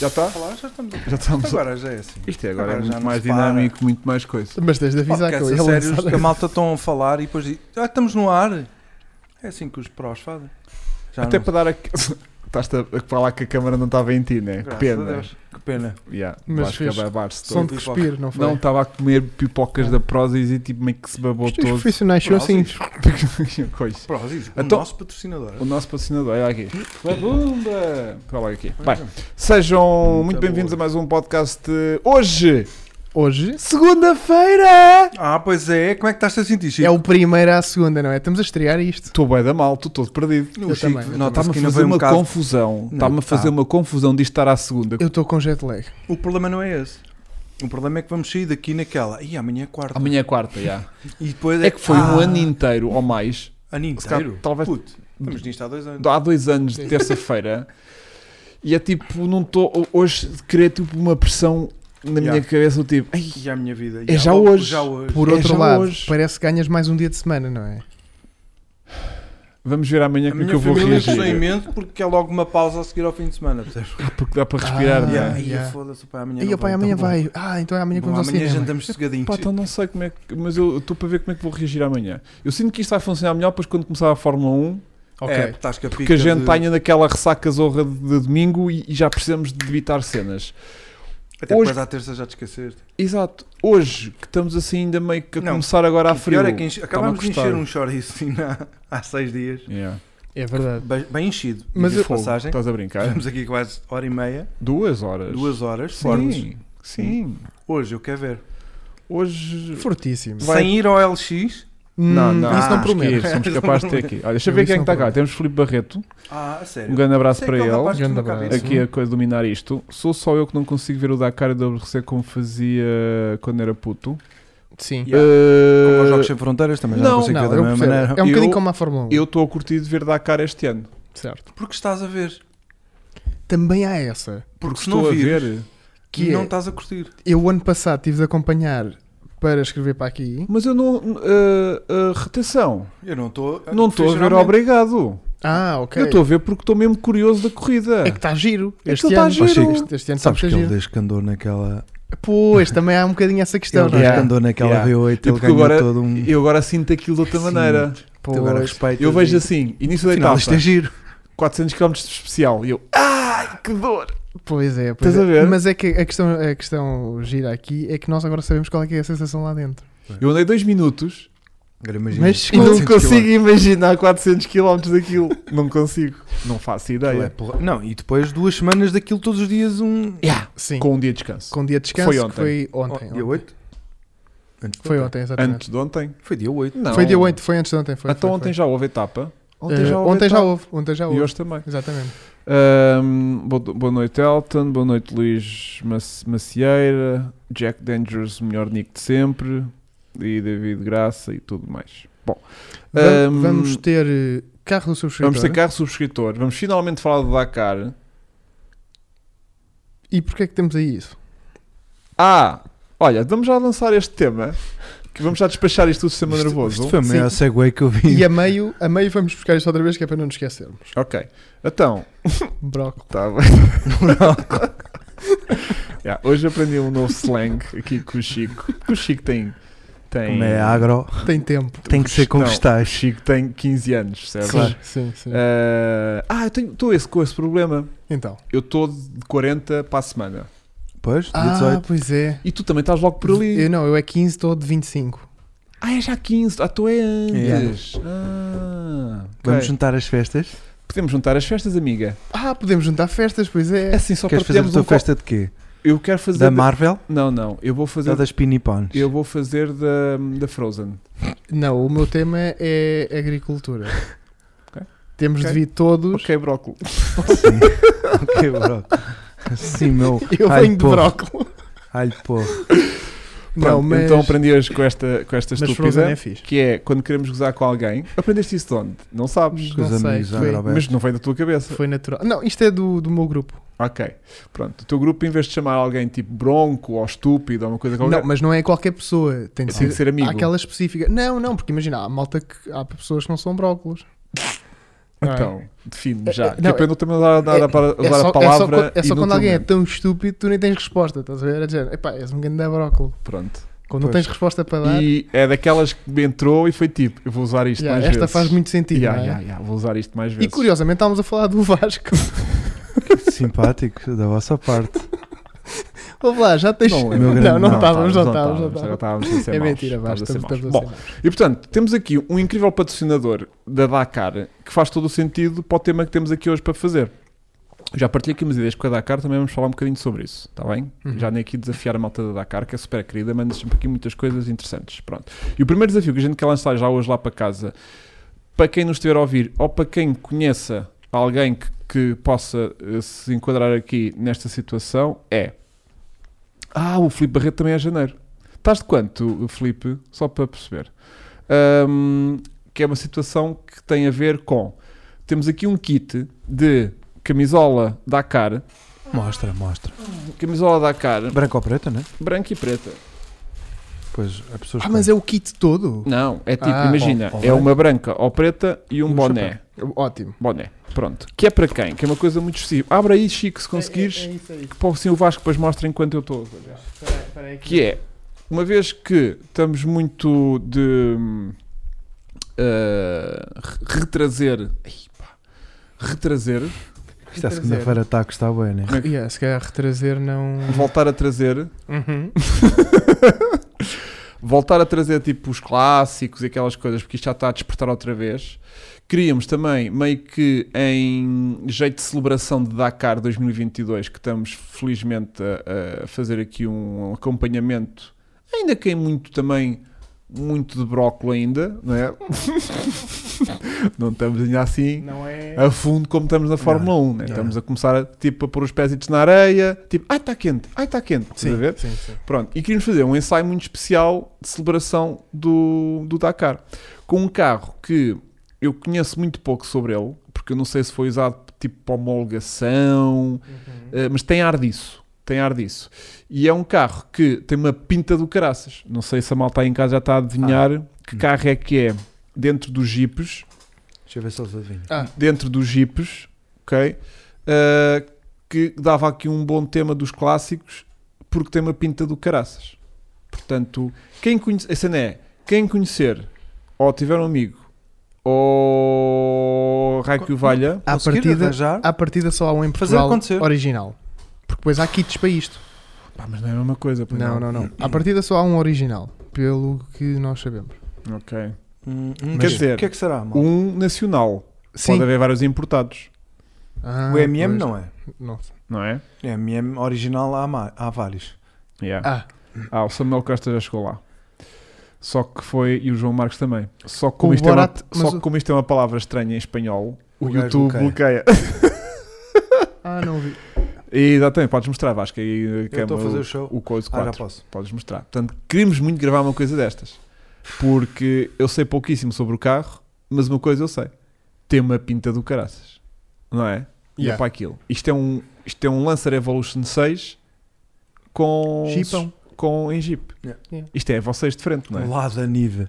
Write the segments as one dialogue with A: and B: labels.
A: Já tá? está?
B: falar, já estamos a
A: Já estamos.
B: Agora já é assim.
A: Isto é agora,
B: Agora
A: é
B: já
A: muito
B: não
A: mais
B: se para.
A: dinâmico, muito mais coisa.
C: Mas tens de avisar que é eu
B: Podcasts
C: ia
B: a sérios que a
C: lançar.
B: malta estão a falar e depois diz, ah, estamos no ar. É assim que os prós fazem. Já
A: Até
B: não-
A: para dar a. Estás a a falar que a câmara não estava em ti, né? Que
B: Graças a
A: pena.
B: Deus. Que pena.
A: Yeah,
C: Mas um
A: Mas
C: fez
A: acabar-se
C: Som
A: é todo.
C: de
B: Estou-
C: cuspir, não foi?
A: Não, estava a comer
B: É.
A: pipocas da Prozis e tipo meio que se babou
C: Os teus
A: todo.
C: é profissionais são assim.
A: Coisa.
B: Prós, o
A: Então-
B: nosso patrocinador.
A: O nosso patrocinador, olha aqui. Babumba! Olha aqui. Vai. Sejam muito,
B: Muito
A: bem-vindos
B: boa.
A: a mais um podcast eh, hoje,
C: Hoje
A: segunda-feira!
B: Ah, pois é. Como é que estás a sentir, Chico?
C: é o primeiro à segunda, não é? Estamos a estrear isto.
A: Estou bem da mal, estou todo perdido.
B: O
C: Eu
B: Chico
C: também, eu
B: nota-se
A: Está-me
B: que
A: a
B: ainda
A: fazer
B: veio um
A: uma
B: bocado.
A: confusão.
B: Não,
A: Está-me a
B: tá.
A: fazer uma confusão de estar à segunda.
C: Eu estou com jet lag.
B: O problema não é esse. O problema é que vamos sair daqui naquela. E amanhã é quarta.
A: Amanhã é quarta, já.
B: E depois
A: É que foi um
B: Ah,
A: ano inteiro ou mais.
B: Ano
A: Se calhar,
B: inteiro.
A: talvez
B: Puto, estamos nisto há dois anos.
A: há dois anos de terça-feira e é tipo, não estou hoje criei tipo uma pressão na minha
B: Yeah.
A: cabeça, eu tipo, "Ai,
B: E a minha vida.
A: É
B: E
A: já
B: há-
A: hoje.
B: Já hoje.
C: Por
A: É
C: outro
A: já
C: lado,
A: hoje.
C: parece que ganhas mais um dia de semana, não é?
A: vamos ver amanhã
B: A
A: como é
B: minha
A: que eu vou
B: família
A: reagir.
B: gozou imenso porque é logo uma pausa a seguir ao fim de semana, percebes?
A: Ah, porque dá para respirar,
C: Ah,
A: não é?
C: yeah.
B: e aí, foda-se, pá, amanhã.
C: E
B: não
C: o pai
B: vou,
C: amanhã
B: então bom.
C: vai. Ah, então é amanhã que
B: Bom,
C: vamos ao
B: amanhã
C: cinema.
B: jantamos sossegadinhos.
A: Pá, então não sei como é que. Mas eu estou para ver como é que vou reagir amanhã. Eu sinto que isto vai funcionar melhor depois quando começar a Fórmula 1,
C: Ok.
B: É, porque estás com a
A: porque
B: pica
A: a gente
B: de-
A: está ainda naquela ressaca zorra de, de domingo e, e já precisamos de evitar cenas.
B: Até
A: hoje-
B: depois à terça já te esqueceste.
A: Exato. Hoje, que estamos assim ainda meio que a
B: Não,
A: começar agora a
B: O pior
A: frio.
B: é que enche-
A: Está-me a
B: acabámos de
A: custar.
B: encher um chouriço assim, há- há seis dias.
A: Yeah.
C: É verdade.
B: Bem, bem enchido.
C: Mas
B: Mas
C: eu-
B: a
A: Fogo,
B: passagem.
A: Estás a brincar?
B: Estamos aqui quase hora e meia,
A: Duas horas.
B: duas Hum. horas. fortes.
A: Sim, sim.
B: Hoje eu quero ver.
A: Hoje.
C: Fortíssimo.
A: Vai-
B: Sem ir ao LX.
C: Hum,
A: Não, não,
C: Isso não
B: Ah,
C: prometo.
A: esquece, somos capazes de ter aqui. Olha, deixa eu ver quem é
C: Isso
A: que
C: não
A: está cá.
C: prometo.
A: Temos Filipe Barreto.
B: Ah, a sério.
A: Um grande abraço
B: Sei
A: para
B: que é o
A: ele.
B: rapaz que
C: Grande
B: nunca vi.
C: abraço.
A: Aqui a coisa de dominar isto. Sou só eu que não consigo ver o Dakar e o WRC como fazia quando era puto.
C: Sim.
B: Yeah.
A: Eh,
B: Como aos Jogos Sem Fronteiras também já
A: não,
B: não consigo
C: Não,
B: ver da
C: eu
B: mesma
C: percebo.
B: maneira.
C: É um
A: Eu-
C: bocadinho como a Fórmula 1.
A: eu estou a curtir de ver Dakar este ano.
C: Certo.
B: É Porque estás a ver.
C: Também há essa.
B: Porque se
A: Estou
B: não
A: a
B: vir,
A: ver.
C: Que
B: não tá-
C: é-
B: estás a curtir.
C: Eu, ano passado, tive de acompanhar para escrever para aqui.
A: Mas eu não. eh, eh, retenção.
B: Eu não estou.
A: Não estou a ver, obrigado.
C: Ah, ok.
A: Eu estou a ver porque estou mesmo curioso da corrida.
C: É que está giro.
A: É que
C: Este
A: ele tá
C: ano.
A: giro.
C: Este- Este, ano
B: Sabes
C: sabes
B: que
C: que
A: é
B: ele
C: giro.
B: desde que andou naquela.
C: Pois, também há um bocadinho essa questão,
A: Ele
C: não é?
A: Yeah.
B: Desde que andou naquela V8,
A: Yeah. E
B: ele
A: porque
B: ganhou
A: agora-
B: todo um.
A: Eu agora sinto aquilo de outra
B: Sim. É
A: maneira.
C: Pois.
B: Tu agora respeitas
A: Eu
B: e-
A: vejo assim, início da
B: Afinal,
A: etapa,
B: isto é giro.
A: 400 km de especial. E eu, ai, que dor!
C: Pois é, pois
A: Estás
C: é.
A: a ver?
C: Mas é que a questão, a questão gira aqui é que nós agora sabemos qual é que é a sensação lá dentro.
A: Eu andei 2 minutos
B: Agora imagina.
C: Mas
A: e não
B: 400
A: consigo imaginar 400 km daquilo. não consigo. Não faço
B: Aquilo é
A: ideia.
B: porra- Não, e depois duas semanas daquilo todos os dias um.
A: Yeah,
C: Sim. Com,
A: Com um dia de descanso.
C: dia de descanso
A: Foi
C: que
A: ontem.
C: foi
B: Oh,
C: ontem.
B: dia
C: ontem.
B: 8? Antes de
C: Foi ontem, exatamente.
A: Antes de ontem?
B: Foi dia 8.
A: Não.
C: Foi dia 8, foi antes de ontem. Foi,
A: então
C: foi,
A: ontem
C: foi.
A: já houve etapa.
C: Eh, ontem já
A: etapa.
C: houve. Ontem já houve.
A: então. E hoje também.
C: Exatamente.
A: Ahm, bo- boa noite, Elton. Boa noite, Luís Mac- Macieira. Jack Dangers, melhor nick de sempre. E David Graça e tudo mais. Bom,
C: Vam-
A: ahm,
C: vamos ter eh, carro do subscritor
A: Vamos ter carro subscritor. Vamos finalmente falar do Dakar.
C: E porquê é que temos aí isso?
A: Ah, olha, vamos já lançar este tema. Que vamos já despachar isto do sistema nervoso.
B: Isto foi a maior segue que eu vi.
C: E a meio, a meio vamos buscar isto outra vez que é para não nos esquecermos.
A: Ok. Então,
C: Broco.
A: tá bem. Yeah, hoje aprendi um novo slang aqui com o Chico. Porque o Chico tem. tem
B: Como é agro,
C: Tem tempo.
B: tem que ser com
A: Não, O
B: vegetais.
A: Chico tem 15 anos, certo?
B: Claro.
C: Sim, sim.
A: Eh, ah, eu estou esse, com esse problema.
C: Então.
A: Eu estou de 40 para a semana.
B: Pois, dia
C: Ah,
B: 18.
C: pois é.
A: E tu também estás logo por ali.
C: Eu não, eu é 15, estou de 25.
A: Ah, é já 15. Ah, tu é antes. Ah, ok.
B: Vamos juntar as festas.
A: Podemos juntar as festas, amiga.
C: Ah, podemos juntar festas, pois
A: É
C: é.
A: assim, só
B: Queres
A: para
B: fazer a
A: termos um
B: tua
A: co-
B: festa de quê?
A: Eu quero fazer.
B: Da
A: de-
B: Marvel
A: Não, não. Eu vou fazer.
B: ou das Pinipons?
A: Eu vou fazer da, da Frozen.
C: Não, o meu tema é agricultura.
A: Ok.
C: Temos
A: Ok.
C: de vir todos.
A: Ok, brócolis.
B: Sim. ok, bro. Sim, meu.
C: Eu
B: Ai,
C: venho de
B: porra.
C: brócolis.
B: Alho, pô.
C: Não, mas,
A: Então aprendi hoje com esta, com esta
C: mas Frozen
A: estúpida.
C: é fixe.
A: Que é quando queremos gozar com alguém. Aprendeste isso de onde? Não sabes.
C: Não
B: Com os
C: sei,
B: amigos
C: foi-
B: agro
A: Mas não vem da tua cabeça.
C: Foi natural. Não, isto é do, do meu grupo.
A: Ok. Pronto. O teu grupo, em vez de chamar alguém tipo bronco ou estúpido ou uma coisa qualquer,
C: Não, mas não é qualquer pessoa. Tem
A: tem que
C: de ser.
A: ser amigo.
C: Há aquela específica. Não, não, porque imagina, há malta que há pessoas que não são brócolos. não é?
A: Então, define-me já.
C: É, é,
A: Que
C: não, é
A: é para eu não também usar, dar a, para- usar a
C: só,
A: palavra.
C: só quando- é só quando alguém é
A: inutilmente.
C: tão estúpido tu nem tens resposta, estás a ver? É dizer, epá, és um grande brócolo.
A: Pronto.
C: Quando não
A: Pois.
C: tens resposta para dar,
A: E é daquelas que me entrou e foi tipo: eu vou usar isto
C: já,
A: mais
C: esta
A: vezes.
C: faz muito sentido.
A: Ya,
C: não é?
A: ya, ya, vou usar isto mais
C: E
A: vezes.
C: curiosamente estávamos a falar do Vasco.
B: Simpático da vossa parte.
C: Vamos lá, já tens.
A: Não,
C: Não,
A: é
B: meu grande-
C: não,
B: não,
C: estávamos, não estávamos,
A: estávamos,
C: não
A: agora
C: estávamos.
A: estávamos a ser
C: É
A: maus,
C: mentira, Vasco,
A: estávamos a ser
C: estamos, estamos
A: maus.
C: a
A: Bom,
C: ser maus.
A: E portanto, temos aqui um incrível patrocinador da Dakar que faz todo o sentido para o tema que temos aqui hoje para fazer. Já partilhei aqui umas ideias com a Dakar, também vamos falar um bocadinho sobre isso, está bem?
C: Uhum.
A: Já nem aqui desafiar a malta da Dakar, que é super querida, manda sempre aqui muitas coisas interessantes. Pronto. E o primeiro desafio que a gente quer lançar já hoje lá para casa, para quem nos estiver a ouvir ou para quem conheça alguém que, que possa eh, se enquadrar aqui nesta situação é. Ah, o Filipe Barreto também é janeiro. Estás de quanto, Filipe? Só para perceber. Ahm, que é uma situação que tem a ver com. Temos aqui um kit de camisola Dakar,
B: Mostra, mostra.
A: camisola Dakar,
B: Branco ou preto, né?
A: branca e preta.
B: Pois há pessoas
C: Ah, mas é o kit todo?
A: Não, é tipo,
C: Ah,
A: imagina,
B: ou- ou
A: é uma branca ou preta e um,
B: Um
A: boné.
C: Ótimo.
A: Boné, pronto. Que é para quem? Que é uma coisa muito específica. Abre aí, Chico, se conseguires,
C: É, é, é isso, é isso.
A: que pode sim o Vasco depois mostra enquanto eu estou a olhar.
C: Espera aí, espera aí
A: que é uma vez que estamos muito de hum, uh, re- retrazer Ai, pá. retraser
B: Isto é segunda-feira, está a gostar bem, né?
A: é?
C: Yeah, se calhar retrazer não.
A: voltar a trazer
C: Uhum.
A: voltar a trazer tipo os clássicos e aquelas coisas porque isto já está a despertar outra vez queríamos também meio que em jeito de celebração de Dakar 2022 que estamos felizmente a, a fazer aqui um acompanhamento ainda que é muito também muito de brócolis ainda não é não estamos ainda assim
C: Não é.
A: a fundo como estamos na Fórmula 1, né?
B: não.
A: estamos a começar a, tipo, a pôr os pés na areia, tipo, ai está quente, ai está quente, estás a ver?
C: sim, sim.
A: Pronto, e queríamos fazer um ensaio muito especial de celebração do, do Dakar, com um carro que eu conheço muito pouco sobre ele, porque eu não sei se foi usado tipo para homologação,
C: Uhum.
A: eh, mas tem ar disso. Tem ar disso. E é um carro que tem uma pinta do caraças. Não sei se a malta aí em casa já está a adivinhar
C: Ah.
A: que
B: Hum.
A: carro é que é dentro dos jipes
B: Deixa eu ver se eles adivinham.
C: Ah,
A: dentro dos jipes, ok? Ah, que dava aqui um bom tema dos clássicos, porque tem uma pinta do caraças. Portanto, quem conhecer, a cena é, quem conhecer, ou tiver um amigo, ou raio que o valha,
C: à
B: Conseguir
C: partida,
B: arranjar?
C: à partida só há um em
B: Fazer
C: Portugal
B: acontecer.
C: original. Porque depois há kits para isto.
A: pá, mas não é a mesma coisa, pois
C: Não, não, não. À partida só há um original. Pelo que nós sabemos.
A: Ok.
B: Hum, hum,
A: Quer
B: mas
A: dizer,
B: o que é que será, mal?
A: Um nacional, pode haver vários importados,
C: Ah,
B: o MM
C: pois.
B: não é.
C: Não.
A: não é?
B: É MM original há, ma- há vários.
A: Yeah.
C: Ah,
A: Ah, o Samuel Costa já chegou lá. Só que foi, e o João Marcos também. Só que
C: O
A: como, isto, é uma,
C: Borat, mas
A: só que
C: o-
A: como isto é uma palavra estranha em espanhol, o,
B: O gajo
A: YouTube bloqueia.
C: ah, não vi.
A: E, exatamente, podes mostrar, Vasco. Aí, a
B: Eu estou a
A: cama,
B: fazer
A: o-
B: o show.
A: O coisa
B: Ah, já
A: 4.
B: posso.
A: podes mostrar. Portanto, queríamos muito gravar uma coisa destas. Porque eu sei pouquíssimo sobre o carro, mas uma coisa eu sei. Tem uma pinta do caraças. Não é? E é
C: Yeah.
A: para aquilo. Isto é um, isto é um Lancer Evolution 6 com...
C: Chipão.
A: Com em Jeep.
B: Yeah.
C: Yeah.
A: Isto é vocês de frente, não é?
B: Lá da Nive.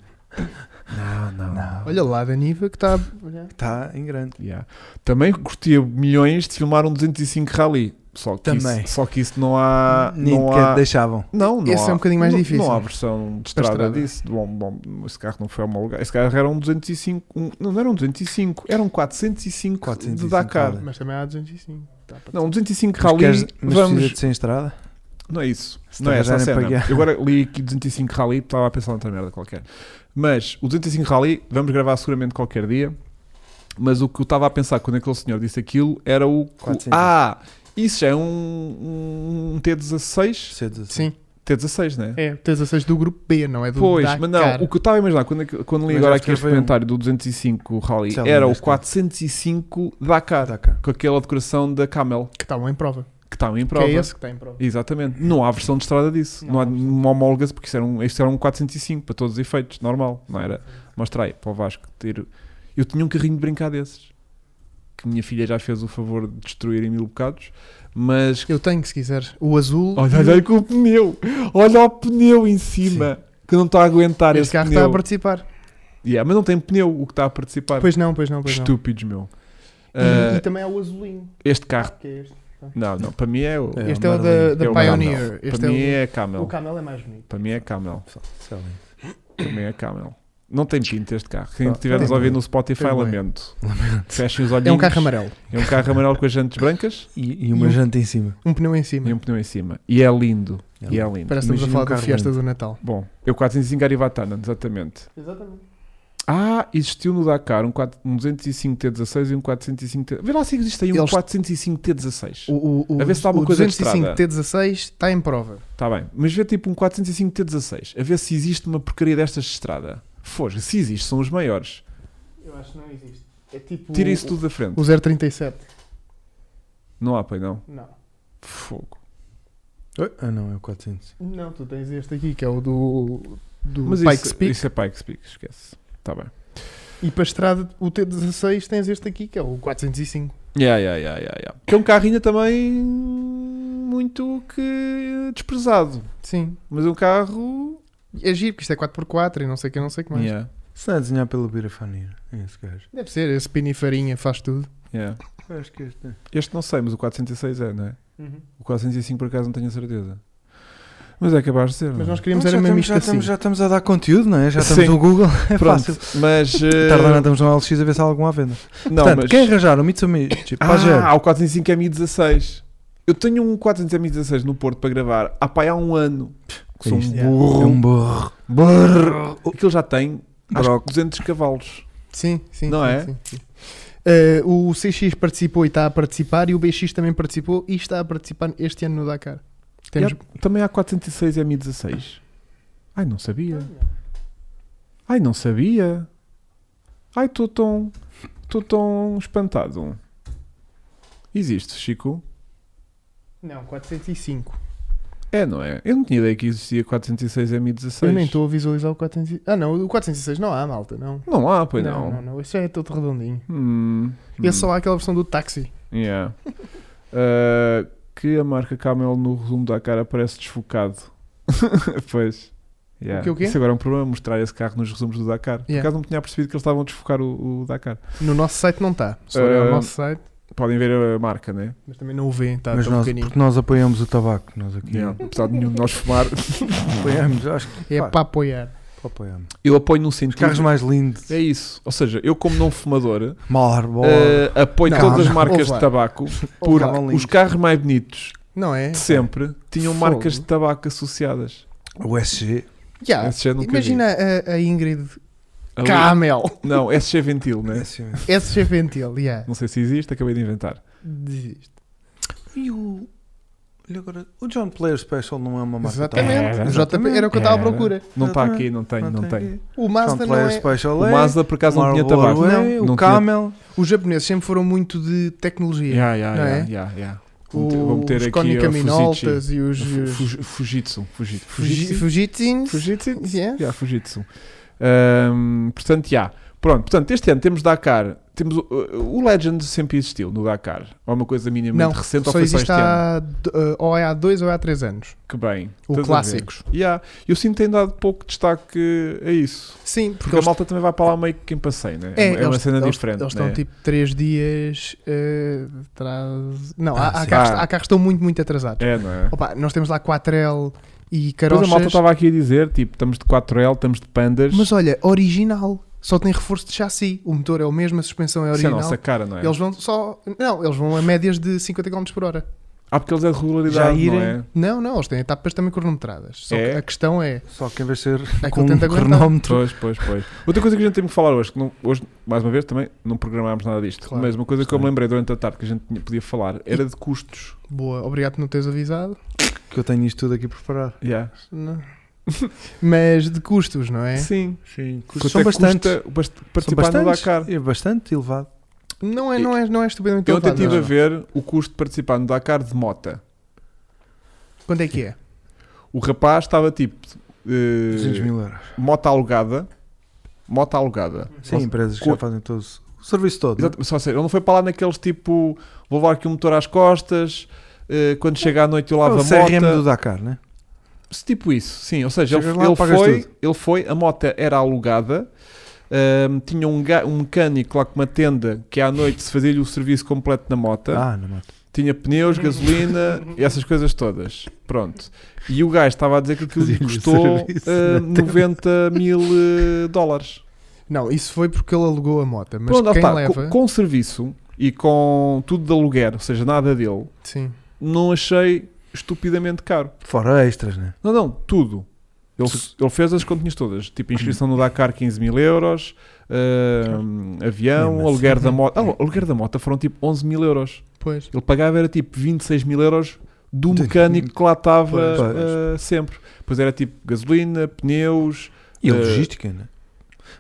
A: Não, não,
B: Não.
C: Olha lá da Niva que tá- está.
B: Está em grande.
A: Yeah. Também curtia milhões de filmar um 205 Rally. Só que,
B: Também.
A: Isso, só que isso não há.
B: Nem
A: não
B: sequer
A: há
B: deixavam.
A: não, não
C: Esse
A: há-
C: é um bocadinho mais
A: não-
C: difícil.
B: né?
A: Não há versão de estrada,
C: estrada.
A: disso. Bom, bom, esse carro não foi homologado. Esse carro era um 205. um- não, não era um 205, era um 405,
B: 405
A: de Dakar.
B: Rally.
C: Mas também há 205. Tá, para-
A: Não, um 205
B: Mas
A: Rally.
B: queres- mas
A: vamos.
B: precisa de ser em estrada?
A: Não é isso.
B: Se
A: não é essa a
B: arranjarem
A: cena.
B: para guiar.
A: Eu agora li aqui 205 Rally, estava a pensar noutra merda qualquer. Mas o 205 Rally, vamos gravar seguramente qualquer dia. Mas o que eu estava a pensar quando aquele senhor disse aquilo era o. que-
B: 405.
A: Ah! Isso já é um, um T16?
B: Cedo, assim.
C: Sim,
A: T16, né?
C: é. Tens a 6 do grupo B, não é do
A: Pois,
C: Dakar.
A: mas não, o que eu estava a imaginar quando, quando li
B: Mas
A: agora
B: acho
A: aqui
B: que
A: este
B: foi um-
A: comentário do 205 Rally
B: Sei lá,
A: era o
B: deste.
A: 405 Dakar,
B: Tá cá.
A: com aquela decoração da Camel
C: Que estavam em prova.
A: que está em
C: Que
A: prova.
C: é esse que está em prova.
A: Exatamente, não há versão de estrada disso, não,
C: Não
A: há
C: há
A: uma homóloga, porque isto era, um, isto era um 405 para todos os efeitos, normal, não era? Mostra aí para o Vasco ter. Eu tinha um carrinho de brincar desses que minha filha já fez o favor de destruir em mil bocados, mas
C: Eu tenho, se quiseres. O azul.
A: olha, olha aí com o pneu, olha o pneu em cima. Que não está a aguentar
C: Este
A: esse
C: carro
A: pneu.
C: está a participar.
A: Yeah, mas não tem pneu o que está a participar.
C: Pois não, pois não, pois não.
A: Estúpidos, meu.
C: E,
A: Ah,
C: e
D: é
C: também há o azulinho.
A: este carro.
C: que é este.
A: Não, não, para mim é o.
B: É.
C: Este é o da,
B: maravilha.
C: da
A: É o
C: Pioneer.
A: Camel.
C: Este
A: para mim
C: é
A: é
C: o,
A: Camel.
C: o Camel é mais bonito.
A: Para mim é Camel.
B: Pessoal,
A: Para mim é Camel. Não tem pinta este carro. Quem
B: Ah,
A: estiver-nos a
C: tem.
A: ouvir no Spotify,
C: Tem bem.
A: lamento. Fechem os olhinhos.
C: É um carro amarelo.
A: É um carro amarelo com as jantes brancas
B: E, e uma
C: E um-
B: janta em cima.
C: Um pneu em cima.
A: e um pneu em cima. E é lindo. E é lindo.
C: Parece que estamos a
B: Imagina um
C: falar da
B: carro
C: fiesta
B: lindo.
C: do Natal.
A: Bom, eu 405 Garibatana, exatamente.
C: Exatamente.
A: Ah, existiu no Dakar um, 4 um 205T16 e um 405T. Vê lá se existe aí um
C: Eles-
A: 405T16.
C: O, o, o,
A: A ver se dá uma
C: o
A: coisa de
C: 205 T16 está tá em prova.
A: Está bem, mas vê tipo um 405T16. A ver se existe uma porcaria destas de estrada. Foge, se existe, são os maiores.
C: Eu acho que não existe. É tipo.
A: Tira isso tudo da frente.
C: O 037.
A: Não há pai, não.
C: Não.
A: Fogo.
B: Oi? Ah, não, é o 400.
C: Não, tu tens este aqui que é o do. Do
A: Mas
C: Pikes
A: isso,
C: Peak.
A: isso é Pikes Peak, esquece. Está bem.
C: E para a estrada, o T16 tens este aqui que é o 405.
A: Yeah, yeah, yeah, yeah, yeah. Que é um carrinho também muito que desprezado.
C: Sim.
A: Mas é um carro.
C: É giro, porque isto é 4x4 e não sei o que, não sei o que mais.
A: Yeah,
B: Se não é desenhar pelo Birafanir, é esse gajo.
C: Deve ser, esse pinifarinha faz tudo.
A: yeah.
B: Eu Acho que este é.
A: Este não sei, mas o 406 é, não é?
C: Uhum.
A: O 405 por acaso não tenho a certeza. Mas é capaz de ser.
C: Mas
A: não é?
C: nós queríamos
B: Mas
C: era
B: Então já, estamos,
C: mesmo isto
B: já,
C: assim.
B: estamos, já estamos a dar conteúdo, não é? Já estamos
A: Sim.
B: no Google, é
A: Pronto,
B: fácil.
A: mas. eh,
B: Tarde ou não estamos no LX a ver se há algum à venda.
A: não,
B: Portanto,
A: mas...
B: quem arranjar um Mitsubishi Pajero
A: Ah, o 405 é 1016. Eu tenho um 400 1016 no Porto para gravar há pá, há um ano. Que sou um
B: Isto,
A: burro.
B: é um burro.
A: Brrr. Aquilo já tem acho
B: Broco.
A: que 200 cavalos.
C: Sim, sim.
A: Não
C: sim,
A: é?
C: sim, sim. Eh, o CX participou e está a participar, e o BX também participou e está a participar este ano no Dakar. Temos...
A: Também há 406 e 1016. Ai, não sabia. Ai, não sabia. Ai, estou tão. Estou tão espantado. Existe, Chico?
C: Não, 405.
A: É, não é? Eu não tinha ideia que existia 406 M16.
C: Eu nem estou a visualizar o 406. Ah, não, o 406 não há, malta, não.
A: Não há, pois
C: não,
A: não.
C: não, não, Esse já é todo redondinho.
A: Hum,
C: Esse
A: hum,
C: só há aquela versão do táxi.
A: yeah. Ah, que a marca Camel no resumo da cara parece desfocado. pois. Yeah.
C: O quê, o quê?
A: Isso agora é um problema mostrar esse carro nos resumos do Dakar. Por
C: Yeah.
A: acaso não tinha percebido que eles estavam a desfocar o, o Dakar.
C: No nosso site não está. Se
A: Eh,
C: olhar o nosso site,
A: Podem ver a marca, né?
C: mas também não o vêem, está
B: Mas
C: tão
B: nós,
C: pequenino.
B: porque nós apoiamos o tabaco, nós aqui.
A: Yeah. Apesar de nenhum de nós fumar,
B: Apoiamos, acho que
C: É
B: Pá.
C: para apoiar.
B: apoiamos.
A: eu apoio num
B: Os carros
A: sentido.
B: mais lindos,
A: É isso. Ou seja, eu, como não fumador,
B: Marlboro.
A: ah, apoio
C: Não,
A: todas as
C: não,
A: marcas
C: ouve lá.
A: de tabaco
B: Ouve
A: porque
B: lá.
A: os carros mais bonitos
C: Não é?
A: de sempre tinham
C: Fogo.
A: marcas de tabaco associadas.
B: O SG.
C: Já.
A: Esse já nunca
C: Ah, Imagina a, a Ingrid
A: vi. Ali-
C: Camel.
A: Não, SG Ventil, né?
B: SG.
C: SG Ventil, yeah.
A: Não sei se existe, acabei de inventar.
C: Desiste.
B: E o. Olha agora, o John Player Special não é uma marca
C: Exatamente.
A: Era,
C: o JP era o que eu estava à
A: Era.
C: procura.
A: Não está
B: Exatamente.
A: aqui, não tenho, não tenho.
C: O
B: John
C: Mazda não
B: Player
C: é.
B: Special
A: O
B: é.
A: Mazda por acaso não tinha tabaco.
B: Marlboro é,
A: Não,
B: o
A: não tinha-
B: Camel.
C: Os japoneses sempre foram muito de tecnologia.
A: Yeah, yeah,
C: Não
A: yeah,
C: é?
A: yeah, yeah. Vou meter- vou
C: O,
A: meter
C: os
A: aqui
C: Konica
A: a Fujichi.
C: Minoltas e os. e os-
A: Fu- Fujitsu. Fujitsu.
C: Fuji-
A: Fujitsu. É
C: Fujitsins.
A: Fujitsu.
C: Yeah.
A: Yeah, Fujitsu. Ahm, portanto, já. Pronto, portanto, este ano temos Dakar. Temos o, o Legend sempre existiu no Dakar. Ou é uma coisa minimamente
C: Não,
A: recente ou
C: Só
A: foi só este
C: existe
A: ano?
C: há, d- eh, ou é há dois ou é há três anos.
A: Que bem.
C: O
A: Estás a ver?
C: clássicos.
A: Yeah. Eu sinto que tem dado pouco destaque a isso.
C: Sim,
A: Porque
C: porque
A: a malta também vai para lá meio que em passeio, né? É, uma- é uma cena diferente.
C: Eles
A: né?
C: estão tipo três dias eh, atrás. Não, há-
B: Ah,
C: há,
B: sim.
C: carros,
A: Ah.
C: há carros que estão muito, muito atrasados.
A: É, não é?
C: Opa, nós temos lá 4L e
A: Depois a malta
C: carochas.
A: estava aqui a dizer, tipo, estamos de 4L, estamos de pandas.
C: Mas olha, original. Só tem reforço de chassi. O motor é o mesmo, a suspensão é
A: Isso é a
C: original.
A: nossa cara, não é?
C: Eles vão só. Não, eles vão a médias de 50 km por hora.
A: Ah, porque eles é de
B: Já
A: regularidade, não
B: irem.
A: é?
C: Não, não, eles têm etapas também cronometradas. Só
A: É?
C: que a questão é.
B: Só que em vez de ser
C: Aquilo
B: com um
C: tenta aguentar.
B: cronómetro.
A: Pois, pois, pois. Outra coisa que a gente tem que falar hoje, que não- hoje, mais uma vez, também não programámos nada disto,
C: Claro.
A: mas uma coisa que eu me
B: Claro.
A: lembrei durante a tarde que a gente tinha- podia falar era de custos.
C: Boa, obrigado por não teres avisado.
B: Que eu tenho isto tudo aqui preparado.
A: Yeah.
C: Não. Mas de custos, não é?
A: Sim.
B: Sim,
A: Quanto
B: são
A: é que
B: bastante.
A: custa bast- participar no
B: bastantes.
A: Dakar?
B: É bastante elevado.
C: Não é, não é, não é estupidamente
A: Eu ontem
C: elevado,
A: estive a
C: não.
A: ver o custo de participar no Dakar de mota.
C: Quanto é que é?
A: O rapaz estava tipo. eh,
B: 200 mil euros.
A: moto alugada. Moto alugada.
B: Sim,
A: Ou-
B: empresas que
A: co-
B: já fazem todo o serviço todo.
A: Exato, só sei, ele não foi para lá naqueles tipo, vou levar aqui o motor às costas, eh, quando chega à noite eu
B: não é?
A: lavo
B: o
A: a
B: CRM
A: moto.
B: do Dakar, né?
A: Se Tipo isso, sim. Ou seja, ele,
B: Chegas lá,
A: ele
B: pagas
A: foi,
B: tudo.
A: ele foi, a moto era alugada, Ahm, tinha um, ga- um mecânico lá com uma tenda que à noite se fazia-lhe o serviço completo na moto.
B: Ah, na moto.
A: Tinha pneus, gasolina, essas coisas todas. Pronto. E o gajo estava a dizer que aquilo lhe
B: Fazia-lhe
A: custou
B: serviço
A: ah,
B: na
A: 90 mil eh, dólares.
C: Não, isso foi porque ele alugou a moto, mas
A: Pronto, lá
C: quem
A: está,
C: leva...
A: com, com serviço e com tudo de aluguer, ou seja, nada dele,
C: Sim.
A: não achei estupidamente caro.
B: Fora extras, né?
A: Não, não, tudo. Ele, ele fez as continhas todas, tipo inscrição no Dakar 15 mil euros, ahm, avião,
B: Mesmo
A: aluguer
B: assim.
A: da moto. Ah, o aluguer da moto foram tipo 11 mil euros.
C: Pois.
A: Ele pagava era tipo 26 mil euros do
B: De-
A: mecânico que lá estava
B: Pois, pois.
A: ah, sempre. Pois era tipo gasolina, pneus,
B: E a
A: Eh,
B: logística, né?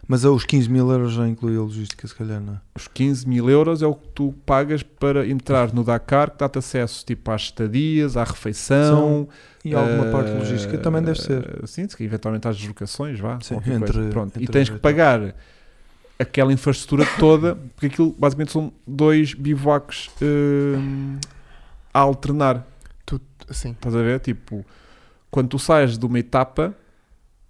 B: Mas ah, os 15 mil euros já inclui a logística, se calhar, não.
A: os 15 mil euros é o que tu pagas para entrar no Dakar, que dá-te acesso tipo às estadias, à refeição.
B: E alguma
A: eh,
B: parte logística também deve ser.
A: Sim, se- eventualmente às deslocações, vá.
B: Sim,
A: qualquer
B: entre-
A: coisa. Pronto, e
B: entre
A: tens
B: as
A: que
B: etapas.
A: pagar aquela infraestrutura toda, porque aquilo basicamente são dois bivoques hum, a alternar.
C: Sim.
A: Estás a ver? Tipo, quando tu sais de uma etapa,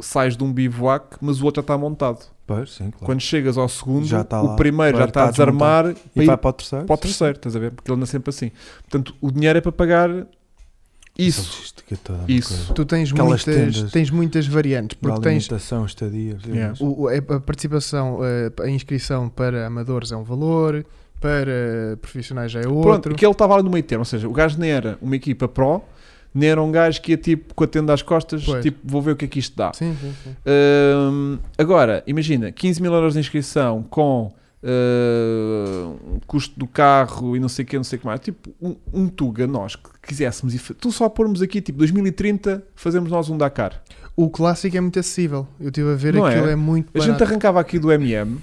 A: sais de um bivoaque, mas o outro já está montado.
B: Pois, sim, claro.
A: Quando chegas ao segundo,
B: Já está
A: o
B: lá.
A: primeiro
B: Vai,
A: já está
B: está
A: a desarmar para
B: E
A: ir
B: vai para o terceiro?
A: para o
B: sim.
A: terceiro, estás a ver? Porque ele anda sempre assim. Portanto, o dinheiro é para pagar
B: A
A: isso.
B: logística toda. é uma
A: Isso.
B: coisa.
C: Tu tens
B: Aquelas
C: muitas,
B: tendas.
C: tens muitas variantes,
B: Da
C: porque tens
B: alimentação, estadias.
A: Yeah.
C: o- o- a participação, eh, a inscrição para amadores é um valor, para profissionais já é
A: Pronto,
C: outro.
A: que ele estava ali no meio termo, ou seja, o gajo nem era uma equipa pró, nem era um gajo que ia tipo com a tenda às costas,
C: Pois.
A: tipo, vou ver o que é que isto dá.
C: Sim, sim, sim.
A: Hum, agora, imagina, 15 mil euros de inscrição com hum, o custo do carro e não sei o que, não sei o que mais. Tipo, um, um Tuga, nós que quiséssemos, e fa- tu só pormos aqui, tipo, 2030, fazemos nós um Dakar.
C: O clássico é muito acessível. Eu estive a ver
A: Não
C: aquilo,
A: é?
C: é, muito
A: A gente
C: barato.
A: arrancava aqui do MM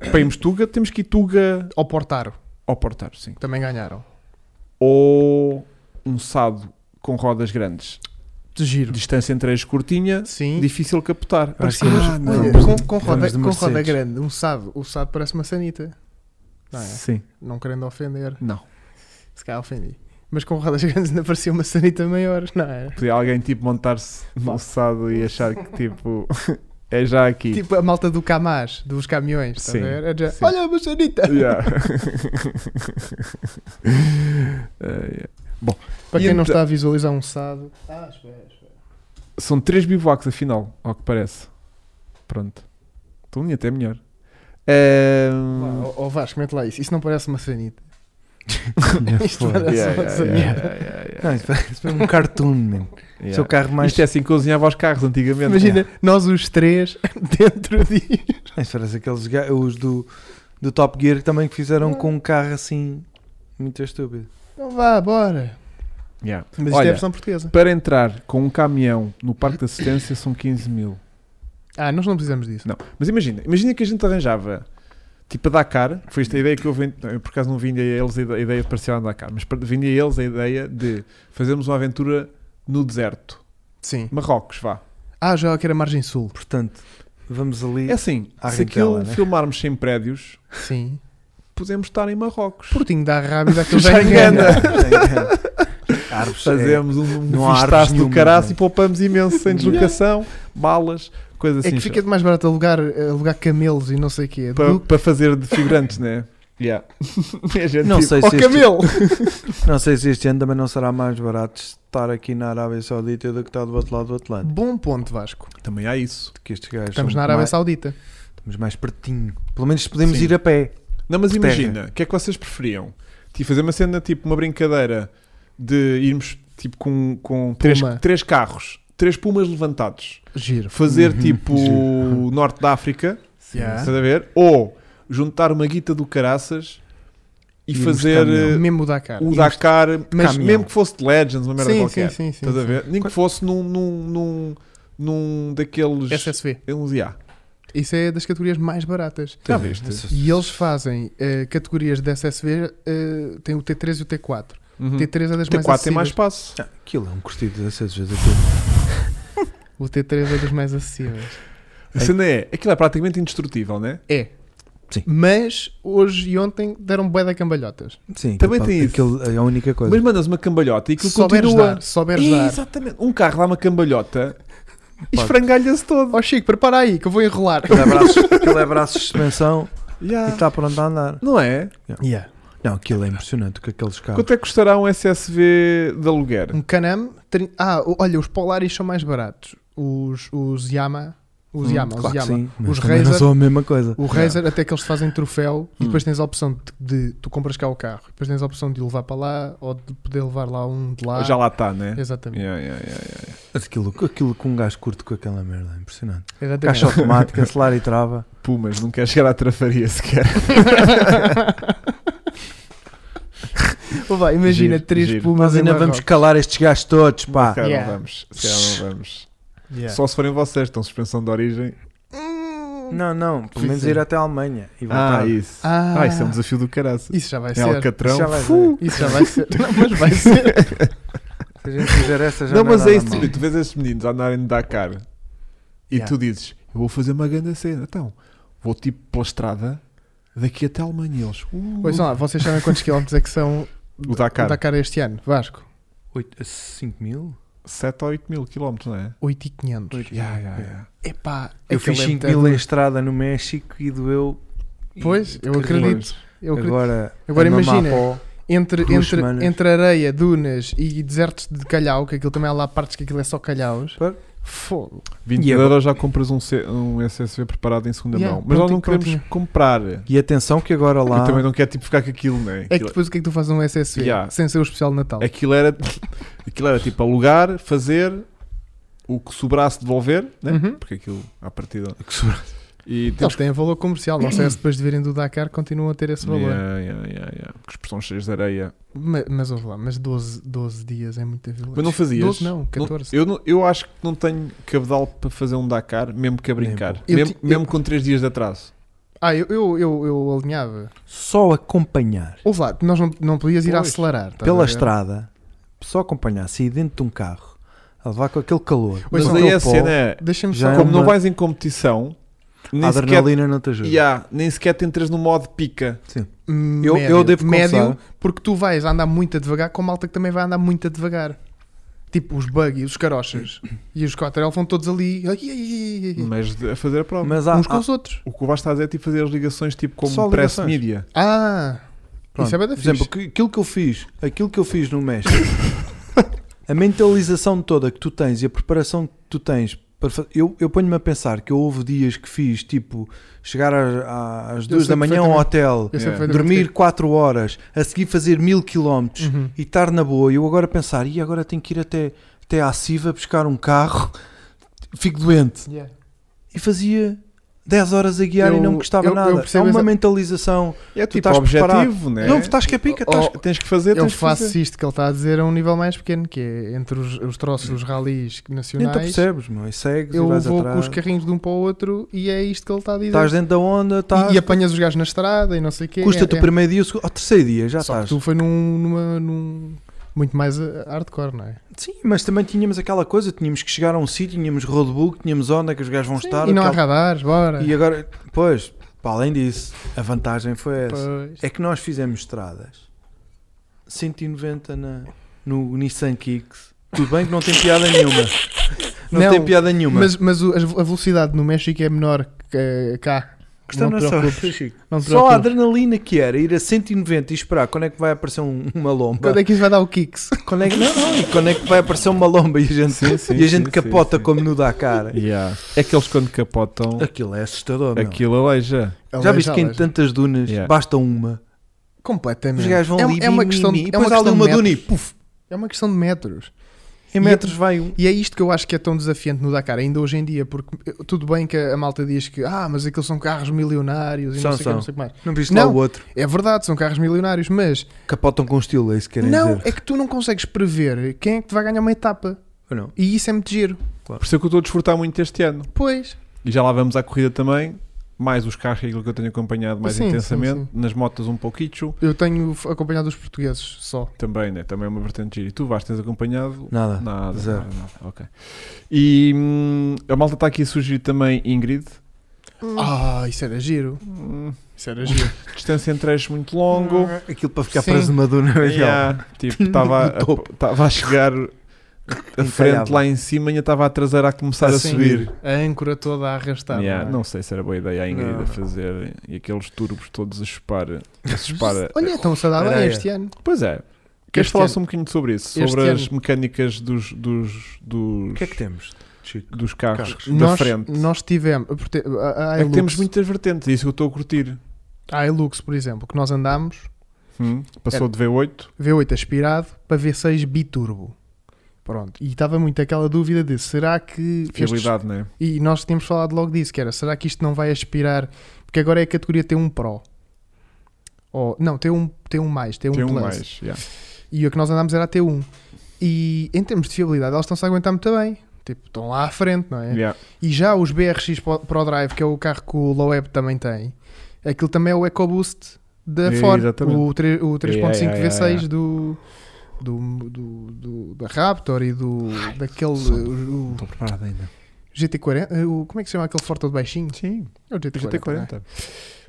A: para irmos Tuga, temos que ir Tuga
C: Ao Portaro,
A: ao Portar, sim.
C: também ganharam.
A: Ou um Sado com rodas grandes.
C: De giro.
A: Distância entre eles curtinha,
C: Sim.
A: difícil capotar.
B: Acho que
C: Parecia-
B: Ah, não.
C: olha,
B: Vamos-
C: com, com
B: vamos
C: roda,
B: de
C: com roda
B: Mercedes.
C: grande, um sábado. O sábado parece uma sanita. Não, é?
A: Sim,
C: não querendo ofender,
A: não.
C: se calhar ofendi. Mas com rodas grandes ainda parecia uma sanita maior, não é? era?
A: Podia alguém tipo montar-se no sado e achar que tipo é já aqui.
C: Tipo a malta do Camaz, dos caminhões, está a
A: Sim,
C: ver? Era já,
A: sim.
C: Olha uma sanita!
A: Yeah. Eh, yeah.
C: Para
A: E
C: quem
A: então-
C: não está a visualizar um sábado. Ah, espera, espera.
A: São três bivouacs afinal, ao que parece. Pronto. Estou um até melhor. Ehm,
C: Ó oh, Vasco, mete lá isso. Isso não parece uma sanita. Isto
B: Isto
C: parece
A: yeah,
C: uma
A: yeah,
C: sanita.
A: yeah, yeah, yeah,
B: Não,
A: yeah.
B: isso foi- isso foi um cartoon, man.
A: Yeah.
B: Seu carro mais.
A: Isto é assim que cozinhava os carros antigamente.
C: Imagina, nós os três dentro disso.
B: Ah, Isso parece aqueles ga- os do, do Top Gear que também que fizeram com um carro assim muito estúpido.
C: Então vá, bora.
A: Yeah.
C: Mas isto é a
A: Olha,
C: versão portuguesa.
A: para entrar com um caminhão no parque de assistência são 15 mil.
C: Ah, nós não precisamos disso.
A: Não, mas imagina, imagina que a gente arranjava tipo a Dakar, que foi esta ideia que eu vendi, eu por acaso não vendi a eles a ide- a ideia de participar no Dakar, mas vendi a eles a ideia de fazermos uma aventura no deserto,
C: Sim.
A: Marrocos, vá.
C: Ah, já que era Margem Sul.
B: Portanto, vamos ali.
A: É assim,
B: À
A: se
B: Rentela,
A: aquilo
B: né?
A: filmarmos sem prédios,
C: Sim.
A: podemos estar em Marrocos.
C: Portinho da Arábia daquele
A: Já
C: já engana.
A: engana.
B: Árvores. é.
A: Fazemos um,
B: não
A: um
B: há
A: vistaço
B: árvores
A: do
B: nenhumas,
A: caraço
B: né?
A: e poupamos imenso sem deslocação, malas, coisas
C: É
A: assim.
C: que fica mais barato alugar, alugar camelos e não sei o quê.
A: para,
C: do que-
A: para fazer de figurantes, né? Yeah. E a gente,
B: Não
A: tipo,
B: sei,
C: Ó
B: se este,
C: Oh, camelo!
B: não sei se este ano também não será mais barato estar aqui na Arábia Saudita do que estar do outro lado do Atlântico.
C: Bom ponto, Vasco.
A: Também há isso.
B: Que estes gajos
C: Estamos
B: são
C: na Arábia
B: mais,
C: Saudita.
B: Estamos mais pertinho. Pelo menos podemos
A: Sim.
B: ir a pé.
A: Não, mas
B: Por terra.
A: imagina, o que é que vocês preferiam? Tipo, fazer uma cena, tipo, uma brincadeira de irmos, tipo, com, com três,
C: Puma.
A: três carros, três pumas levantados,
C: Giro.
A: fazer,
B: Uhum,
A: tipo,
B: giro.
A: norte da África,
C: Yeah.
A: estás a ver? Ou juntar uma guita do caraças e
B: Irmos
A: fazer
B: de
A: eh,
C: Mesmo o Dakar.
A: o Dakar, mas
C: mas-
A: mesmo que fosse de Legends, uma merda
C: é Sim, sim,
A: qualquer,
C: sim, sim.
A: estás a
C: sim.
A: ver? Nem que fosse num, num, num, num daqueles... é um
C: SSV.
A: Uns IA.
C: Isso é das categorias mais baratas.
A: Já viste?
B: Essas-
C: E eles fazem eh, categorias de SSV, eh, tem o T3 e o T4.
A: Uhum.
B: Hum.
C: O T3 é das mais
A: T4 tem mais
C: acessíveis.
A: espaço.
B: Ah, Aquilo é um curtido dessas vezes. Aquilo.
C: O T3 é das mais acessíveis.
A: A cena é, aquilo é praticamente indestrutível, né?
C: É.
B: Sim.
C: Mas hoje e ontem deram bué da cambalhotas.
B: Sim,
A: Também
B: aquilo,
A: tem isso.
B: aquilo é a única coisa.
A: Mas mandas uma cambalhota e aquilo
C: Souberes
A: continua.
C: dar, souberes
A: É,
C: dar.
A: exatamente. Um carro dá uma cambalhota Esfrangalha-se todo.
C: Ó Oh, Chico, prepara aí que eu vou enrolar.
B: Aquilo é braços, aquilo é braços de suspensão e
A: Yeah.
C: tá.
B: está pronto a andar.
A: Não é?
C: Yeah.
B: Não, aquilo é impressionante com aqueles carros.
A: Quanto é que custará um SSV de aluguer?
C: Um Canam. trin- Ah, o- olha, os Polaris são mais baratos. Os, os Yama. Os
B: Hum,
C: Yama, os
B: claro que
C: Yama.
B: sim, mas
C: Os
B: também não
C: Razer-
B: são a mesma coisa.
C: O Razer, até que eles te fazem troféu e
A: Hum.
C: depois tens a opção de, de- tu compras cá o carro, depois tens a opção de o levar para lá ou de poder levar lá um de lá.
A: Já lá está, né?
C: Exatamente.
A: Yeah, yeah, yeah, yeah.
B: Mas Aquilo, aquilo com um gajo curto com aquela merda, é impressionante.
C: Exatamente.
B: Caixa automática, acelerar e trava.
A: Pumas, não quer chegar à trafaria sequer.
C: Ou vá, imagina
A: Giro,
C: três
A: giro.
C: pumas
B: Nós ainda
C: em
B: vamos
C: Marrocos.
B: calar estes gajos todos, pá.
A: Se calhar
C: Yeah.
A: não vamos. Se calhar não vamos.
C: Yeah.
A: Só se forem vocês, estão suspensão de origem.
B: Não, não, pelo
C: Sim,
B: menos
C: sim.
B: ir até a Alemanha e
A: Ah,
B: voltar.
A: isso.
C: Ah.
A: Ah, isso é um desafio do caraças.
C: Isso já vai
A: É
C: ser.
A: Alcatrão.
B: Já vai
A: Fu.
C: Isso já vai ser. Não, mas vai ser.
B: Se a gente fizer essa já
A: Não, mas é
B: nada
A: isso.
B: mal.
A: Tu vês esses meninos a andarem de Dakar e
B: Yeah.
A: tu dizes: Eu vou fazer uma grande cena. Então, vou tipo pela estrada daqui até a Alemanha. E Eles, uh,
C: Pois lá, vocês sabem quantos quilómetros é que são
A: o Dakar,
C: o Dakar este ano? Vasco,
B: Oito- é cinco mil?
A: 7 ou 8 mil quilómetros, não é?
C: 8,500.
A: Yeah, yeah, yeah.
C: Epá,
B: Eu
C: aquele
B: fiz
C: é
B: 5
C: muito-
B: mil em estrada no México e doeu.
C: Pois, eu
B: de carrinho.
C: acredito. Eu acredito.
B: Agora,
C: Agora
B: a mamar
C: imagina.
B: pó,
C: entre,
B: Duas
C: entre,
B: semanas.
C: entre areia, dunas e desertos de calhau, que aquilo também há lá partes que aquilo é só calhaus.
B: Pá.
C: Fogo.
A: 20
B: E
A: mil
B: agora-
A: euros já compras um, C- um SSV preparado em segunda
C: Yeah,
A: mão. Mas nós não
C: prontinho,
A: queremos comprar. Eu
B: E atenção que agora lá.
A: também não quero tipo, ficar com aquilo, não é?
C: É que
A: Aquilo,
C: depois o que é que tu fazes a um SSV
A: Yeah.
C: sem ser o especial de Natal?
A: aquilo era, aquilo era tipo alugar, fazer, o que sobrasse devolver, né?
C: Uhum.
A: porque aquilo à partida.
B: que sobra-
A: E
C: Eles
A: temos
C: têm valor comercial, não sei se depois de virem do Dakar continuam a ter esse valor.
A: Yeah, yeah, yeah, yeah. Porque os portões cheios de areia.
C: Mas, mas ouve lá, mas 12, 12 dias é muita violência.
A: Mas não fazias?
C: 12 não, 14.
A: Eu, não- eu acho que não tenho cabedal para fazer um Dakar, mesmo que a
B: Nem
A: brincar.
C: Eu
A: mesmo
C: ti- eu-
A: mesmo com 3 dias de atraso.
C: Ah, eu, eu, eu, eu alinhava.
B: Só acompanhar
C: Ouve lá, nós não, não podias ir a
A: Pois.
C: acelerar.
A: Tá
C: estás a
B: pela
C: ver?
B: estrada, só acompanhar, sair dentro de um carro, a levar com aquele calor.
C: Pois
A: Mas
B: com
C: não.
A: aí
B: aquele
A: a
B: pó,
A: cena é,
C: Deixa-me só.
B: Já é
A: como não
B: uma-
A: vais em competição,
B: a
A: nem sequer,
B: adrenalina não te ajuda.
A: yeah, nem sequer te entras no modo pica.
B: Eu,
C: Hum, médio,
B: eu devo
C: médio
B: médio,
C: Porque tu vais andar muito a devagar com malta que também vai andar muito a devagar. Tipo os buggy, os carochas e os Quaterel vão todos ali ai, ai, ai, ai,
A: Mas de- a fazer a prova.
B: mas há,
C: ai, uns com
B: há-
C: os outros.
A: O que o Vasco está a dizer é tipo fazer as ligações tipo
B: Só
A: como press
B: ligações.
A: media.
C: Ah,
B: Pronto,
C: isso é bem da
B: Por exemplo,
C: fixe.
B: que- aquilo que eu fiz, aquilo que eu fiz no México, a mentalização toda que tu tens e a preparação que tu tens para fa- eu, eu ponho-me a pensar que houve dias que fiz tipo chegar às- às, duas
C: sei
B: da manhã ao hotel,
C: Eu sei
A: Yeah.
C: perfeitamente
B: dormir 4 horas, a seguir fazer mil quilómetros
C: que- Uhum.
B: e estar na boa. E eu agora pensar, e agora tenho que ir até, até à Siva buscar um carro, fico doente.
C: Yeah.
B: E fazia 10 horas a guiar e
C: Eu-
B: não me custava
C: eu- eu
B: nada. Há
C: percebo
B: uma
C: essa-
B: mentalização.
A: É tipo
B: estás
A: objetivo, né?
B: Não, estás que é pica, estás
C: Oh,
A: Tens que fazer,
C: Eu
A: tens que fazer.
C: faço isto que ele está a dizer a um nível mais pequeno, que é entre os, os troços, os ralis
B: Nem tu
C: nacionais.
B: Então percebes, meu. E segues
C: Eu
B: e vais
C: vou com
B: atrás.
C: os carrinhos de um para o outro e é isto que ele está a dizer.
B: Estás dentro da onda, estás.
C: E, e apanhas os gajos na estrada e não sei o quê.
B: Custa-te
C: É-
B: o
C: é-
B: primeiro dia, o segundo. Ao terceiro dia já
C: Só que
B: estás.
C: tu foi num, numa, num- muito mais eh, hardcore, não é?
B: Sim, mas também tínhamos aquela coisa, tínhamos que chegar a um sítio, tínhamos roadbook, tínhamos onda que os gajos vão estar.
C: e não há
B: aquela-
C: radares, bora.
B: E agora, pois, para além disso, a vantagem foi essa.
C: Pois.
B: É que nós fizemos estradas 190 na, no Nissan Kicks. Tudo bem que não tem piada nenhuma. Não,
C: Não,
B: tem piada nenhuma.
C: Mas, mas o- as- a velocidade no México é menor que eh, cá.
B: Questão não
C: não te
B: é só-
C: preocupes. Não te
B: Só a
C: preocupes.
B: adrenalina que era ir a 190 e esperar quando é que vai aparecer um- uma lomba.
C: Quando é que isso vai dar o kicks?
B: Quando é que, não, não, e quando é que vai aparecer uma lomba e a gente,
A: Sim, sim,
B: e a gente
A: sim,
B: capota
A: sim, sim.
B: como no Dakar?
A: Yeah. É que eles quando capotam,
B: Aquilo é assustador, meu.
A: aquilo aleija.
B: Já
C: Aleja,
B: viste que em
C: aleja.
B: tantas dunas
A: Yeah.
B: basta uma?
C: Completamente.
B: Os gajos vão
C: é,
B: ali,
C: é uma questão,
B: de,
C: é
B: e
C: uma
B: depois há ali
C: questão
B: uma
C: de
B: duna e
C: metros.
B: puf,
C: É uma questão de metros.
B: em
C: E-
B: metros vai um.
C: E é isto que eu acho que é tão desafiante no Dakar, ainda hoje em dia, porque eh, tudo bem que a a malta diz que ah, mas aqueles são carros milionários e
B: São,
C: não sei o que,
B: são.
C: não sei o que mais.
B: Não viste
C: Não.
B: lá o outro?
C: É verdade, são carros milionários, mas
B: Capotam com estilo, é isso que querem
C: não,
B: dizer.
C: é que tu não consegues prever quem é que te vai ganhar uma etapa.
B: Ou não?
C: E isso é muito giro.
A: Por isso é que eu estou a desfrutar muito este ano.
C: Pois.
A: E já lá vamos à corrida também. Mais os carros, que é aquilo que eu tenho acompanhado mais
C: Sim, sim,
A: intensamente.
C: sim.
A: Nas motas um pouquinho.
C: Eu tenho f- acompanhado os portugueses só.
A: Também, né? Também é uma vertente gira. E tu, Vasco, tens acompanhado
C: Ah,
B: Nada.
A: Nada,
B: Zero.
A: nada, nada. Ok. E hum, a malta está aqui a sugerir também Ingrid.
C: Ah, isso era giro.
A: Hum,
C: Isso era giro.
A: distância em trecho muito longo.
C: Hum,
B: Aquilo para ficar
C: Sim.
B: É, preso numa duna.
A: Yeah, tipo, estava
B: No topo.
A: a, tava a chegar a frente lá em cima ainda estava a traseira a começar Tá a
B: Assim.
A: subir.
C: A âncora toda a arrastar.
A: Yeah,
C: não é?
A: não sei se era boa ideia a Ingrid
B: Não.
A: a fazer e aqueles turbos todos a chupar. A chupar
C: Olha, então saudável
B: Areia.
C: este ano.
A: Pois é. Queres
C: Este
A: falar
C: ano.
A: só um bocadinho sobre isso?
C: Este
A: Sobre as
C: ano.
A: mecânicas dos, dos, dos,
B: O que é que temos, Chico?
A: dos carros,
B: Carros.
A: da
C: nós,
A: frente.
C: nós tivemos. porque A, a, a
A: é que
C: Hilux,
A: temos muitas vertentes, é isso que eu estou a curtir.
C: a Hilux, por exemplo, que nós andámos,
A: Hum, Passou
C: É.
A: de V8,
C: V8 aspirado para V6 biturbo. Pronto, e estava muito aquela dúvida de será que. estes-
A: fiabilidade, não é?
C: e nós tínhamos falado logo disso, que era será que isto não vai aspirar? Porque agora é a categoria T1 Pro. Ou, não, T1, T1 mais, T1
A: Tem um
C: é Plus.
A: mais. yeah.
C: E a que nós andámos era a T1. E em termos de fiabilidade, elas estão-se a aguentar muito bem. Tipo, estão lá à frente, não é?
A: Yeah.
C: E já os BRX Pro Pro Drive, que é o carro que o Loeb também tem, aquilo também é o EcoBoost da
A: É,
C: Ford,
A: exatamente.
C: o, tre- o 3.5
A: Yeah, yeah,
C: V6
A: yeah, yeah.
C: do. Do, do, do- da Raptor e do daquele
A: só-
C: o, o
A: Estou preparado ainda.
C: GT40 eh, o, como é que se chama aquele Ford todo baixinho?
A: Sim,
C: É o GT40, não é?
A: GT40.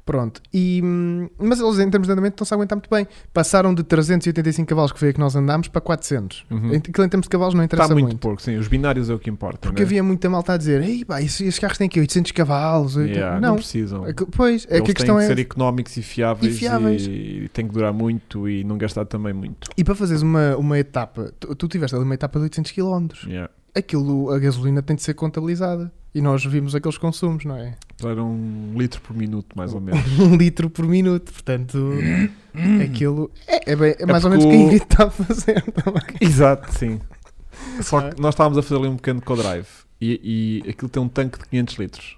C: pronto e, hum, mas eles em termos de andamento estão-se a aguentar muito bem passaram de 385 cavalos que foi a que nós andámos para 400
A: Uhum.
C: Em- aquilo em termos de cavalos não interessa
A: Está Tá muito,
C: muito
A: pouco, sim. Os binários é o que importa.
C: porque havia muita malta a dizer Ei, pá, esses, esses carros têm aqui 800 cavalos. oito-"
A: não.
C: não,
A: precisam.
C: É que- pois, é
A: Eles
C: que a
A: têm
C: questão
A: que
C: é.
A: ser económicos e fiáveis,
C: E fiáveis.
A: e tem que durar muito e não gastar também muito.
C: E para fazeres uma, uma etapa, tu, tu tiveste ali uma etapa de 800 km.
A: Yeah.
C: Aquilo, a gasolina tem de ser contabilizada. E nós vimos aqueles consumos, não é?
A: Era um litro por minuto, mais ou menos.
C: Um litro por minuto. Portanto, aquilo é, é bem- é
A: É
C: mais ou menos
A: porque
C: o
A: o-
C: que a Ingrid está a fazer também.
A: Exato, sim.
C: Só
A: Nós estávamos a fazer ali um pequeno co-drive e, e aquilo tem um tanque de 500 litros.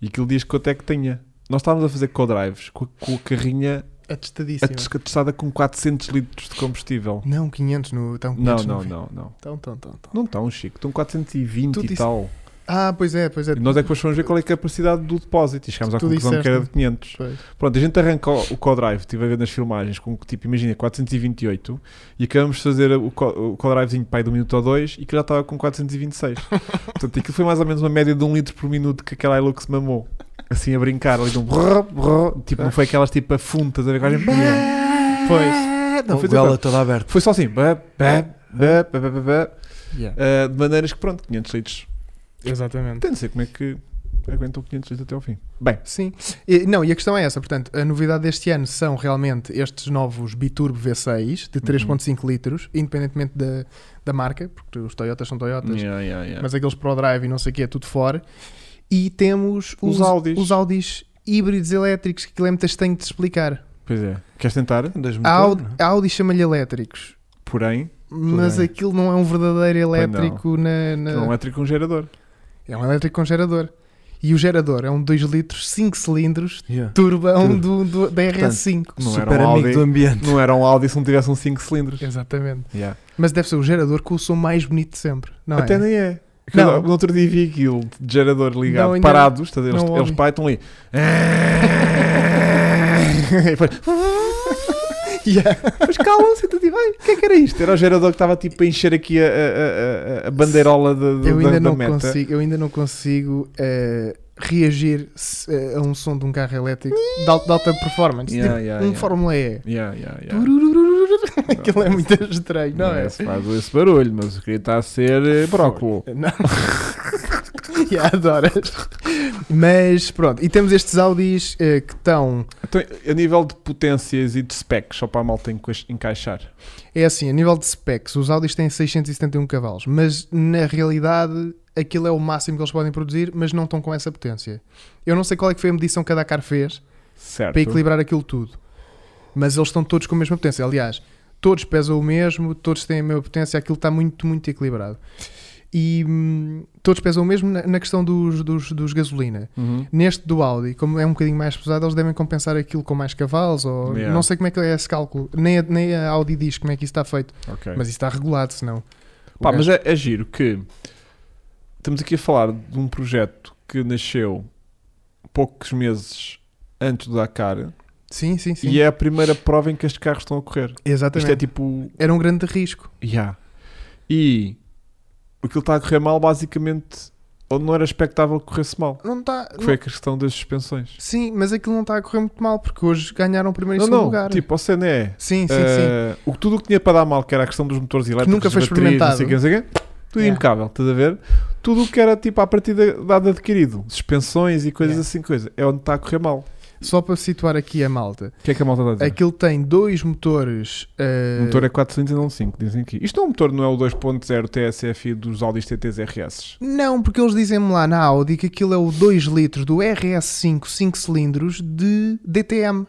A: E aquilo diz quanto é que tinha. Nós estávamos a fazer co-drives com, a- com a carrinha
C: A testadíssima.
A: atestada com 400 litros de combustível.
C: Não, 500 no. Estão
A: Não,
C: 500 no
A: não,
C: fim.
A: não, não.
C: Então, então, então, então.
A: Não estão, Chico. Estão 420
C: Tu
A: e
C: disse-
A: tal.
C: Ah, pois é, pois é.
A: E nós é que depois fomos ver qual é que é a capacidade do depósito e chegámos à
C: Tu
A: conclusão que era
C: disseste.
A: de 500.
C: Pois.
A: Pronto, a gente arranca o, o co-drive, estive a ver nas filmagens, com tipo, imagina, 428 e acabamos de fazer o, co- o co-drivezinho pai do um minuto ou dois e que já estava com 426. Portanto, aquilo foi mais ou menos uma média de um litro por minuto que aquela Hilux mamou. Assim a brincar, ali de um brrr, brrr, tipo, não foi aquelas tipo a fundo, estás a ver com a gente?
C: Pois.
A: Não,
B: Não, Goela
A: foi, tranquilo.
B: toda aberta.
A: foi só assim, bé, bé, bé, bé, bé, bé, bé. Ah, de maneiras que pronto, 500 litros.
C: Exatamente.
A: Tem de ser como é que aguentam 500 litros até ao fim. Bem,
C: Sim, E- não, e a questão é essa, portanto, a novidade deste ano são realmente estes novos Biturbo V6
A: Uhum.
C: de 3.5 litros, independentemente da, da marca, porque os Toyotas são Toyotas,
A: yeah, yeah, yeah.
C: mas aqueles Pro Drive e não sei o que é tudo fora. E temos os,
A: Os Audis.
C: os Audis híbridos elétricos, que aquilo é muito estranho de explicar.
A: Pois é, queres tentar?
B: Andas
C: A
B: motor,
C: Audi,
B: não é?
C: a Audi chama-lhe elétricos,
A: Porém,
C: mas
B: bem.
C: aquilo não é um verdadeiro
A: Pois não.
C: elétrico na, na-
A: não é um elétrico um gerador.
C: É um elétrico com gerador. E o gerador é um 2 litros, 5 cilindros,
B: Yeah.
C: turbão
B: Turbo.
C: do, do, da RS5.
A: Não
B: é? Super
A: era um
B: amigo
A: Audi.
B: do ambiente.
A: Não era um Audi se não tivesse um 5 cilindros.
C: Exatamente.
A: Yeah.
C: Mas deve ser o gerador com o som mais bonito de sempre, não
A: Até
C: é?
A: nem é. Que
C: Não.
A: eu- No outro dia vi aquilo de gerador ligado,
C: Não, ainda-
A: parados, tá, eles,
C: não
A: eles
C: ouvi.
A: pai estão ali. E foi-
C: Yeah.
A: Mas calam-se, então tipo, "Ai, o que é que era isto? Era o gerador que estava tipo a encher aqui a, a, a- a bandeirola da, da,
C: Eu, ainda
A: da
C: não
A: meta.
C: consigo, eu ainda não consigo eh, reagir se- eh, a um som de um carro elétrico de alta, de alta performance.
A: Yeah,
C: Tipo,
A: yeah,
C: um
A: yeah.
C: Fórmula E.
A: Yeah, yeah, yeah.
C: Turururururu. Aquilo é muito estranho, não é?
A: Né, se faz esse barulho, mas eu queria estar a ser eh, brócolo.
C: Não. yeah, adoras. Mas pronto, e temos estes Audis eh, que estão.
A: Então, a nível de potências e de specs, só para a malta enca- encaixar.
C: É assim, a nível de specs, os Audis têm 671 cavalos, mas na realidade aquilo é o máximo que eles podem produzir, mas não estão com essa potência. Eu não sei qual é que foi a medição que a Dakar fez
A: Certo.
C: para equilibrar aquilo tudo, mas eles estão todos com a mesma potência. Aliás, todos pesam o mesmo, todos têm a mesma potência, aquilo está muito, muito equilibrado. E hum, todos pesam o mesmo na, na questão dos, dos, dos gasolina.
A: Uhum.
C: Neste do Audi, como é um bocadinho mais pesado, eles devem compensar aquilo com mais cavalos, ou
A: Yeah.
C: não sei como é que é esse cálculo. Nem a, nem a Audi diz como é que isso está feito.
A: Ok.
C: Mas isso está regulado, senão. o
A: Pá,
C: gajo-
A: mas é, é giro que estamos aqui a falar de um projeto que nasceu poucos meses antes do Dakar
C: Sim, sim, sim.
A: e é a primeira prova em que estes carros estão a correr.
C: Exatamente.
A: Isto é tipo.
C: Era um grande risco.
A: Yeah. E aquilo está a correr mal, basicamente, ou não era expectável que corresse mal.
C: Não está.
A: Que foi a questão das suspensões.
C: Sim, mas aquilo não está a correr muito mal, porque hoje ganharam o primeiro e
A: não,
C: segundo
A: não.
C: lugar.
A: Tipo, eh, a cena é.
C: sim, sim, sim.
A: Eh, o, tudo o que tinha para dar mal, que era a questão dos motores elétricos,
C: nunca foi
A: das baterias, não
C: experimentado.
A: sei o quê, não sei o quê, Tudo
C: Yeah.
A: impecável, estás a ver? Tudo o que era tipo à partida dado adquirido, suspensões e coisas
C: Yeah.
A: assim, coisa. É onde está a correr mal.
C: Só para situar aqui a malta,
A: O que é que a malta está a dizer?
C: aquilo tem dois motores. eh,
A: O motor é 4 cilindros e não 5, dizem aqui. Isto é um motor, não é o 2.0 TSFI dos Audis TTs RS.
C: Não, porque eles dizem-me lá na Audi que aquilo é o 2 litros do RS5 5 cilindros de DTM.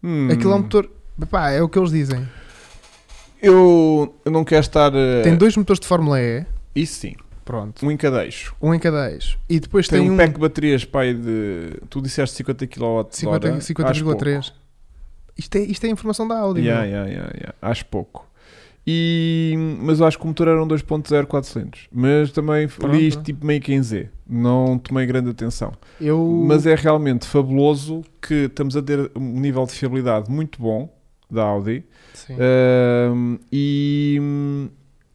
A: Hum.
C: Aquilo é um motor. Pá, é o que eles dizem.
A: Eu, eu não quero estar. eh,
C: Tem dois motores de Fórmula E,
A: Isso sim,
C: pronto,
A: um em cada eixo.
C: um em cada eixo. E depois
A: Tem,
C: tem,
A: um
C: um
A: pack de baterias, pai, de. Tu disseste 50 kWh.
C: 50 50,3. Isto é, isto é informação da Audi.
A: Yeah,
C: meu.
A: yeah, yeah, yeah. Acho pouco. E, mas eu acho que o motor era um 2.0 400. Mas também
C: Pronto.
A: li isto tipo meio que em Z. Não tomei grande atenção.
C: Eu...
A: Mas é realmente fabuloso que estamos a ter um nível de fiabilidade muito bom da Audi.
C: Sim.
A: é- Ahm, e. hum,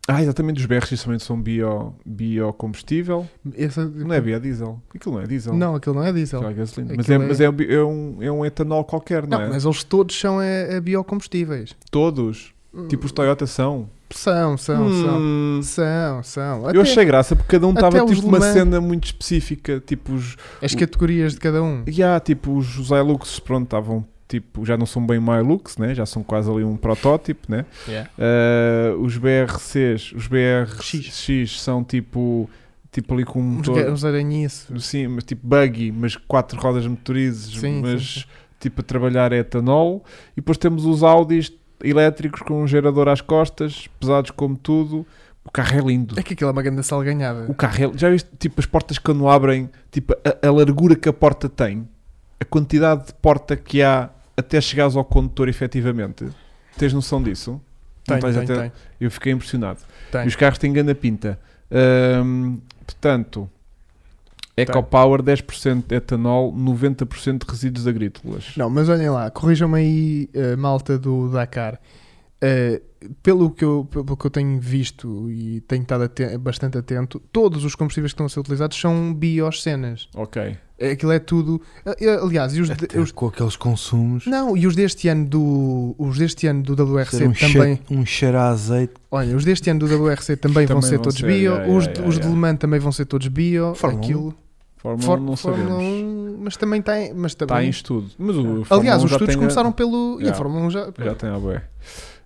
A: Ah, exatamente, os BRs também são bio, biocombustível.
C: Essa-
A: Não é biodiesel. Aquilo não é diesel.
C: tipo- Não, aquilo não é diesel.
A: Aquilo é gasolina. Mas, é,
C: Aquilo é-
A: mas é, um bi- é um, é um etanol qualquer, não,
C: Não,
A: é?
C: mas eles todos são é, é biocombustíveis.
A: Todos. Tipo os Toyota são.
C: São, são, são.
A: Hum.
C: São, são.
A: Eu
C: Até
A: achei graça porque cada um
C: até
A: estava
C: os
A: tipo uma
C: Le Mans.
A: cena muito específica, tipo os,
C: As categorias de cada um.
A: yeah, tipo os os Hilux, pronto, estavam tipo, já não são bem uma Hilux, né? já são quase ali um protótipo, né? Ah, os BRCs, os BRX são tipo, tipo ali com um
C: Uns,
A: motor,
C: uns aranhiços.
A: sim, mas tipo buggy, mas quatro rodas motorizes,
C: Sim,
A: mas
C: sim,
A: tipo a trabalhar etanol, e depois temos os Audis elétricos com um gerador às costas, pesados como tudo. O carro é lindo.
C: É que aquilo é uma grande
A: O
C: salganhada.
A: carro, é- já viste, tipo, as portas que não abrem, tipo, a, a largura que a porta tem, a quantidade de porta que há até chegares ao condutor, efetivamente. Tens noção disso? Não
C: Tem,
A: tens
C: tem,
A: até-
C: tem.
A: Eu fiquei impressionado.
C: Tem.
A: E os carros têm grande pinta. Hum, portanto, EcoPower 10% de etanol, 90% de resíduos agrícolas.
C: Não, mas olhem lá, corrijam-me aí, eh, malta do Dakar. Eh, pelo, que eu, pelo que eu tenho visto e tenho estado aten- bastante atento, todos os combustíveis que estão a ser utilizados são bioscenas.
A: Ok.
C: Aquilo é tudo. eh, eh, Aliás, e os, de-
B: Até
C: os-
B: com aqueles consumos.
C: não, e os deste ano do. Os deste ano do WRC
B: ser um,
C: também.
B: cheiro, um cheiro a azeite.
C: Olha, os deste ano do WRC também, vão
A: Também
C: ser
A: vão
C: todos
A: ser,
C: bio,
A: yeah,
C: os,
A: yeah,
C: os de
A: yeah.
C: Le Mans também vão ser todos bio,
B: Fórmula
C: aquilo.
A: Fórmula
C: Fór-
A: 1 não
C: Fórmula
A: sabemos.
C: 1, mas também tem. Mas
A: Está em
C: também,
A: estudo. Mas o Fórmula
C: É. aliás,
A: 1
C: os
A: já
C: estudos
A: tem a-
C: começaram pelo. E a
A: Yeah.
C: Fórmula 1 já.
A: Já tem a boé.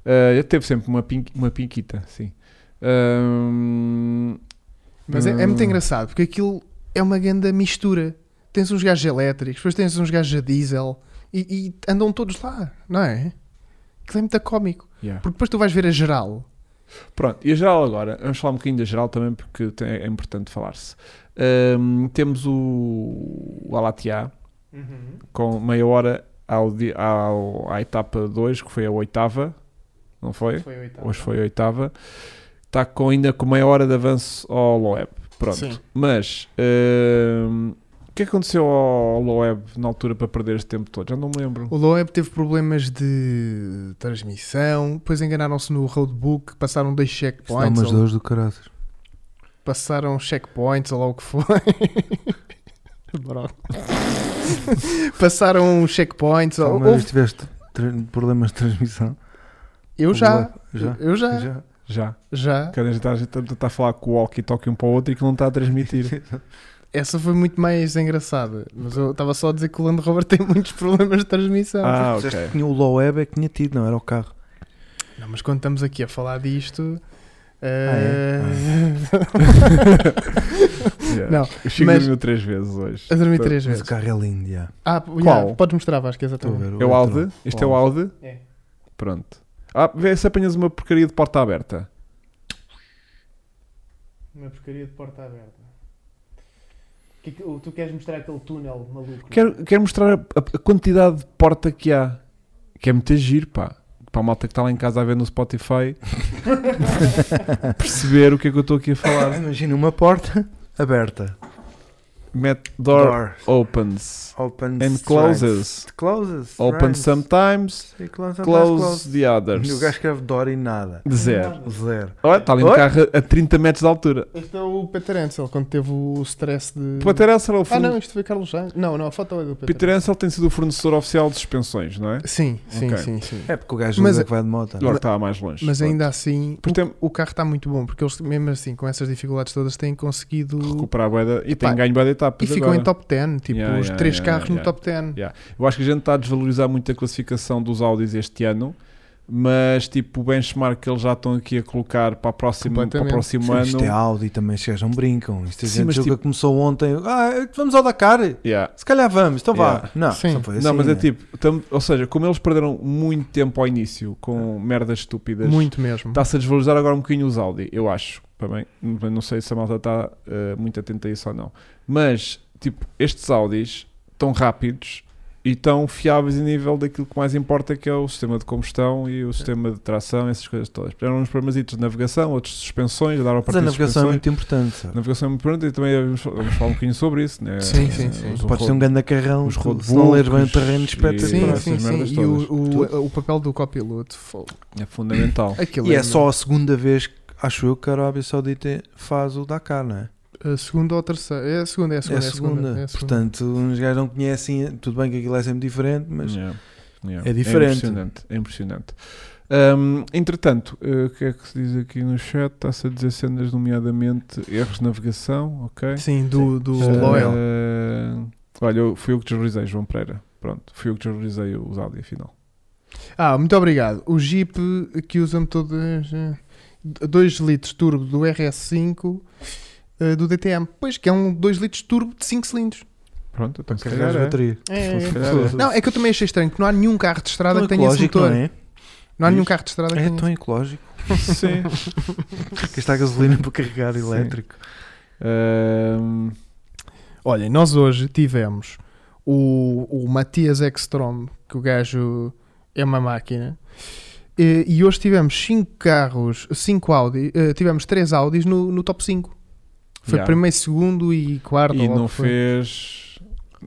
A: Ah, eu teve sempre uma, pin- uma pinquita, sim. Ahm,
C: Mas é, é muito
A: Hum.
C: engraçado porque aquilo é uma grande mistura. Tens uns gajos elétricos, depois tens uns gajos a diesel e, e andam todos lá, não é? Aquilo é muito cómico.
A: yeah.
C: Porque depois tu vais ver a geral.
A: Pronto, e a geral agora, vamos falar um bocadinho da geral também porque tem- é importante falar-se. Ahm, temos o, o Alatia
D: Uhum.
A: com meia hora ao, di- ao- à etapa 2, que foi a oitava, não foi?
C: Foi
A: Hoje foi a oitava. Está com, ainda com meia hora de avanço ao Loeb. Pronto.
C: Sim.
A: Mas hum, o que é que aconteceu ao Loeb na altura para perder este tempo todo? Já não me lembro.
C: O Loeb teve problemas de transmissão, depois enganaram-se no roadbook, passaram dois
B: Isso dá
C: checkpoints,
B: umas
C: ou
B: dores do caráter.
C: passaram checkpoints ou lá o que foi. Broca. passaram checkpoints. Ou,
B: Alguma vez
C: houve-
B: tiveste tra- problemas de transmissão?
C: eu já,
B: Já?
C: eu já, já.
B: Já?
A: Já.
C: já.
A: Cada gente está a tentar falar com o walkie-talkie um para o outro e que não está a transmitir.
C: Essa foi muito mais engraçada. Mas eu estava só a dizer que o Land Rover tem muitos problemas de transmissão.
A: ah,
B: Disseste que
A: ok.
B: Tinha o low web é que tinha tido, não era o carro.
C: Não, mas quando estamos aqui a falar disto. Eh,
A: Ah,
B: é?
A: Yeah.
C: Não,
A: o Chico
C: mas-
A: dormiu três vezes hoje.
C: a dormir
A: Então,
C: três
B: Mas
C: vezes.
B: o carro é lindo, já.
C: Ah,
A: Qual?
C: já, podes mostrar, Vasco,
B: Estou a
C: exatamente.
B: ver
A: É o
B: outro.
A: Audi? Este é o Audi?
C: É.
A: Pronto. Ah, vê se apanhas uma porcaria de porta aberta.
D: Uma porcaria de porta aberta. Que- que- tu queres mostrar aquele túnel maluco?
A: Quero, quero mostrar a, a- a quantidade de porta que há. Que é muito giro, pá. Para a malta que está lá em casa a ver no Spotify perceber o que é que eu estou aqui a falar.
B: Imagina uma porta aberta.
A: Met door, opens
B: Opens.
A: and
B: strength.
A: closes.
B: Closes.
A: Open
B: strength.
A: sometimes,
B: Sim, Close. sometimes
A: close
B: close.
A: the others.
B: E O gajo escreve Dor e nada.
A: De zero.
B: Zero.
A: Olha, está ali um
B: Oi?
A: carro a 30 metros de altura.
C: Este é o Peter Ansel, quando teve o stress de.
A: Peter Ansel é o
C: Ah,
A: forne-
C: não, isto foi Carlos Sainz. Não, não, a foto é do Peter.
A: Peter Ansel tem sido o fornecedor oficial de suspensões, não é?
C: Sim, sim,
A: Ok.
C: sim, sim.
B: É porque o gajo
C: Mas-
B: usa que vai de moto.
A: Agora está mais longe.
C: Mas
A: Pronto.
C: ainda assim,
A: Porque tem-
C: o, o carro está muito bom, porque eles, mesmo assim, com essas dificuldades todas, têm conseguido.
A: recuperar a boeda e
C: Epá,
A: tem ganho boeda
C: E
A: etapas
C: ficam
A: agora.
C: em top 10, tipo,
A: Yeah,
C: os
A: yeah,
C: três
A: yeah,
C: carros
A: yeah, yeah.
C: no top 10.
A: Eu acho que a gente está a desvalorizar muito a classificação dos Audis este ano, mas tipo o benchmark que eles já estão aqui a colocar para, a próxima, para o
C: Completamente.
A: próximo
B: Sim,
A: ano.
B: Isto é Audi também, estes gajos não brincam. Isto a
A: Sim,
B: gente
A: mas
B: julga
A: tipo-
B: que começou ontem. Ah, vamos ao Dakar.
A: Yeah.
B: Se calhar vamos, então vá.
A: Yeah.
B: Não,
C: Sim.
B: só foi assim,
A: Não, mas é
B: né?
A: tipo, tam- ou seja, como eles perderam muito tempo ao início com merdas estúpidas,
C: Muito mesmo.
A: está-se a desvalorizar agora um bocadinho os Audi, eu acho. Também Mas não sei se a malta está eh, muito atenta a isso ou não, mas tipo, estes Audis estão rápidos e estão fiáveis em nível daquilo que mais importa, que é o sistema de combustão e o sistema de tração, essas coisas todas. Eram uns problemazitos de navegação, outros de suspensões, já daram
B: Mas
A: para
B: a navegação é muito importante. sabe?
A: Navegação é muito importante e também vamos falar vamos falar um bocadinho sobre isso, né?
C: Sim, sim, sim.
A: Os
B: Podes ter um
A: road-
B: grande carrão,
A: os road
B: se não leres bem o
A: books
B: terreno,
A: e-
B: espeta
C: Sim,
A: essas
C: sim, sim.
A: merdas
C: E o,
A: todas.
C: o, o papel do copiloto. fo-
A: é fundamental.
C: Aquilo
B: E é só a segunda vez, que, acho eu, que a Arábia Saudita faz o Dakar, não é?
C: A segunda ou a terceira? É a segunda, é a
B: É
C: segunda.
B: a segunda.
C: é a
B: Portanto, uns gajos não conhecem, tudo bem que aquilo é sempre diferente, mas
A: Yeah, yeah.
B: é diferente.
A: impressionante, é impressionante. Hum, entretanto, eh, o que é que se diz aqui no chat? Está-se a dizer cenas, nomeadamente erros de navegação, ok?
C: Sim, do, do
A: Eh,
C: Loel.
A: olha, eu- fui eu que desvalorizei, João Pereira. Pronto, fui eu que desvalorizei os Audi, afinal.
C: Ah, muito obrigado. O Jeep que usa-me todas 2 litros turbo do RS5 eh, do DTM. Pois, que é um 2 litros turbo de 5 cilindros.
A: Pronto, então se
B: Carregar
A: calhar
B: a
A: é.
B: bateria.
A: Se calhar é.
C: Não, é que eu também achei estranho que não há nenhum carro de estrada
B: Tão
C: que tenha esse
B: ecológico,
C: motor.
B: não
C: Não,
B: é?
C: há nenhum
B: Diz?
C: carro de estrada que
B: É
C: tenha.
B: tão ecológico.
A: é. Sim.
B: Gastar gasolina para carregar elétrico.
A: Hum,
C: Olha, nós hoje tivemos o, o Matias Ekstrom, que o gajo é uma máquina. E, e hoje tivemos 5 carros, 5 Audi, eh, tivemos 3 Audis no, no top 5. Foi
A: yeah.
C: primeiro, segundo e quarto.
A: E
C: ou lá
A: não
C: o que foi.
A: fez.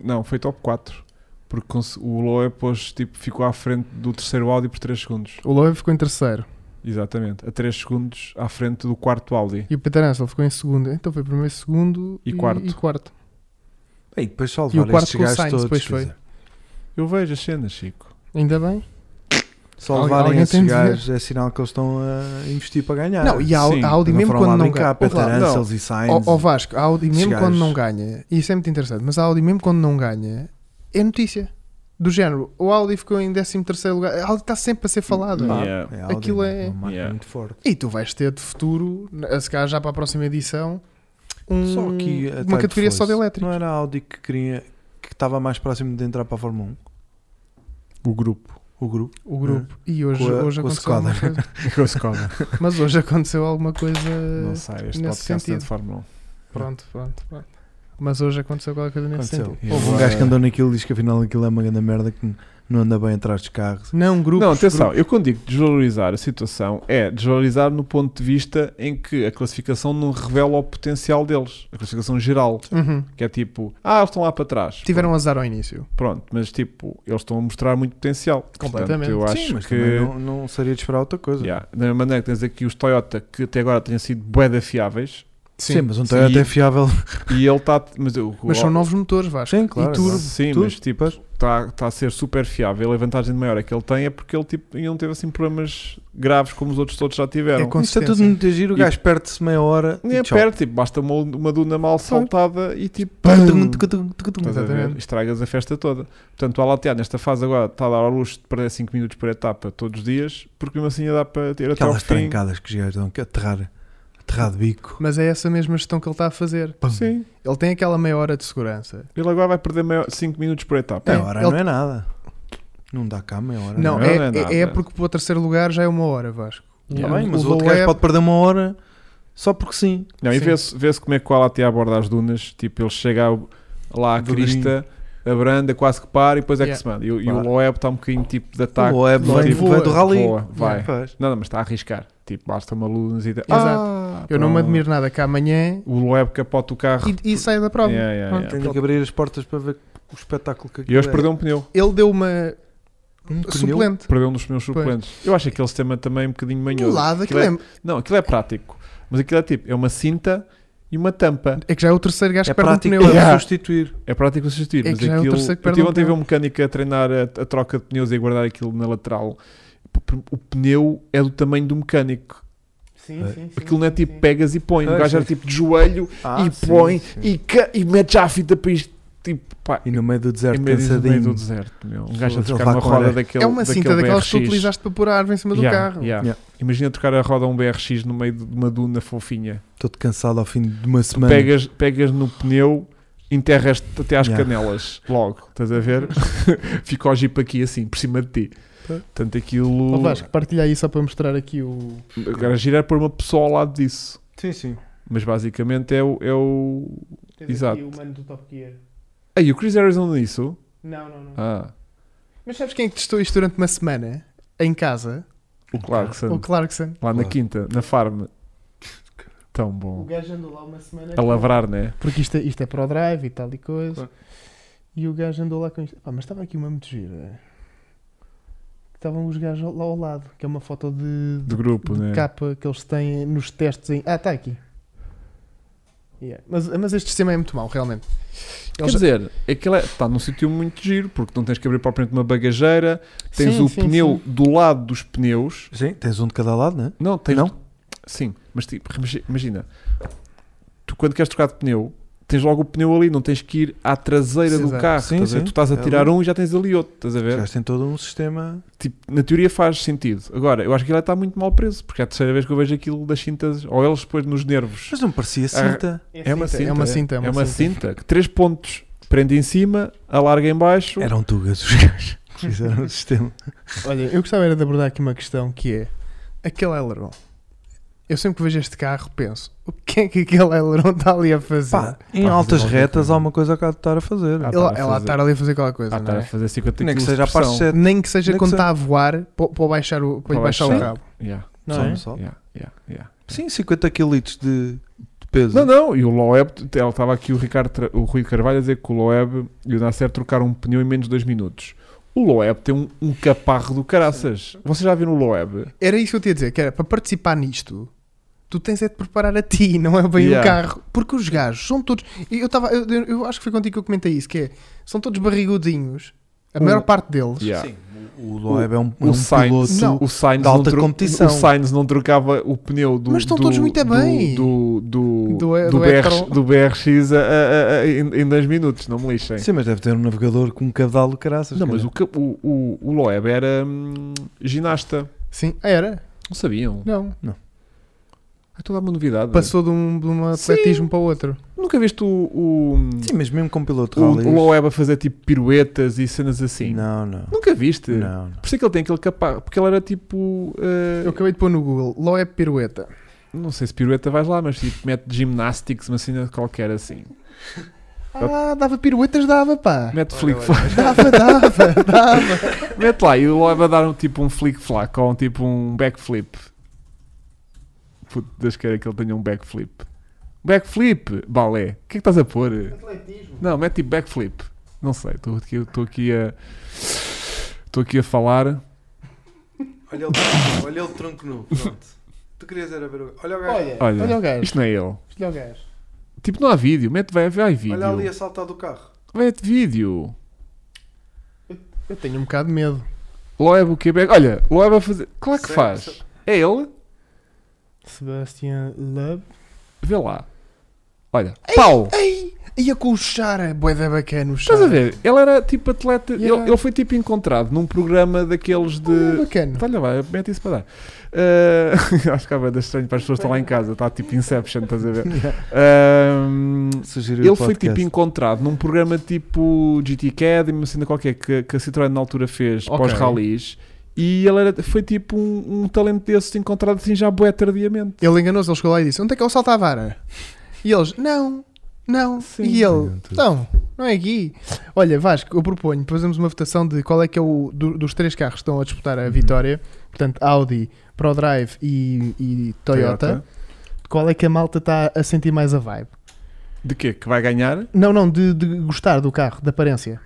A: Não, foi top 4. Porque cons- o Loe pôs, tipo, ficou à frente do terceiro Audi por 3 segundos.
C: O Loeb ficou em terceiro
A: Exatamente. A 3 segundos à frente do quarto Audi.
C: e o Peter Ansel ficou em segundo. Então foi primeiro, segundo
A: E quarto.
C: E, quarto.
B: Bem, depois
C: E o
B: salvar
C: quarto
B: estes
C: com o
B: gajos
C: Sainz,
B: todos.
C: depois
B: quer
C: foi.
B: dizer,
A: Eu vejo as cenas, Chico.
C: Ainda bem? Alguém-
B: Salvarem
C: alguém
B: esses
C: tem de ver.
B: gajos é sinal que eles estão a investir para ganhar.
C: não, e a, Au-
A: sim,
C: a Audi
B: Também
C: mesmo
B: Ah, foram lá
C: quando não
B: brincar,
C: ganha.
B: Peter
C: Ouve lá.
A: não.
B: Ansels e Sainz.
C: Ó ó Vasco, a Audi
B: Esses
C: mesmo quando
B: gajos.
C: não ganha, e isso é muito interessante, mas a Audi mesmo quando não ganha, é notícia. Do género, o Audi ficou em 13 lugar. A Audi está sempre a ser falada.
A: Não.
B: Claro,
A: Yeah.
B: é Audi,
C: Aquilo é-
B: uma marca
A: Yeah.
B: muito forte.
C: E tu vais ter de futuro, a- se calhar já para a próxima edição, um-
B: Só que a
C: uma
B: Type
C: categoria só de
B: Force,
C: elétricos.
B: Não é? era a Audi que queria que estava mais próximo de entrar para a Fórmula 1,
A: O grupo.
B: o grupo.
C: O grupo. E hoje,
B: É. Com a-
C: hoje
B: com a né?
C: aconteceu alguma coisa. Mas hoje aconteceu alguma coisa.
A: Não sai este
C: Eh, nesse
A: podcast é
C: sentido.
A: de Fórmula 1.
C: Pronto, pronto, pronto. Mas hoje aconteceu qualquer coisa nesse
B: Aconteceu.
C: sentido.
B: Houve um gajo que andou naquilo e diz que afinal aquilo é uma grande merda que não anda bem atrás dos carros.
C: Não, um grupos.
A: não, atenção, eu quando digo desvalorizar a situação é desvalorizar no ponto de vista em que a classificação não revela o potencial deles, a classificação geral,
C: grupos. Uhum.
A: que é tipo, ah, eles estão lá para trás.
C: Tiveram azar ao início.
A: Pronto, mas tipo, eles estão a mostrar muito potencial.
C: Completamente.
A: Portanto, eu acho
B: Sim, mas
A: que
B: também não, não seria de esperar outra coisa.
A: Yeah, da mesma maneira que tens aqui os Toyota que até agora têm sido bué fiáveis
B: Sim,
C: Sim.
B: mas um Toyota
A: E-
B: é fiável.
A: e ele está. Mas, eu-
C: Mas são novos motores, Vasco.
B: Sim, claro,
C: e turbo.
A: Sim,
B: Turbo,
A: mas tipo,
B: pois.
A: está tá a ser super fiável. A vantagem maior que ele tem é porque ele tipo, ainda não teve assim problemas graves como os outros todos já tiveram.
C: É com-
B: Isto é
C: consistência.
B: tudo muito giro, o
A: E-
B: gajo perde-se meia hora.
A: Nem
B: e
A: é
B: tchau.
A: perto, tipo, basta uma, uma duna mal saltada e tipo.
B: Tucutum,
A: pam!
B: tucutum, tucutum.
A: Estás a ver?
C: Exatamente.
A: Estragas a festa toda. Portanto, o Alatea, nesta fase agora, está a dar ao luxo de perder 5 minutos por etapa todos os dias, porque mesmo assim ia dar para ter até ao
B: Aquelas
A: fim.
B: trancadas que os gajos dão, que é aterrar, aterrar de bico.
C: Mas é essa mesma gestão que ele está a fazer.
A: Sim,
C: Ele tem aquela meia hora de segurança.
A: ele agora vai perder 5 minutos por etapa.
B: Meia
C: É,
B: hora
C: ele-
B: não é nada. Não dá cá meia hora.
C: Não,
A: Não,
C: é,
A: não é
C: é-
A: nada.
C: é porque para o terceiro lugar já é uma hora, Vasco.
A: Yeah.
B: Tá bem, mas
C: o
B: o outro
C: Loeb-
B: gajo pode perder uma hora só porque sim.
A: Não, e
C: Sim.
A: vê-se vê como é que o Alatea aborda as dunas. Tipo, ele chega ao- lá à
B: Devagarinho.
A: crista, abranda, quase que para e depois é que
C: Yeah.
A: se manda. E, o- e o
B: Claro.
A: Loeb está um bocadinho tipo de ataque.
B: o Loeb
A: tipo,
B: vai,
A: tipo,
B: vai do rally.
A: voa, vai.
B: Faz.
A: Não, não, mas está a arriscar. Tipo, basta uma luz e... Exato.
C: Eu não me
A: Então-
C: admiro nada que amanhã
A: O web capota o carro.
C: e, e saia da prova.
A: Yeah, yeah,
C: Pronto.
A: yeah.
B: Tenho que abrir as portas para ver o espetáculo que
A: E
B: aquilo
A: hoje
B: é.
A: perdeu um pneu.
C: Ele deu uma
B: Um pneu.
C: suplente.
A: Perdeu um dos pneus
C: Pois.
A: suplentes. Eu acho aquele sistema também um bocadinho
C: Do
A: manhoso.
C: lado, aquilo
A: é-
C: é,
A: Não, aquilo é prático. Mas aquilo é tipo, é uma cinta e uma tampa.
C: é que já é o terceiro gajo
B: É
C: que perde um
B: prático
C: pneu.
B: para
A: Yeah.
B: substituir.
A: É prático assistir,
C: É
A: mas
C: que já é o
A: aquilo.
C: terceiro que
A: eu tive
C: perde um
A: ontem a ver
C: pneu.
A: um mecânico a treinar a, a troca de pneus e a guardar aquilo na lateral. P- p- O pneu é do tamanho do mecânico.
D: Sim, sim, sim.
A: Aquilo não é tipo
D: sim.
A: pegas e põe.
B: Ah,
A: O gajo
B: sim.
A: era
B: Ah,
A: tipo de joelho e põe E, ca- e mete já a fita para isto. Tipo, pá,
B: E no meio do
A: em
B: deserto,
A: meio disso, no meio do
B: cansadinho.
A: deserto. Meu. Um gajo a
B: Ele
A: trocar
B: vai
A: uma
B: com
A: roda
B: areia.
A: daquele.
C: É uma cinta
A: daquele
C: daquelas que tu
A: BRX.
C: utilizaste para pôr a árvore em cima do
A: Yeah,
C: carro.
A: yeah.
B: Yeah.
A: Imagina trocar a roda a um BRX no meio de uma duna fofinha.
B: Estou-te cansado ao fim de uma
A: Tu
B: semana.
A: pegas, pegas no pneu, enterras-te até às
B: Yeah.
A: canelas, logo, estás a ver? Fica o jeep aqui assim, por cima de ti.
C: Pois.
A: Portanto, aquilo.
C: Tá. Ó Vasco, partilha aí só para mostrar aqui o.
A: Agora gira é pôr uma pessoa ao lado disso.
B: Sim, sim.
A: Mas basicamente é o. É o...
D: Tens
A: Exato.
D: aqui o mano do Top Gear.
A: Ei, o Chris Harrison nisso?
D: Não, não, não.
A: Ah,
C: Mas sabes quem é que testou isto durante uma semana? Em casa?
A: o Clarkson.
C: O Clarkson.
A: Lá na
B: Claro.
A: quinta, na farm. Tão
D: O
A: bom.
D: gajo andou lá uma semana.
A: A lavrar, né?
C: Porque isto é, isto é para o drive e tal e coisa.
B: Claro.
C: E o gajo andou lá com isto. Pá, mas estava aqui uma muito gira. Estavam os gajos lá ao lado, que é uma foto de,
A: Do grupo,
C: de
A: né?
C: capa que eles têm nos testes em. Ah, está aqui. Yeah. Mas, mas este sistema é muito mau, realmente.
A: Quer dizer, aquilo está num sítio muito giro, porque não tens que abrir propriamente uma bagageira, tens
C: Sim,
A: o
C: sim,
A: pneu
C: sim.
A: do lado dos pneus.
B: Sim, tens um de cada lado, não é?
A: Não, tens.
B: Não?
A: Sim, mas tipo, imagi- imagina, tu quando queres trocar de pneu, tens logo o pneu ali, não tens que ir à traseira do
C: Exato.
A: carro.
B: Sim,
A: estás a-
B: sim.
A: Tu estás a
B: É
A: tirar
B: ali.
A: um e já tens ali outro, estás a ver?
B: Já tem todo um sistema.
A: Tipo, na teoria faz sentido. Agora, eu acho que ele está muito mal preso, porque é a terceira vez que eu vejo aquilo das cintas, ou eles depois nos nervos.
B: Mas não parecia cinta.
A: É uma
D: assim,
A: cinta.
C: é uma cinta.
A: É uma, cinta. que três pontos prende em cima, alarga em baixo. Ah,
B: Eram tugas os gajos que fizeram o sistema.
C: Olha, eu gostava era de abordar aqui uma questão que é aquele aileron. Eu sempre que vejo este carro penso, o que é que aquele aileron está ali a fazer?
B: Pá, em
A: Pá,
B: altas
A: fazer
B: retas
A: qualquer
B: há uma coisa que há de estar a fazer.
A: Ah,
C: ela
A: tá a
C: ela
A: fazer.
C: está ali a fazer qualquer coisa,
A: Ah,
C: não
A: está a
C: é?
A: fazer 50
B: Nem que
A: quilos
B: seja a
A: de
B: parte
A: pressão.
B: 7.
C: Nem que seja
B: Nem que
C: quando
B: seja-
C: está a voar para, para baixar o, para
A: Para
C: baixar o
A: baixar.
C: rabo.
A: Yeah,
C: Não
B: Só
C: é?
B: no sol.
A: yeah, yeah, yeah.
B: Sim, 50 quilitos de, de peso.
A: Não, não, e o Loeb, ele estava aqui o, Ricardo, Tra- o Rui Carvalho a dizer que o Loeb e o Nasser trocaram um pneu em menos de 2 minutos. O Loeb tem um, um caparro do caraças. Vocês já viram o Loeb?
C: Era isso que eu te ia dizer, que era para participar nisto, tu tens é de preparar a ti, não é bem
A: Yeah.
C: o carro. Porque os gajos são todos. e Eu, tava, eu, eu acho que foi contigo que eu comentei isso, que é são todos barrigudinhos, a
A: Um.
C: maior parte deles.
A: Yeah.
B: O Loeb é um, é
A: o
B: um
A: Sainz,
B: piloto.
C: Não.
A: o Sainz
B: de alta
A: não tro-
B: competição.
A: O Sainz não trocava o pneu do.
C: Mas estão
A: do-
C: todos muito
A: do-
C: bem.
A: Do, do,
C: Do E-
A: do
C: do
A: BR,
C: Etron.
A: do BRX a- a- a- em, em dois minutos, não me lixem.
B: Sim, mas deve ter um navegador com um cabedal de caraças.
A: Não,
B: cara.
A: mas o, ca- o, o, o Loeb era hum, ginasta.
C: Sim, Ah, era.
A: Não sabiam.
C: Não.
A: É toda uma novidade.
C: Passou de um, de um
A: Sim.
C: atletismo para o outro.
A: Nunca viste o, o, hum,
B: Sim, mas mesmo como piloto
A: o,
B: de rally,
A: o Loeb a fazer tipo piruetas e cenas assim?
B: Não, não.
A: Nunca viste?
B: Não, não.
A: Por isso é que ele tem aquele capaz. Porque ele era tipo. eh,
C: Eu acabei de pôr no Google, Loeb pirueta.
A: Não sei se pirueta vais lá, mas tipo mete gymnastics, uma cena qualquer assim.
C: Ah, dava piruetas, dava, pá.
A: Mete flick-flack.
C: Dava, dava, dava.
A: mete lá e o Loeb a dar um, tipo um flick-flack ou um, tipo um backflip. Puto, Deus queira que ele tenha um backflip. Backflip! Balé. O que é que estás a pôr?
D: Atletismo.
A: Não, mete tipo backflip. Não sei, estou aqui, estou aqui a. Estou aqui a falar.
B: Olha ele, olha ele tronco nu. Pronto. Tu querias era ver o. Olha o
D: Olha, olha,
A: Olha,
C: Olha o gajo.
A: isto não é ele.
D: o gajo.
A: Tipo, não há vídeo. Mete, vai, vai vídeo.
B: saltar do carro.
A: Mete vídeo.
C: Eu tenho um bocado de medo.
A: Loeb é o Quebec. Olha, Loeb a fazer. Claro que
B: Sei, sei.
A: faz. É ele.
C: Sebastian Loeb.
A: Vê lá. Olha. Pau!
C: Ei, ia com o Chara, bué da bacana o Chara.
A: Estás a ver? Ele era tipo atleta.
C: Yeah.
A: Ele, ele foi tipo encontrado num programa daqueles
C: Bué
A: de.
C: bacana.
A: Olha, vai, mete isso para dar. Ah, acho que é bué da estranho para as pessoas que estão lá em casa. Está tipo Inception, estás a ver? Ah,
B: Sugeriu
A: Ele
B: o
A: foi tipo
B: podcast.
A: encontrado num programa tipo GT Academy, uma cena qualquer que, que a Citroën na altura fez
C: Ok.
A: pós rallies e ele era- foi tipo um, um talento desse encontrado assim já bué tardiamente.
C: Ele enganou-se, ele chegou lá e disse: Onde é que é o salto à vara? E eles: Não, não.
A: Sim.
C: E ele:
B: Não, tudo.
C: Então, Não é aqui. Olha, Vasco, eu proponho, fazemos uma votação de qual é que é o do- dos três carros que estão a disputar a
A: Uhum.
C: vitória, portanto, Audi, ProDrive e, e Toyota. Qual é que a malta está a sentir mais a vibe?
A: De quê? Que vai ganhar?
C: Não, não, de, de gostar do carro, da aparência.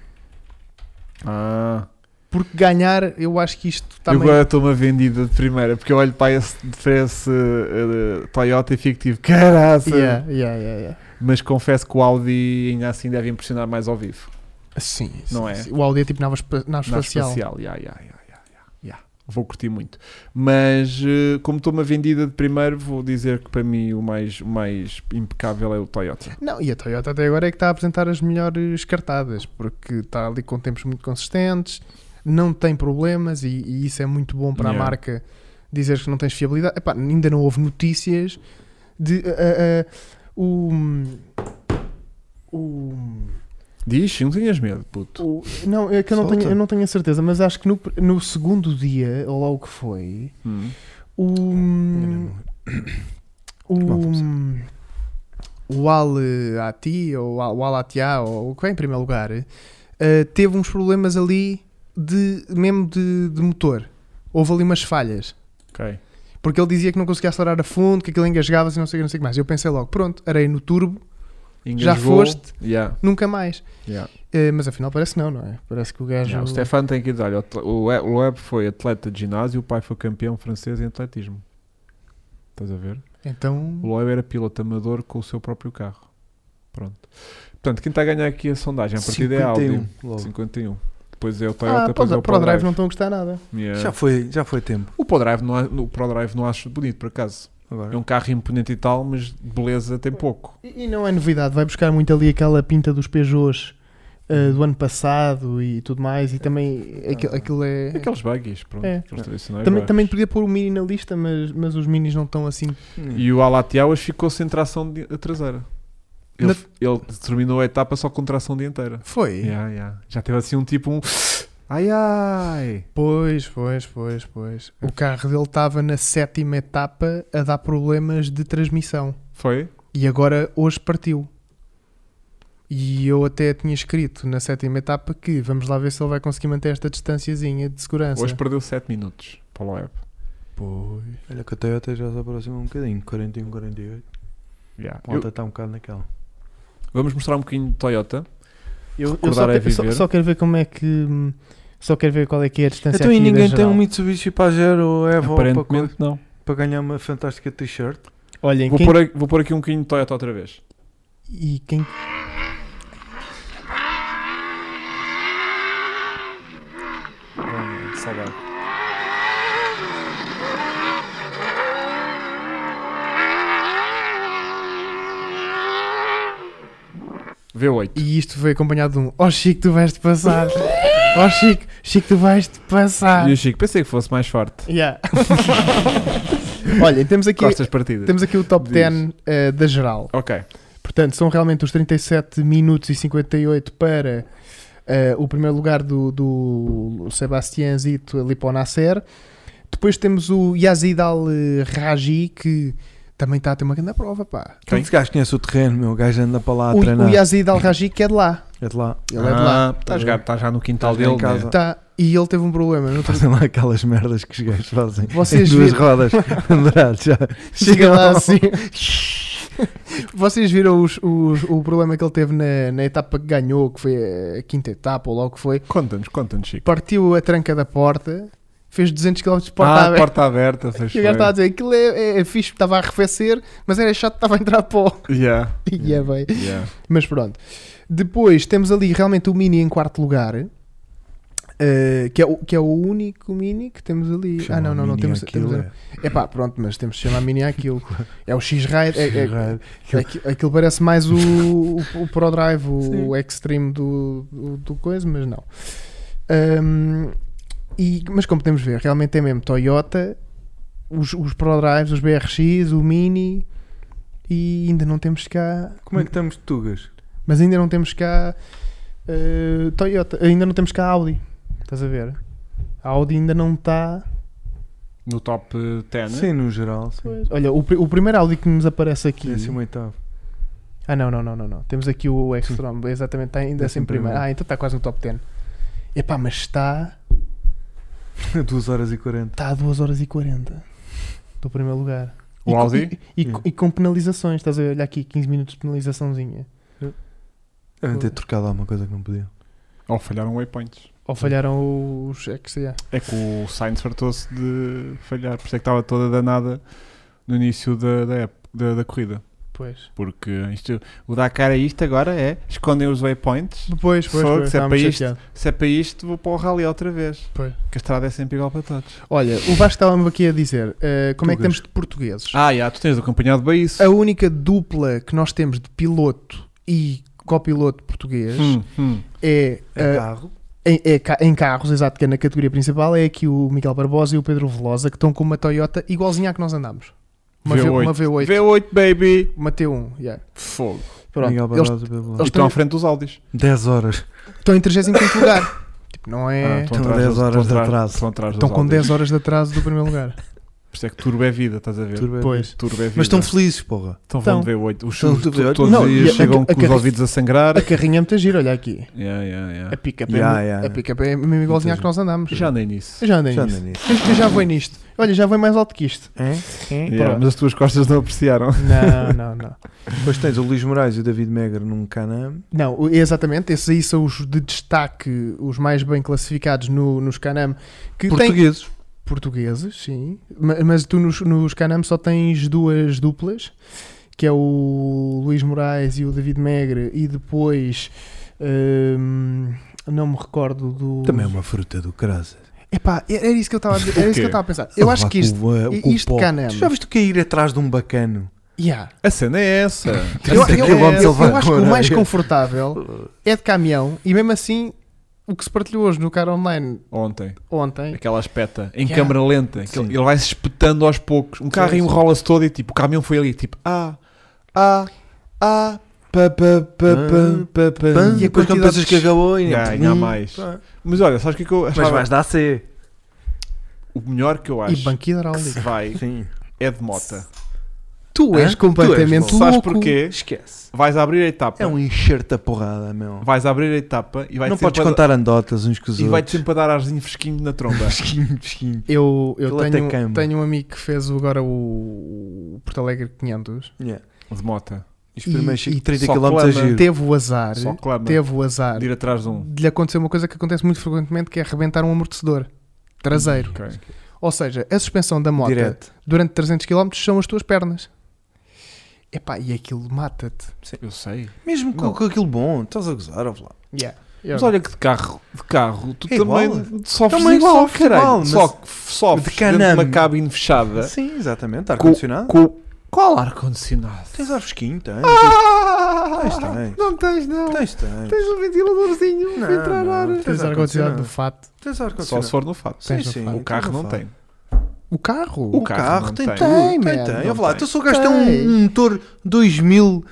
A: Ah,
C: Porque ganhar, eu acho que isto é- está
A: eu
C: meio...
A: agora estou-me a vendida de primeira, porque eu olho para esse, para esse eh, Toyota e fico tipo, caraca!
C: Yeah, yeah, yeah, yeah.
A: Mas confesso que o Audi ainda assim deve impressionar mais ao vivo.
C: Sim, sim,
A: Não é?
C: sim. O Audi é tipo nave, espa- nave
A: Na
C: espacial.
A: espacial, ya, ya, ya, ya, ya, ya. Vou curtir muito. Mas eh, como estou-me a vendida de primeiro, vou dizer que para mim o mais, o mais impecável é o Toyota.
C: Não, e a Toyota até agora é que está a apresentar as melhores cartadas, porque está ali com tempos muito consistentes, não tem problemas e, e isso é muito bom para
A: Yeah.
C: a marca dizer que não tens fiabilidade. Epá, ainda não houve notícias de a- a- o, hum, o, hum,
A: Diz, não tinhas medo, puto.
C: o- não, é que eu não,
B: Solta.
C: tenho, eu não tenho a certeza, mas acho que no, pr- no segundo dia, ou lá o que foi,
A: Hum.
C: o o, hum, o Al Ati ou Al- o Al Atia ou o que é em primeiro lugar eh, teve uns problemas ali de mesmo de, de motor houve ali umas falhas
A: Ok.
C: porque ele dizia que não conseguia acelerar a fundo que aquilo engasgava-se não sei o que, não sei o que mais eu pensei logo pronto arei no turbo Já
A: Engasgou.
C: foste?
A: Ya,
C: nunca mais
A: ya.
C: Eh, mas afinal parece que não não é parece que o gajo
A: Não, o Stefano tem que dizer, olha, o atle- o Le- o Loeb foi atleta de ginásio, o pai foi campeão francês em atletismo. Estás a ver?
C: então
A: O Loeb era piloto amador com o seu próprio carro. Pronto. Portanto, quem está a ganhar aqui a sondagem a partir é a Audi.
B: 51, logo.
A: 51. Depois é o Toyota,
C: ah,
A: depois é o
C: para, o drive
A: ProDrive.
C: não estão a gostar nada
A: Yeah.
B: Já foi, já foi tempo.
A: O ProDrive não, há- o ProDrive não acho bonito, por acaso. É
B: Agora.
A: um carro imponente e tal, mas de beleza tem pouco.
C: E e não é novidade, vai buscar muito ali aquela pinta dos Peugeots eh, do ano passado e tudo mais, e também aquilo, aquilo é.
A: Aqueles buggies, pronto.
C: É.
A: Aqueles tradicionais
C: também,
A: buggies.
C: também podia pôr o Mini na lista, mas, mas os Minis não estão assim.
B: hum,
A: E o Alatiau hoje ficou sem tração de, a traseira. Ele,
C: Na- É.
A: ele terminou a etapa só com tração dianteira.
C: Foi?
A: Ya, ya. Já teve assim um tipo um. Ai ai!
C: Pois, pois, pois, pois. O carro dele estava na sétima etapa a dar problemas de transmissão
A: Foi?
C: e agora hoje partiu. E eu até tinha escrito na sétima etapa que vamos lá ver se ele vai conseguir manter esta distanciazinha de segurança.
A: Hoje perdeu 7 minutos para o web.
B: Pois. Olha que a Toyota já se aproxima um bocadinho. 41, 48.
A: Ya.
B: A malta está um bocado naquela.
A: Eu- vamos mostrar um bocadinho de Toyota.
C: Eu, eu
A: Acordar
C: só,
A: é
C: que- só-
A: viver.
C: só quero ver como é que. hum, Só quero ver qual é que é a distância
B: Então e
C: aqui da
B: ninguém tem
C: geral.
B: um Mitsubishi Pajero ou Evo ou para, coisa-
A: Aparentemente não.
B: para ganhar uma fantástica t-shirt.
C: Olhem,
A: Vou
C: quem...
A: pôr, aqui, vou pôr aqui um bocadinho de Toyota outra vez.
C: E quem...
A: Vamos salvar. V8.
C: E isto foi acompanhado de um Oh Chico, tu vais-te passar. oh Chico, Chico, tu vais-te passar.
A: E o Chico, pensei que fosse mais forte.
C: Yeah. Olhem, temos aqui,
A: Costas partidas.
C: temos aqui o top
A: Diz.
C: 10 eh, da geral.
A: Ok.
C: Portanto, são realmente os 37 minutos e 58 para eh, o primeiro lugar do, do Sebastián Zito ali para o Nasser. Depois temos o Yazid Al Raji, que também está a ter uma grande prova, pá.
A: Quem?
B: Esse gajo conhece o terreno, meu. O gajo anda para lá a
C: O,
B: treinar.
C: o Yazid Al Raji que é de lá.
B: É de lá.
C: Ele é de
A: Está
C: lá.
A: Ah, tá a jogar, está já no quintal
B: Está já
A: dele.
B: em casa.
A: né?
C: Tá, e ele teve um problema. no outro-
B: Fazem lá aquelas merdas que os gajos fazem.
C: Vocês
B: em duas
C: viram-
B: rodas. Andrade, já.
C: Chega lá assim. Vocês viram os- os- o problema que ele teve na, na etapa que ganhou, que foi a quinta etapa ou lá o que foi?
A: né? Conta-nos, conta-nos, Chico.
C: Partiu a tranca da porta, fez 200 km de porta
A: ah,
C: aberta.
A: porta aberta. fez
C: E o gajo estava a
A: bem.
C: dizer, aquilo é, é, é fixe, estava a arrefecer, mas era chato, estava a entrar pó.
A: Yeah,
C: E é bem.
A: yeah.
C: Mas pronto. Depois temos ali realmente o Mini em quarto lugar, eh, que, é o, que é o único Mini que temos ali. ah, não, não, não, temos...
B: aquilo.
C: temos
A: é.
C: Epá, pronto, mas temos de chamar Mini àquilo. É o X-Ride, é, é,
B: é,
C: aqui- Aquilo parece mais o, o, o ProDrive, o
B: Sim.
C: Extreme do, do, do coisa, mas não. Ahm, e, mas como podemos ver, realmente é mesmo Toyota, os, os ProDrives, os BRX, o Mini e ainda não temos cá.
B: Como é que estamos de tugas?
C: Mas ainda não temos cá eh, Toyota, ainda não temos cá Audi. Estás a ver? A Audi ainda não tá- está.
A: No top 10. né?
C: É,
B: Sim, no geral. Sim.
A: é
C: Olha, o, pri- o primeiro Audi que nos aparece aqui.
B: Décimo oitavo.
C: Ah, não, não, não, não. não. Temos aqui o Extreme, exatamente, está ainda
B: Décimo
C: assim primeiro.
B: primeiro.
C: Ah, então está quase no top 10. Epá, mas está,
B: 2 horas e 40.
C: está tá a 2 horas e 40 do primeiro lugar.
A: O
C: E com-
A: Um Audi?
C: E, e,
B: Hum.
C: e com penalizações, estás a olhar aqui 15 minutos de penalizaçãozinha.
B: Devem ter trocado alguma coisa que não podiam.
A: Ou Oh, falharam waypoints.
C: Ou falharam os cheques, yeah.
A: É que o Sainz fartou-se de falhar, por isso é que estava toda danada no início da, da, ép- da- da corrida.
C: pois.
A: Porque isto, o Dakar é isto agora, é escondem os waypoints.
C: Depois, pois,
A: Fogo,
C: pois,
A: se é
C: estava
A: para
C: muito
A: isto.
C: chateado.
A: Se é para isto, vou para o rally outra vez.
C: Pois.
A: Que a estrada é sempre igual para todos.
C: Olha, o Vasco estava-me aqui a dizer eh, como é
B: Português.
C: que estamos de portugueses.
A: Ah, já, tu tens acompanhado bem isso.
C: A única dupla que nós temos de piloto e copiloto português
A: Hum, hum.
C: é,
B: É
C: eh,
B: carro.
C: em, é ca- em carros, exato, que é na categoria principal, é aqui o Miguel Barbosa e o Pedro Velosa que estão com uma Toyota igualzinha à que nós andamos. Uma V-
A: V8.
C: uma V8.
A: V8, baby!
C: Uma T1, yeah.
A: Fogo.
C: Pronto,
B: Miguel
C: eles
B: Barbosa, blá, blá,
A: E
B: blá.
C: eles
A: estão
C: têm-
A: à frente dos Audis.
B: Dez horas.
C: estão em 35 lugar. Tipo, não é.
A: Ah, estão
B: Estão
A: atrás
B: 10
A: dos-
B: horas de
A: atrás-
B: atraso.
A: Estão, atrás dos
C: estão com
A: Audis.
C: 10 horas de atraso do primeiro lugar.
A: Por isso é que Turbo é vida, estás a ver? Turbo,
B: Turbo é
C: Pois.
A: é vida.
B: Mas estão felizes, porra.
A: Estão vão
C: Então.
A: de V8. Os
B: Estão
A: churros
B: de V8.
A: todos
C: Não,
A: aí
C: e a-
A: chegam
C: a-
A: com os
C: a-
A: ouvidos a sangrar.
C: A carrinha é muito gira, olha aqui.
A: Yeah, yeah, yeah.
C: A pick-up
B: Yeah,
C: é,
B: yeah,
C: yeah,
B: yeah.
C: é mesmo igualzinha à que nós andamos.
A: Já andei nisso.
C: Eu já andei
B: Já
C: nisto.
B: andei nisso.
C: Eu já vou nisto. Olha, já vou mais alto que isto.
A: Yeah,
C: Pronto.
A: mas as tuas costas não apreciaram.
C: Não, não, não.
B: Depois tens o Luís Moraes e o David Megar num Canam.
C: Não, o- exatamente. Esses aí são os de destaque, os mais bem classificados no, nos Canam. Que têm
B: Portugueses.
C: portugueses, sim. Ma- Mas tu nos, nos Canam só tens duas duplas, que é o Luís Moraes e o David Megre, e depois. hum, não me recordo do.
B: Também é um uma fruta do Crasa.
C: Epá, é, era isso que eu estava a dizer, era
A: O
C: isso que
A: quê?
C: eu estava a pensar. Eu acho que isto.
B: eh,
C: isto de Can-Am.
B: Tu já viste o que é ir atrás de um bacano?
C: Yeah.
A: A cena é essa. A
C: Eu, eu-
A: cena é
C: eu-
B: aquilo onde
A: essa.
C: eu-
B: ele vai
C: eu acho que o
B: com a
C: mais
B: areia.
C: confortável é de caminhão e mesmo assim o que se partilhou hoje no cara online
A: Ontem,
C: ontem
A: aquela espeta, em
C: Yeah.
A: câmara lenta, aquele-
B: Sim.
A: ele vai se espetando aos poucos. Um carro
C: Sim, sim.
A: enrola-se todo e tipo, o caminhão foi ali, tipo, ah, ah, ah, pa, pa, pa, pa, pa,
B: Pam,
A: pa. E a
B: Ah, depois quando
A: quantidade
B: pensas que
A: de
B: acabou e
A: Yeah, ainda há mais. Mas olha, sabes o que é que eu
B: Mas
A: achava?
B: vais dar C.
A: O melhor que eu
C: e
A: acho
C: banco
A: que se
C: hidráulico.
A: vai
B: Sim.
A: é de mota.
C: Tu és
B: Hã?
C: completamente
B: Tu és
A: Sabes
C: louco.
A: porquê?
B: Esquece.
A: Vais abrir a etapa.
B: É um enxerto da porrada, meu.
A: Vais abrir a etapa e vai
B: não podes contar andotas uns com os
A: E vai-te
B: outros.
A: sempre a dar arzinho fresquinho na tromba.
B: Pesquinho, pesquinho.
C: Eu, eu
B: Aquilo até
C: tenho,
B: queima.
C: tenho um amigo que fez agora o, o Porto Alegre 500
B: Yeah.
A: De mota.
B: Os primeiros
C: E- e
B: 30
A: só
B: km a
A: clama.
B: giro.
C: teve o azar
A: Só clama.
C: teve o azar
A: De ir atrás de um.
C: de lhe acontecer uma coisa que acontece muito frequentemente que é arrebentar um amortecedor traseiro
A: Hum, Ok.
C: ou seja, a suspensão da moto
B: Direto.
C: durante 300 km são as tuas pernas Epá, e aquilo mata-te
A: Eu sei.
B: Mesmo
A: Não.
B: com, com aquilo bom, estás a gozar, ó lá.
C: Yeah.
A: Mas olha que de carro, de carro, tu
B: Então. É
A: também
B: igual.
A: sofres
B: Também
A: igual,
B: sofres
A: caralho.
B: igual, mas-
A: Só que sofres
B: De
A: dentro de
B: Can-Am.
A: uma cabine fechada
B: Sim, exatamente. Ar-condicionado.
A: É? com qual ar-condicionado?
B: Tens ar fresquinho, tens.
A: Ah!
B: Tens, tens.
A: Não tens, não.
B: Tens, tens.
A: Tens um ventiladorzinho
B: Não,
A: para entrar
B: não.
A: ar.
C: Tens a condicionado do fato.
B: Tens
A: Só
B: ar-condicionado.
A: se for no fato.
B: Sim,
C: Tens no
B: sim,
C: fato.
A: O carro não tem.
C: O carro?
B: O carro tem, tudo.
C: Tem,
B: Tem,
C: man.
B: tem.
A: Não
B: Eu vou lá,
A: tem.
B: então só gastei
C: Tem.
B: um, um motor 2000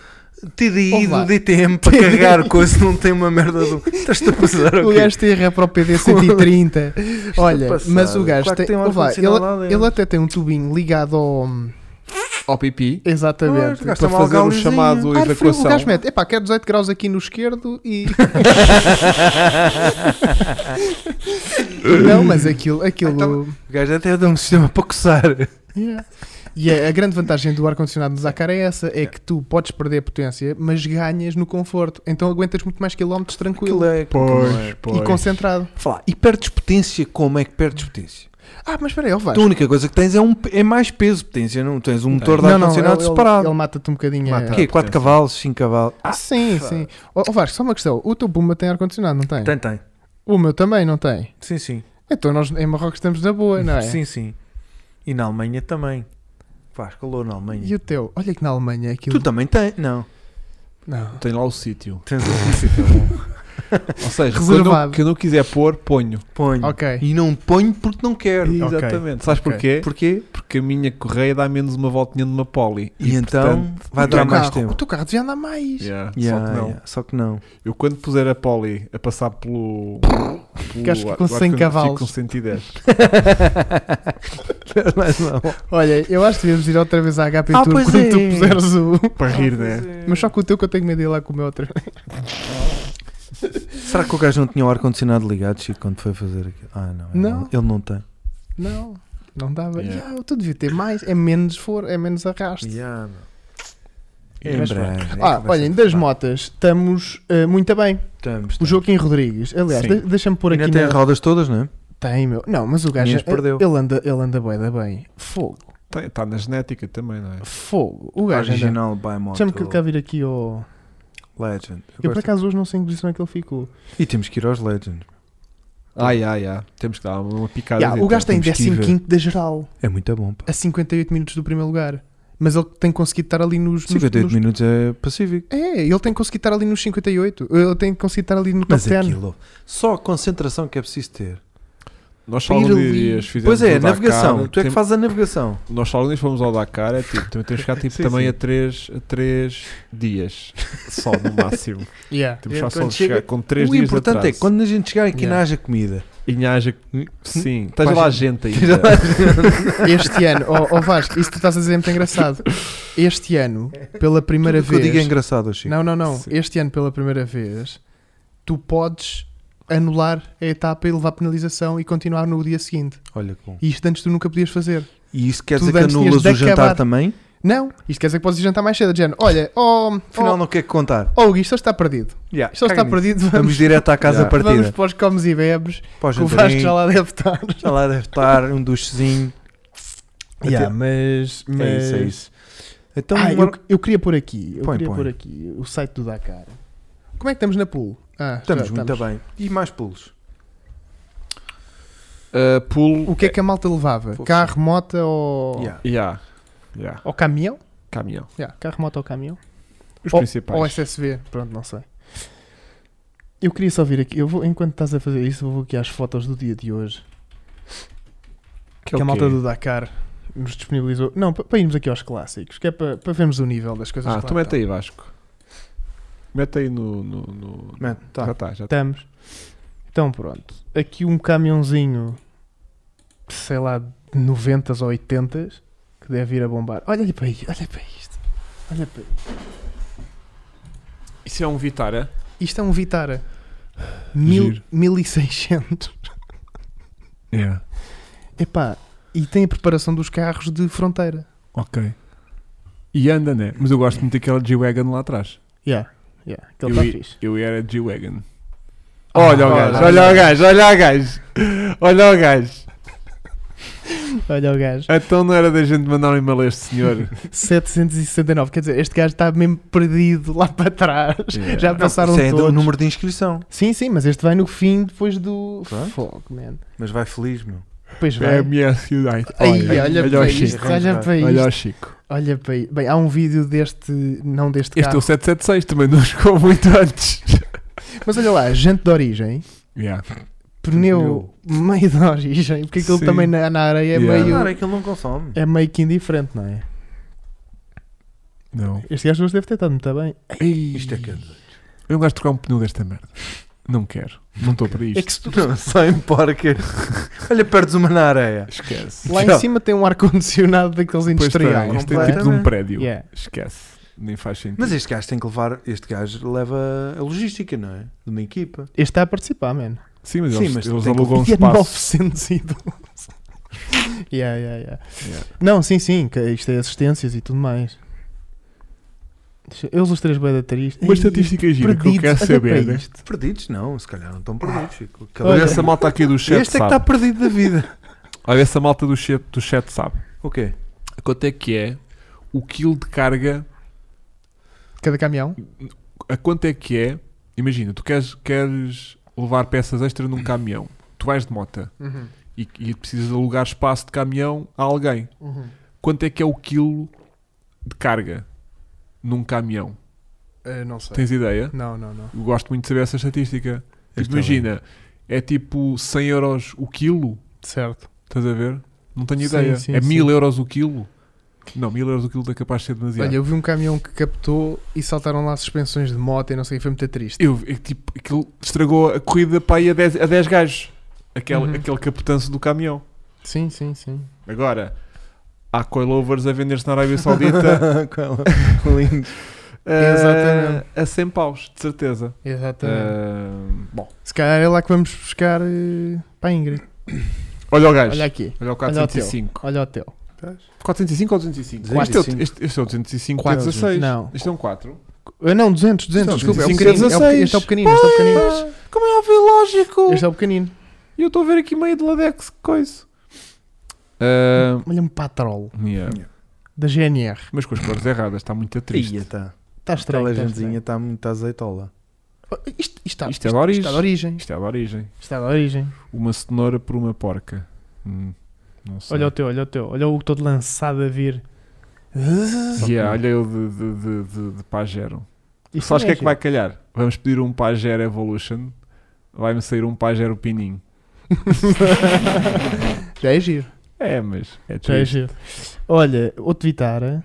B: TDI
C: Ó lá.
B: do DTM para carregar coisa, não tem uma merda do. Estás-te a passar
C: O
B: o
C: gajo tem ré para o PD 130. Olha, mas o gajo
B: é claro que
C: tem.
B: tem um
C: ouve lá,
B: ar-condicionado lá
C: ele,
B: dentro.
C: ele até tem um tubinho ligado ao.
A: Ao pipi.
C: Exatamente.
B: Pois, Tem
A: Para
B: um
A: fazer o
B: algalizinho.
A: chamado
C: Ah, frio, o
A: evacuação.
C: gajo mete. Epá, quer 18 graus aqui no esquerdo e. Não, mas aquilo. aquilo...
B: O gajo até dá um sistema para coçar.
C: Yeah. E é, a, a grande vantagem do ar-condicionado no Zacar é essa: é que tu podes perder potência, mas ganhas no conforto. Então aguentas muito mais quilómetros tranquilo
B: Aquilo é.
A: Pois, pois.
C: e concentrado.
B: Falar. E perdes potência, como é que perdes potência?
C: Ah, mas espera aí, ó, vai.
B: A única coisa que tens é, um, é mais peso potência, não? Tens um motor de
C: Não, não,
B: ar-condicionado
C: ele- ele-
B: separado.
C: Ele, mata-te um bocadinho.
A: Mata.
C: é.
B: Quê? 4
A: potência.
B: cavalos, 5 cavalos.
C: Ah, sim, sim. Ó ó, Vasco, só uma questão: o teu Puma tem ar-condicionado, não tem?
B: Tem, tem.
C: O meu também não tem.
B: Sim, sim.
C: Então nós em Marrocos estamos na boa, não é?
B: Sim, sim. E na Alemanha também. Faz calor na Alemanha.
C: E o teu? Olha que na Alemanha aquilo.
B: Tu também tens? Não.
C: Não.
A: Tem lá o sítio.
B: Tens
A: Ou seja, quando eu,
C: Reservado.
A: quando eu quiser pôr, ponho.
B: Ponho.
C: Ok.
B: E não ponho porque não quero.
C: E- Ok.
A: Exatamente. Sabes
C: Ok.
A: porquê?
B: Porquê?
A: Porque a minha correia dá menos uma voltinha numa poli.
B: E, então vai
C: O teu
B: durar mais
C: carro-
B: tempo.
C: O teu carro devia andar mais.
A: Yeah,
B: Yeah,
A: só que não.
B: yeah, só que não.
A: Eu quando puser a poli a passar pelo. pelo
C: Acho que
A: ar-
C: com
A: ar-
C: 100
A: fico
C: cavalos.
A: com 110.
B: Mas é não.
C: Olha, eu acho que devíamos ir outra vez à HP
B: Ah,
C: Tour
B: pois
C: quando
B: é.
C: tu puseres o.
A: Para rir, né?
C: Mas só com o teu que eu tenho medo de ir lá com o meu outra vez.
B: Será que o gajo não tinha o ar-condicionado ligado, Chico, quando foi fazer aquilo? Ah, não. ele
C: Não.
B: Ele não tem.
C: Não, não dava.
A: Yeah.
C: Yeah, tu devia ter mais, é menos for, é menos arrasto.
B: Em
C: Mas
B: breve, é
C: Ah,
B: que vai
C: olhem,
B: ser
C: das
B: pá.
C: motas estamos eh, muito bem.
B: Estamos,
C: O
B: estamos.
C: Joaquim Rodrigues, aliás,
A: Sim.
C: de- deixa-me pôr
B: Ainda
C: aqui.
B: tem
C: na-
B: rodas todas, não é?
C: Tem, meu. Não, mas o gajo é-
B: Inês perdeu.
C: Ele anda, ele anda bem, da bem. Fogo,
A: Está Tá, na genética também, não é?
C: fogo. O gajo né? anda.
B: Original by Moto
C: Deixa-me clicar vir aqui ao.
B: Legend. Eu
C: Eu por
B: gosto.
C: acaso hoje não sei em que posição é que ele ficou.
B: E temos que ir aos Legends.
A: Ai, ai, ai. Temos que dar uma, uma picada.
C: Yeah, o gajo tem
B: Ah, então temos que ir ver.
C: 15 da geral,
B: É muito bom, pá.
C: a 58 minutos do primeiro lugar. Mas ele tem conseguido estar ali nos. nos-
B: 58
C: nos-
B: minutos é Pacífico.
C: É, ele tem conseguido estar ali nos 58. Ele tem conseguido estar ali no top
B: Mas é
C: 10.
B: aquilo, só a concentração que é preciso ter.
A: Nós só algum
C: Para ir
A: dia
C: ali.
A: dias fizemos
B: Pois é,
A: o Dakar,
B: navegação. tu é que
A: tem-
B: fazes a navegação.
A: Nós só algum dia fomos ao Dakar, é tipo, também temos que ficar tipo,
C: Sim,
A: também
C: sim.
A: A, três, a três dias. Só no máximo.
C: Yeah.
A: Temos
C: É,
A: só só
C: quando
A: de
C: chega-
A: chegar com três
B: o
A: dias
B: importante
A: de
B: é que quando a gente chegar aqui
C: Yeah.
B: na haja comida.
A: E haja... Sim, esteja
B: Pá,
A: lá gente
B: Esteja
A: ainda.
C: Este ano, ó ó Vasco, isso que tu estás a dizer é muito engraçado. Este ano, pela primeira
B: Tudo o que eu digo é
C: vez.
B: engraçado, Chico.
C: Não, não, não.
A: Sim.
C: Este ano, pela primeira vez, tu podes anular a etapa e levar penalização e continuar no dia seguinte.
B: Olha que bom.
C: E isto antes tu nunca podias fazer.
B: E isso quer
C: Tudo
B: dizer que
C: antes tinhas
B: anulas
C: de
B: o jantar
C: acabar.
B: também?
C: Não, isto quer dizer que podes ir jantar mais cedo, Jano. Olha, ó
B: Afinal,
C: oh,
B: não quer contar.
C: oh, Hugo, isto hoje está perdido. Isto hoje está perdido,
B: Vamos
C: vamos,
B: direto à casa
A: Yeah.
B: partida.
C: vamos para os comes e bebes,
B: Para o
C: que o Vasco
B: jantarinho.
C: já lá deve estar.
B: Já lá deve estar um duchezinho.
C: Yeah,
B: Até-
C: mas, mas...
B: É isso, é isso. Então,
C: Ah,
B: uma-
C: eu, eu queria pôr aqui, eu
B: Põe,
C: queria
B: põe.
C: pôr aqui o site do Dakar. Como é que estamos na pool? Ah, já
B: estamos muito bem. E mais pulos?
A: Uh, pulo.
C: O que é que a malta levava?
B: Fogo.
C: Carro, moto ou,
B: Yeah.
A: Yeah. Yeah.
C: ou caminhão?
A: Caminhão.
C: Yeah, carro, moto ou caminhão?
A: Os
C: Ou-
A: principais.
C: Ou SSV? Pronto, não sei. Eu queria só vir aqui, eu vou, enquanto estás a fazer isso, eu vou aqui às fotos do dia de hoje que,
A: é o
C: a malta
A: quê?
C: do Dakar nos disponibilizou. Não, pa- para irmos aqui aos clássicos, que é para, para vermos o nível das coisas
A: Ah,
C: que
A: tu
C: lá
A: mete
E: tá.
A: aí, Vasco. Mete aí no. no, no-
B: Man,
A: Já
B: tá.
A: está, já está.
C: Estamos. Então pronto. Aqui um caminhãozinho, sei lá, de 90 ou 80 que deve ir a bombar. Olha para aí, olha para isto. Olha para isto.
A: Isso é um Vitara?
C: Isto é um Vitara. Mil,
A: Giro.
C: 1600.
A: É.
C: Epá, e tem a preparação dos carros de fronteira.
A: Ok. E anda, né? Mas eu gosto muito daquela G-Wagon lá atrás.
C: Yeah, yeah, aquele
A: Eu
C: está
A: i-
C: fixe.
A: Eu era G-Wagon. Olha o gajo,
C: olha.
A: olha o gajo, olha o gajo. Olha o gajo.
C: Olha o gajo.
A: Então não era da gente mandar um e-mail a este senhor.
C: 769, quer dizer, este gajo está mesmo perdido lá para trás.
A: Yeah.
C: Já
B: Não,
C: passaram
B: isso é ainda
C: um todos.
B: o número de inscrição.
C: Sim, sim, mas este vai no fim depois do.
B: Pronto.
C: Fogo, man.
B: Mas vai feliz, meu.
A: É
C: Depois vai.
A: BMS United.
C: Aí, olha,
A: o
C: para
A: Chico.
C: isto, olha para isto,
A: Olha o
C: olha,
A: Chico.
C: para isto. Bem, há um vídeo deste, não deste
A: Este é
C: carro,
A: o 776, também não jogou muito antes.
C: mas olha lá, gente de origem,
A: Yeah.
C: pneu meio de origem, porque aquilo
A: Sim.
C: também na, na areia é,
A: Yeah.
B: Claro,
C: meio,
B: é que ele não consome.
C: é meio que indiferente, não é?
A: Não.
C: Este gajo hoje deve ter estado muito bem.
B: Isto é que
A: Eu não gosto de trocar um pneu desta merda. Não quero. Não estou para isto.
C: É que se tu-
B: Não, só em porcas. Olha, perdes uma na areia.
A: Esquece.
C: lá em
B: Já.
C: cima tem um ar-condicionado daqueles
A: Pois tem,
C: industrial.
A: isto é tipo de um
B: Completamente.
A: prédio.
C: Yeah.
A: Esquece. Nem faz sentido.
B: Mas é- este gajo tem que levar. Este gajo leva a logística, não é? De uma equipa.
C: Este está a participar, mano.
A: Sim, mas
B: Sim,
A: eles,
B: mas
A: eles
B: tem que-
A: alugam um
C: E é
A: espaço.
C: 912. yeah, yeah, yeah.
A: Yeah.
C: Não, sim, sim, que isto é assistências e tudo mais. Deixa- Eles os três badataristas.
A: Uma estatística gira que eu quero saber. Né?
B: Perdidos? Não, se calhar não estão perdidos, Chico. Aquela-
A: Olha
C: Ah. Olha.
A: essa malta aqui do chat
B: Este é que tá-
A: sabe.
B: está perdido da vida.
A: Olha essa malta do chat, do chat sabe.
B: O quê?
A: Quanto é que é o quilo de carga?
C: Cada caminhão?
A: A quanto é que é? Imagina, tu queres, queres levar peças extra num caminhão. Tu vais de mota e, e precisas de alugar espaço de caminhão a alguém.
C: Uhum.
A: Quanto é que é o quilo de carga num caminhão?
C: Ah, não sei.
A: Tens ideia?
C: Não, não, não.
A: Eu gosto muito de saber essa estatística.
B: Eu
A: Tipo, imagina, é tipo 100 euros o quilo,
C: Certo.
A: estás a ver? Não tenho
C: Sim,
A: ideia.
C: sim,
A: é
C: sim.
A: 1000 euros o quilo? Não, 1000 euros o quilo é capaz de ser demasiado.
C: Olha, eu vi um caminhão que captou e saltaram lá suspensões de moto e não sei, foi muito triste.
A: Eu, é que, tipo, aquilo estragou a corrida para aí a 10, a 10 gajos. Aquele,
C: Uhum.
A: aquele capotanço do caminhão.
C: Sim, sim, sim.
A: Agora, há coilovers a vender-se na Arábia Saudita
B: Com ela. Lindo.
A: eh,
C: Exatamente.
A: a 100 paus, de certeza. Tá.
C: Exatamente.
A: Eh, bom,
C: Tá, Se calhar é lá que vamos buscar eh, para a Ingrid.
A: olha o gajo.
C: Olha
A: Olha,
C: aqui,
A: o
C: olha o teu.
A: 405.
C: olha o teu.
A: 405 ou 205? Este é, o-
B: 205.
A: este, este é o 205
B: Quatro.
A: 16.
C: Não.
A: Isto é um 4.
C: Ah, Não, 200, 200,
B: Não,
C: desculpa. É um
A: 25,
C: pequenino. É um
A: 16.
C: pequenino, este é o pequenino, este é o pequenino.
A: Como é óbvio, lógico.
C: Este é o pequenino.
A: E eu estou a ver aqui meio de Ladex, que coisa. Eh,
C: Olha um patrol
A: yeah.
C: da GNR.
A: Mas com as cores erradas, está muito triste.
B: Ia, tá. né?
C: Está estranho.
B: Aquela
C: tá
B: gentezinha está muito azeitola.
C: estranho. Isto, isto, está-
E: tá
A: Isto é de origem.
C: Isto é de origem.
A: Isto é da origem.
C: Isto é de origem.
A: Uma cenoura por uma porca. Hum, não sei.
D: Olha o teu, olha o teu. Olha o todo lançado a vir.
A: Yeah, olha eu de, de, de, de, de Pajero.
D: Isso
A: Sabes o que é que
D: giro.
A: vai calhar? Vamos pedir um Pajero Evolution. Vai-me sair um Pajero Pininho.
C: Já é giro.
A: É, mas é
C: Já é
A: triste.
C: giro. Olha, outro Vitara.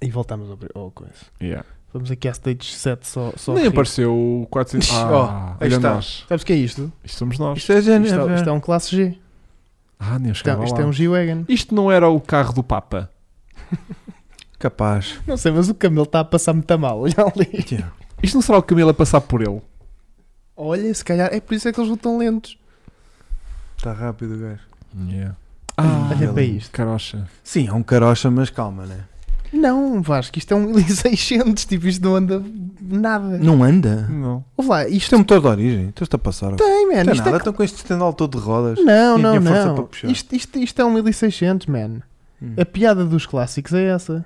C: E voltamos ao, ao coisa.
A: Yeah.
C: Vamos aqui à stage 7 só. só
A: Nem
C: rir.
A: apareceu o 400. Ah,
B: Oh, aí
A: olha
B: está.
A: nós.
C: Sabes o que é isto?
A: Isto somos nós.
B: Isto é género.
C: Isto, é- isto é um classe G.
A: Ah, nem eu
C: Isto, é-
A: chegava
C: isto
A: lá.
C: é um G-Wagon.
A: Isto não era o carro do Papa.
B: Capaz.
C: Não sei, mas o Camilo está a passar muito mal. Olha ali.
B: é.
A: Isto não será o Camilo a passar por ele.
C: Olha, se calhar é por isso é que eles voltam lentos.
B: Está rápido o gajo.
A: Yeah. Ah,
C: Olha para
B: ele-
C: isto.
A: carocha.
B: Sim, é um carocha, mas calma, né?
C: Não, Vasco, isto é um 1600. Tipo, isto não anda nada.
B: Não anda.
A: Não.
C: Ouve lá, isto
B: Isto é um motor de origem. Estás-te a passar. Não
C: tem, man.
B: tem
C: Isto é
B: nada. Estão com este estendal todo de rodas.
C: Não,
B: Tinha
C: não,
B: força
C: não.
B: para puxar.
C: Isto, isto, isto é um 1600, man.
B: Hum. É
C: A piada dos clássicos é essa.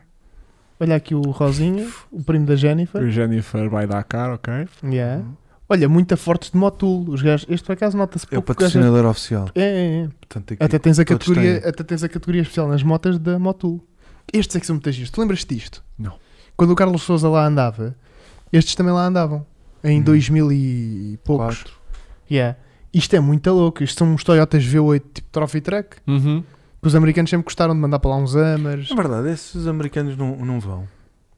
C: Olha aqui o Rosinho, o primo da Jennifer.
A: O Jennifer vai dar cara, ok?
C: Yeah. Olha, muito a fortes de Motul. Os gajos, este por acaso nota-se
B: É o
C: pouco. que os gajos-
B: patrocinador oficial.
C: É, é, é.
B: Portanto, aqui-
C: Até tens, a
B: todos
C: categoria,
B: têm.
C: até tens a categoria especial nas motas da Motul. Estes é que são muitas giros. Tu lembras-te disto?
A: Não.
C: Quando o Carlos Souza lá andava, estes também lá andavam. Em
A: Hum.
C: 2000 e poucos.
B: Quatro.
C: Yeah. Isto é muito louco. Isto são uns Toyotas V8 tipo Trophy Truck.
A: Uhum.
C: Que os americanos sempre gostaram de mandar para lá uns amers.
B: É verdade, esses americanos não, não vão.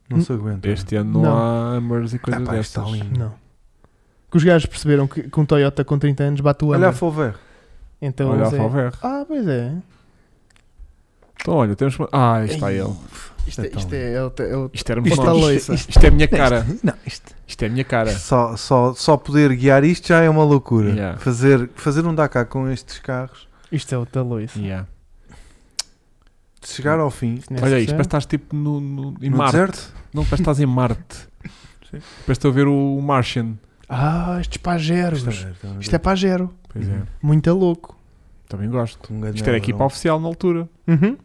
B: Não se aguentam.
A: Este ano não,
C: Não. tá
A: há amores e coisas
B: Ah, pá,
A: dessas.
B: está lindo.
C: Não. Que os gajos perceberam que, que um Toyota com 30 anos bate o
B: Olha a
C: amor.
B: Fover.
C: Então
A: olha a
C: eles é-
A: Falver.
C: Ah, pois é.
A: Então, olha, temos. Ah, aí está
C: Ei.
A: ele.
C: Isto é,
B: Então.
C: isto é, é, o- é o-
A: Isto era
C: Isto-
A: isto,
C: isto-
A: isto, isto é a minha cara.
B: Não, isto.
A: Isto é a minha cara.
B: Só, só, só poder guiar isto já é uma loucura.
A: Yeah.
B: Fazer, fazer um Dakar com estes carros,
C: isto é o taloiço.
A: Yeah.
B: de chegar ao fim.
A: Olha isto, parece que estás tipo no, no, em
B: no
A: Marte.
B: deserto?
A: Não, parece que estás em Marte. Parece estou a ver o Martian.
C: Ah, estes pajeros.
B: Isto é verdade,
C: Isto é pajero.
A: Pois é,
C: Muito é louco.
A: também gosto.
B: um grande
A: Isto era a equipa
B: algodão.
A: oficial na altura.
C: Uhum.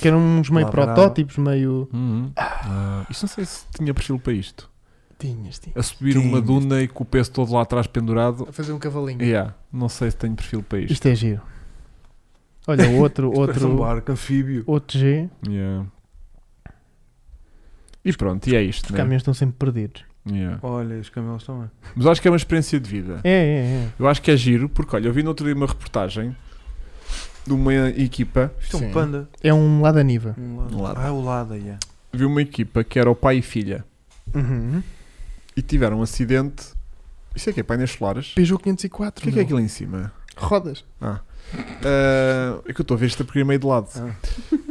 C: Que eram uns meio
B: Lá brava.
C: protótipos, meio...
A: Uhum. Ah, isto não sei se tinha perfil para isto.
C: Tinhas, tinhas.
A: A subir
B: Tinha.
A: uma duna e com o peso todo lá atrás pendurado.
C: A fazer um cavalinho.
A: Yeah, não sei se tenho perfil para isto.
C: Isto é giro. Olha, outro,
B: Isto parece um
C: outro,
B: barco anfíbio.
C: outro G.
A: Yeah. E pronto, e é isto.
C: Os
A: Né?
C: caminhões estão sempre perdidos.
A: Yeah.
B: Olha, os camelos também.
A: Mas acho que é uma experiência de vida.
C: É, é, é.
A: Eu acho que é giro, porque olha, eu vi no outro dia uma reportagem de uma equipa.
B: Isto é
C: Sim.
B: um panda.
C: É um lado Lada
B: Um lado.
A: Um lado.
B: Ah, o lado, yeah.
A: Vi uma equipa que era o pai e filha
C: Uhum.
A: e tiveram um acidente. Isso é que é painéis solares?
C: Peugeot
A: O
C: 504.
A: que é, que é
C: meu.
A: aquilo em cima?
C: Rodas.
A: Ah, é que eu estou a ver esta porque é meio de lado.
B: Ah.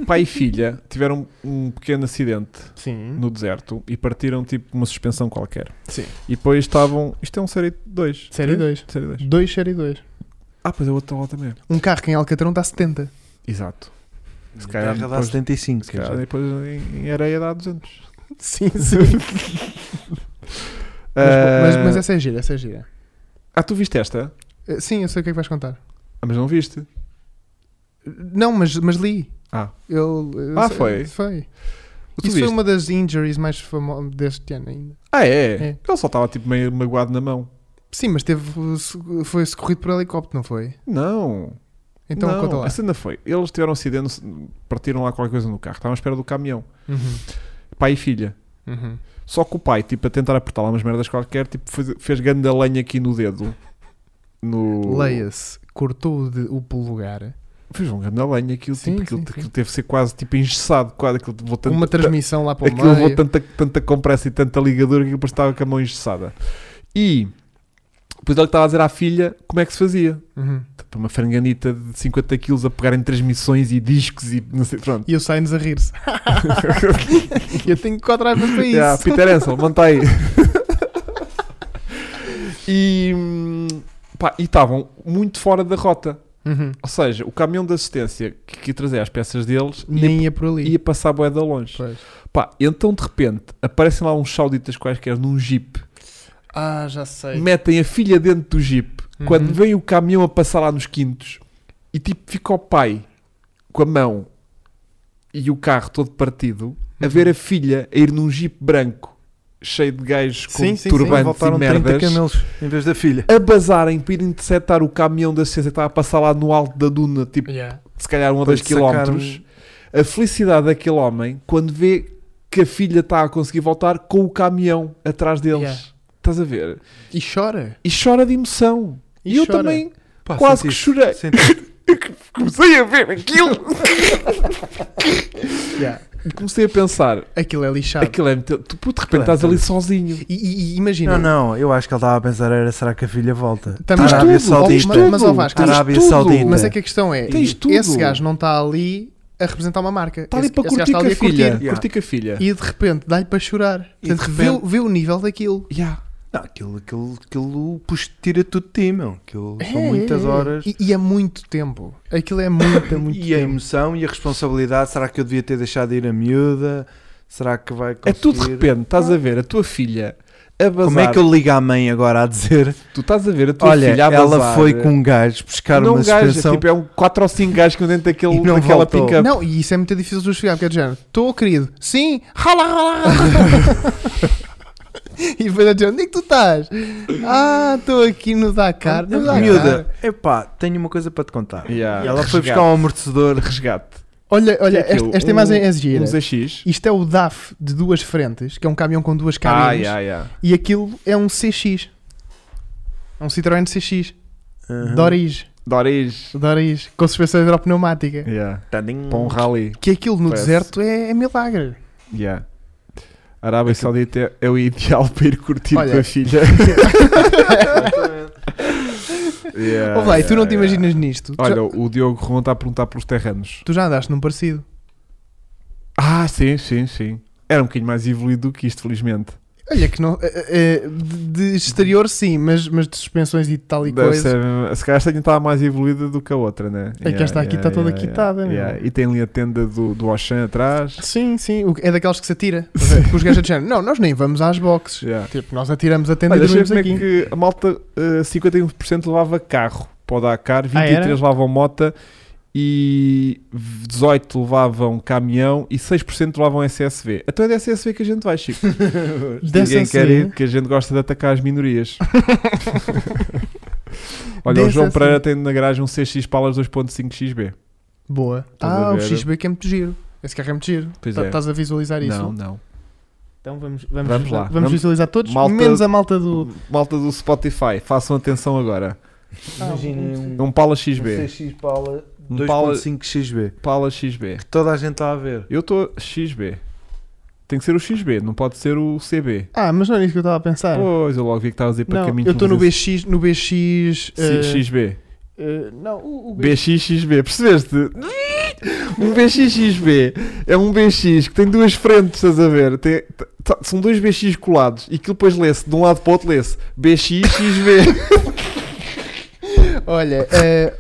A: Pai e filha tiveram um pequeno acidente
C: Sim.
A: no deserto e partiram tipo uma suspensão qualquer.
C: Sim.
A: E depois estavam. Isto é um série 2.
C: Série 2.
A: Série 2.
C: 2 série 2.
A: Ah, pois é o outro lá também.
C: Um carro que em Alcatrão dá 70.
A: Exato. Se
B: Na
A: calhar
B: Terra dá
A: depois-
B: 75.
A: Se
B: quer
A: calhar
B: dizer.
A: depois em, em areia dá 200.
C: Sim, sim. mas,
A: Eh,
C: mas, mas essa é gira, essa é gira.
A: Ah, tu viste esta?
C: Eh, Sim, eu sei o que é que vais contar.
A: Ah, mas não viste.
C: Não, mas, mas li.
A: Ah.
C: Eu, eu
A: Ah,
C: sei-
A: foi?
C: Foi.
A: Tu
C: Isso foi
A: viste?
C: uma das injuries mais famosas deste ano ainda.
A: Ah, é?
C: É.
A: Ele só estava tipo meio magoado na mão.
C: Sim, mas teve, foi socorrido por helicóptero, não foi?
A: Não.
C: Então
A: não.
C: conta lá.
A: A cena foi. Eles tiveram um acidente, partiram lá qualquer coisa no carro. Estavam à espera do caminhão.
C: Uhum.
A: Pai e filha.
C: Uhum.
A: Só que o pai, tipo, a tentar apertar lá umas merdas qualquer, tipo, fez, fez grande lenha aqui no dedo. No...
C: Leia-se, cortou o, de, o polegar.
A: Fez um grande lenha aquilo,
C: Sim,
A: tipo, aquilo,
C: sim, sim.
A: aquilo teve de ser quase, tipo, engessado. Quase, aquilo levou tanto-
C: Uma transmissão lá para o
A: tá, Aquilo levou
C: meio.
A: tanta, tanta compressa e tanta ligadura que ele estava com a mão engessada. E depois ele estava a dizer à filha como é que se fazia.
C: Uhum.
A: Tipo, uma franganita de 50 quilos a pegar em transmissões e discos e não sei, pronto.
C: E o Sainz a rir-se. eu tenho quatro armas para É isso.
A: Yeah, Peter Ansel, monta aí. e hum, pá, e estavam muito fora da rota.
C: Uhum.
A: Ou seja, o caminhão de assistência que, que ia trazer as peças deles ia,
C: Nem ia por ali.
A: ia passar a boeda longe.
C: Pois.
A: Pá, então de repente aparecem lá uns sauditas quaisquer num jeep,
C: Ah, já sei.
A: metem a filha dentro do jeep.
C: Uhum.
A: Quando vem o caminhão a passar lá nos quintos e tipo fica o pai com a mão e o carro todo partido
C: Uhum.
A: a ver a filha a ir num jeep branco cheio de gajos com
C: Sim, sim, sim,
A: turbantes e
B: Voltaram 30
A: merdas
B: camelos em vez da filha.
A: a bazarem para ir interceptar o caminhão da ciência que estava a passar lá no alto da duna, tipo,
C: Yeah.
A: se calhar um ou
B: Para
A: dois
B: lhe sacar
A: quilómetros. A felicidade daquele homem quando vê que a filha está a conseguir voltar com o caminhão atrás deles.
C: Yeah.
A: Estás a ver?
C: E chora.
A: E chora de emoção.
C: E
A: E, eu
C: chora.
A: também
B: Pá,
A: quase que
B: senti-
A: chorei.
B: senti-
A: Comecei a ver aquilo.
C: Yeah.
A: E comecei a pensar,
C: Aquilo é lixado.
A: aquilo é muito... Tu, puto, de repente
B: Aquilo é
A: estás ali
B: muito-
A: sozinho.
C: E, e- e imagina.
B: Não, não, eu acho que ele estava a pensar era será que a filha volta? Tá,
C: Também-
B: Arábia
A: Tens Tá, tudo, um
B: Saudita.
A: tens tudo,
C: Mas, ó Vasco,
A: tens
B: Arábia
A: tudo.
B: Saudita.
C: Mas é que a questão é:
A: Tens tudo.
C: esse gajo não está ali a representar uma marca.
A: Está ali
C: Esse-
A: para
C: esse
A: curtir
C: gajo está
A: com
C: ali
A: a filha.
B: Yeah.
A: Curtir com a filha.
C: E de repente dá-lhe para chorar.
B: E de
C: Portanto, vê, o- vê o nível daquilo.
A: Yeah.
B: Não, aquilo, aquilo, aquilo puxa, tira tudo de ti, meu. Aquilo são
C: É,
B: muitas
C: é, é.
B: horas.
C: E, e é muito tempo. Aquilo é muito, é muito
B: E a
C: tempo.
B: emoção e a responsabilidade. Será que eu devia ter deixado de ir a miúda? Será que vai
A: É
B: conseguir?
A: tu de repente, estás a ver a tua filha a bazar.
B: Como é que eu ligo à mãe agora a dizer?
A: Tu estás a ver a tua
B: Olha,
A: filha a bazar.
B: ela foi com um gajo buscar
A: não
B: uma
A: gajo,
B: suspensão.
A: tipo, é um 4 ou 5 gajos que estão dentro daquele,
B: E não
A: daquela
B: voltou.
A: pick-up.
C: Não, e isso é muito difícil de justificar, porque é do género. Estou, querido. Sim, rala, rala, rala. e depois é do género, onde é que tu estás? Ah, estou aqui no Dakar. No Dakar.
B: Miúda, epá, tenho uma coisa para te contar.
A: Yeah.
B: E ela foi
A: Resgate.
B: buscar um amortecedor.
A: Resgate.
C: Olha, olha,
A: Que é aquilo?
C: esta, esta
A: Um-
C: imagem é gira.
A: Uns AX.
C: Isto é o DAF de duas frentes, que é um caminhão com duas cabines.
A: Ah, yeah, yeah.
C: E aquilo é um CX. É um Citroën CX.
B: Uhum.
C: Doris.
A: Doris.
C: Doris. Com suspensão hidropneumática.
A: Yeah.
C: Hum.
B: Tadinho.
A: Para um rally.
C: Que aquilo no
A: Parece.
C: deserto é, é milagre.
A: Yeah. Arábia Saudita é o ideal para ir curtir
C: Olha.
A: com a filha. yeah,
C: Ouve lá, e
A: Ah,
C: tu
A: yeah,
C: não te
A: yeah.
C: imaginas nisto. Tu,
A: Olha,
C: já,
A: o Diogo Ron está a perguntar pelos terranos.
C: tu já andaste num parecido.
A: Ah, sim, sim, sim. Era um bocadinho mais evoluído do que isto, felizmente.
C: Olha, que não. é- é- de, de exterior, sim, mas, mas de suspensões e de tal e
A: Deve
C: coisa.
A: ser- se calhar esta ainda está mais evoluída do que a outra, né?
C: É que esta aqui está toda quitada, né? meu.
A: E tem ali a tenda do, do Auchan atrás.
C: Sim, sim. o que- É daquelas que se atira. Que os gajos dizem, não, nós nem vamos às boxes.
A: Yeah.
C: Tipo, nós atiramos a tenda
A: Olha,
C: e
A: deixa eu ver
C: dormimos
A: como é
C: aqui.
A: que a malta eh, 51% levava carro para o Dakar,
C: Ah, era?
A: 23% levavam mota e 18% levavam caminhão e 6% levavam SSV. Então é da SSV que a gente vai, Chico. Ninguém
C: Desce
A: quer
C: assim.
A: ir, que a gente gosta de atacar as minorias. Olha, o
C: Desce
A: João
C: assim.
A: Pereira tem na garagem um CX Palas 2.5XB.
C: Boa.
A: Estás a
C: ah, o
A: ver?
C: XB que é muito giro. Esse carro é muito giro.
A: Pois
C: Tá-
A: é.
C: Estás a visualizar isso?
A: Não, não.
D: Então vamos, vamos,
A: Vamos lá.
D: Vamos,
A: Vamos-
D: visualizar todos,
A: Malta-
D: menos a malta do.
A: Malta do Spotify, façam atenção agora.
D: Imaginem
A: É um Pala XB.
B: CX Paula
A: Um Paula-
B: 2.5XB.
A: Pala XB.
B: Toda a gente está a ver.
A: Eu estou XB. Tem que ser o XB, não pode ser o CB.
C: Ah, mas não é isso que eu estava a pensar.
A: Pois, eu logo vi que é estava a dizer para
C: não,
A: caminho.
C: eu estou no
A: BX.
C: BX. No BX. eh,
A: XB.
C: eh, não, o, o BX.
A: BXXB, percebeste? Um BXXB é um BX que tem duas frentes, estás a ver? Tem- t- t- são dois BX colados e aquilo depois lê-se, de um lado para o outro lê-se BXXB.
C: Olha, eh,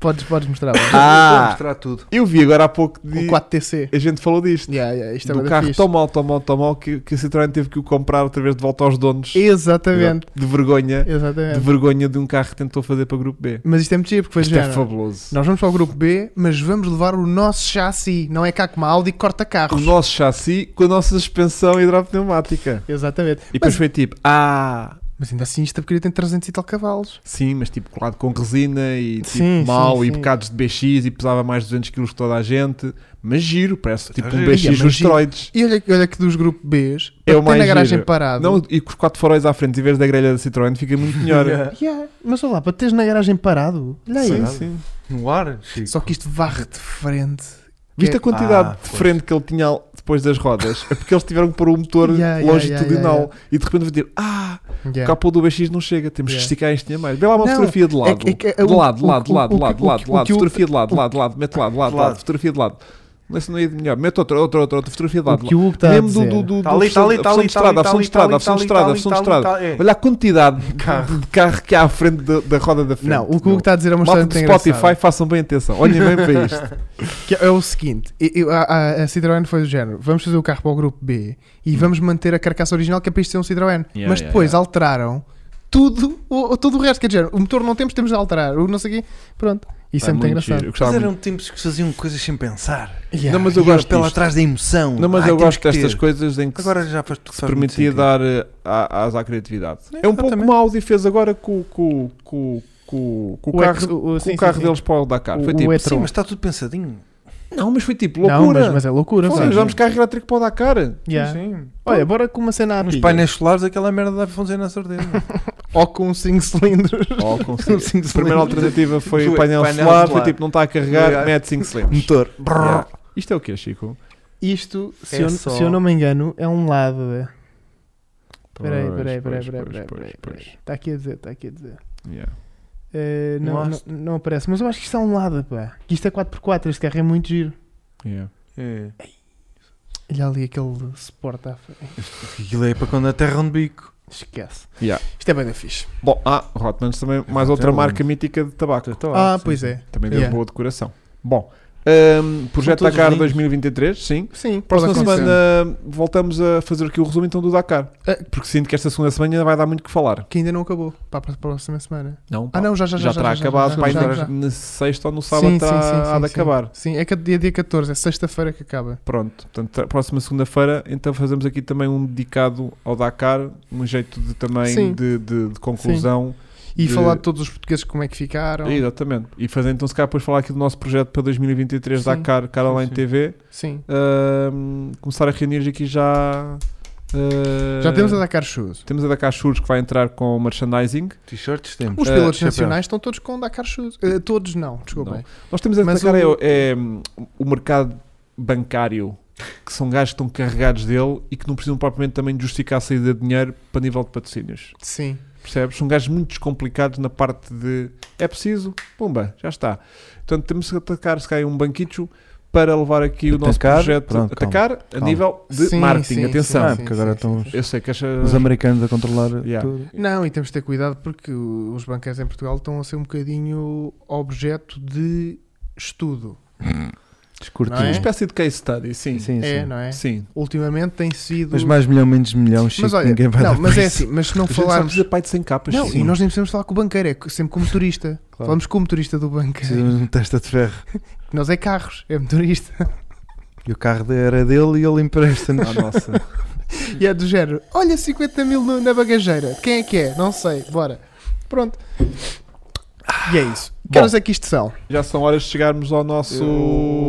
C: podes, podes mostrar. vai.
B: Vou
A: ah!
B: mostrar tudo.
A: Eu vi agora há pouco de.
C: o 4TC.
A: A gente falou disto.
C: Yeah, yeah, isto é
A: do
C: bué da
A: carro
C: fixe.
A: tão mal, tão mal, tão mal que, que a Citroën teve que o comprar outra vez de volta aos donos
C: Exatamente. É.
A: de vergonha. de
C: Exatamente.
A: vergonha de um carro que tentou fazer para o grupo B.
C: Mas isto é muito giro, porque foi
A: Isto
C: já.
A: é fabuloso.
C: Nós vamos para o grupo B, mas vamos levar o nosso chassi. Não é cá como a Audi que corta
A: O
C: carros.
A: nosso chassi com a nossa suspensão hidropneumática.
C: Exatamente.
A: E depois
C: Mas-
A: foi tipo, ah,
C: Mas ainda assim, esta porcaria tem 300 e tal cavalos.
A: Sim, mas tipo colado com resina e tipo
C: Sim,
A: mau
C: sim,
A: e
C: sim.
A: bocados de BX e pesava mais de 200 kg que toda a gente. Mas giro, parece tipo um
B: é giro.
A: BX
C: Ia, mas
A: dos
C: giro.
A: droides.
C: E olha, olha que dos grupo Bs,
A: É o
C: para ter na
A: mais
C: garagem
A: giro.
C: parado.
A: Não, e com os quatro faróis à frente em vez da grelha da Citroën fica muito melhor.
C: Yeah, mas olha lá, para teres na garagem parado, olha aí.
B: Sim.
A: sim.
B: No ar, Chico.
C: Só que isto varre de frente. é?
A: Viste a quantidade
B: Ah,
A: de
B: pois.
A: frente que ele tinha al- depois das rodas? É porque eles tiveram que pôr o motor
C: Yeah, yeah,
A: longitudinal
C: yeah, yeah,
A: e de repente vão dizer: Ah, o
C: Yeah.
A: capô do BX não chega, temos que
C: Yeah.
A: esticar isto ainda mais. Vê lá uma
C: É. Não,
A: fotografia de lado.
C: é que- é que-
A: de
C: o-
A: lado, de lado, de
C: o- o-
A: lado, de
C: o-
A: lado, de
C: o-
A: lado, de
C: o-
A: lado,
C: que o-
A: fotografia de lado, de lado, de lado, mete de lado, de lado, de
B: De
A: lado,
B: lado.
A: fotografia de lado. Não, Isso não ia de melhor, mete outra, outra, outra, outra fotografia de
C: O
A: lado. de
C: que o é. Hugo está
A: lado.
C: a
A: Mesmo
C: dizer.
A: do, do, do,
B: Está Tá ali,
A: da
B: está ali, está
A: versão
B: ali,
A: de
B: está ali,
A: estrada, a
B: está
A: versão de
B: ali,
A: estrada, a
B: está
A: versão de
B: ali,
A: estrada, a versão
B: está ali,
A: de estrada.
B: está ali, está ali.
A: Olha a quantidade de
B: Carro.
A: de carro que há à frente da, da roda da frente.
C: Não, o que o Hugo está a dizer é uma história
A: Malta do
C: muito
A: Spotify,
C: engraçada.
A: façam bem atenção. Olhem bem para isto.
C: Que é o seguinte: eu- eu- a, a- a Citroën foi do género. Vamos fazer o carro para o grupo B e
A: Hum.
C: vamos manter a carcaça original que é para isto ser um Citroën.
A: Yeah,
C: Mas
A: yeah,
C: depois
A: yeah.
C: alteraram tudo o, o- todo o resto. Quer dizer, o motor não temos, temos de alterar. O não sei o quê. Pronto. Isso é,
A: Pá,
C: muito engraçado.
A: giro. Eu gostava
B: Mas
A: muito
B: eram tempos que faziam coisas sem pensar.
C: Yeah.
A: Não, mas eu
B: Iam
A: gosto
B: um pela
A: disto.
B: atrás da emoção.
A: Não, mas
B: Ah,
A: eu
B: temos
A: gosto
B: que ter.
A: destas coisas em que
B: Agora já faz tudo
A: se permitia dar eh, à- às à criatividade. Tá É, um pouco
B: exatamente.
A: como a Audi fez agora com, com, com, com, com o
C: é
A: carro,
D: X-
A: com o
D: sim, sim,
A: carro
D: sim.
A: deles para o Dakar.
C: O-
A: Foi
C: o
A: tipo,
C: E-tron.
B: Sim, mas está tudo pensadinho.
A: não, mas foi tipo
C: Não,
A: loucura. um
C: mas, mas é loucura.
A: Foda-se,
C: velho.
A: vamos carro elétrico para o Dakar.
C: Yeah.
B: Sim.
C: Olha, bora com uma cena à
B: Nos
C: pilha.
B: painéis solares aquela merda deve funcionar na certeza.
C: Ou com 5 cilindros.
A: Oh, consigo.
B: Cinco
A: a primeira
B: cilindros.
A: alternativa foi o
B: Foi
A: painel,
B: painel
A: solar,
B: solar.
A: foi tipo, não está a carregar,
B: Yeah.
A: mete 5 cilindros.
B: Motor.
A: Yeah. Isto é o quê, Chico?
C: Isto, se,
B: É
C: eu,
B: só-
C: se eu não me engano, é um lado. é. Peraí,
A: Pois, pois,
C: peraí, peraí, peraí,
A: pois,
C: peraí,
A: pois,
C: peraí.
A: pois.
C: peraí. Está aqui a dizer, está aqui a dizer.
A: Yeah.
C: Eh,
B: Não
C: não, não,
B: acho-
C: não aparece, mas eu acho que isto é um lado, pá. Que isto é 4x4, este carro é muito giro.
A: Yeah.
B: É.
C: Olha ali aquele suporte à frente.
B: Aquilo é para quando a terra um bico.
C: Esquece.
A: Yeah.
C: Isto é bem da fixe.
A: Bom, ah, Rotmans também, mais
B: Até
A: outra
B: onde?
A: marca mítica de tabaco.
C: Ah, pois é.
A: Também deu
C: Yeah.
A: boa decoração. Bom, ahm, Projeto
B: todos
A: Dakar
B: lindos.
A: 2023, sim.
C: Sim,
A: Próxima
C: pode acontecer.
A: semana Então, voltamos a fazer aqui o resumo então do Dakar.
C: Ah.
A: Porque sinto que esta segunda semana ainda vai dar muito o que falar.
C: Que ainda não acabou. Para a próxima semana.
A: Não,
C: Ah, não, já, já,
A: já,
C: já.
A: terá
C: já, já,
A: acabado.
C: já,
A: para
C: já,
A: entrar
C: já.
A: na sexta ou no sábado
C: Sim,
A: terá
C: sim, sim,
A: há de
C: sim,
A: acabar.
C: Sim, é que é dia, dia 14, é sexta-feira que acaba.
A: Pronto, portanto, tra- próxima segunda-feira, então fazemos aqui também um dedicado ao Dakar, um jeito de também
C: Sim.
A: de, de- de conclusão.
C: E
A: De-
C: falar de todos os portugueses como é que ficaram.
A: Exatamente. E fazer então, se calhar, depois falar aqui do nosso projeto para 2023
C: Sim.
A: Dakar, Caroline
B: sim.
A: TV.
C: Sim.
A: Ahm, começar a reunir aqui já. ah,
C: Já temos a Dakar Shoes.
A: Temos a Dakar Shoes que vai entrar com o merchandising.
B: T-shirts temos.
C: Os
A: Eh,
C: pilotos
B: chapéu.
C: nacionais estão todos com Dakar Shoes. Eh, todos não, desculpem.
A: Nós temos a
C: Mas
A: Dakar
C: o-
A: é, é, hum, o mercado bancário, que são gajos que estão carregados dele e que não precisam propriamente também de justificar a saída de dinheiro para nível de patrocínios.
C: Sim.
A: Percebes? São gajos muito descomplicados na parte de é preciso, pumba, já está. Portanto, temos que atacar, se calhar, um banquicho para levar aqui o nosso
B: Atacar,
A: projeto
B: pronto,
A: atacar a
B: calma.
A: nível de
C: Sim,
A: marketing.
C: sim,
A: Atenção.
B: Ah,
C: Sim,
B: porque
C: sim,
B: agora
C: sim,
B: estão
C: sim.
A: Eu sei que esta-
B: os americanos a controlar
A: Yeah.
B: tudo.
C: Não, e temos de ter cuidado porque o- os banqueiros em Portugal estão a ser um bocadinho objeto de estudo.
B: Descurtido.
C: Não
A: Uma
C: é?
A: espécie de case study, sim.
B: Sim,
C: é,
B: sim.
C: não é?
A: Sim.
C: Ultimamente tem sido.
B: Mas mais milhão, menos milhão, Chico,
C: Mas olha,
B: ninguém vai
C: não,
B: dar
C: mas
B: por
C: é
B: isso.
C: assim, mas se não
A: A gente só
C: falarmos.
A: precisa de pai de 100 capas.
C: Não,
A: sim.
C: e nós nem precisamos falar com o banqueiro, é co- sempre com o motorista.
B: Claro.
C: Falamos com o motorista do banqueiro.
B: Precisamos de um testa de ferro.
C: Nós é carros, é motorista.
B: E o carro era dele e ele empresta-nos.
A: Ah, nossa.
C: E é do género: olha 50 mil no- na bagageira, de quem é que é? Não sei, bora. Pronto. E é isso. Que
A: Bom.
C: horas é que isto são?
A: Já são horas de chegarmos ao nosso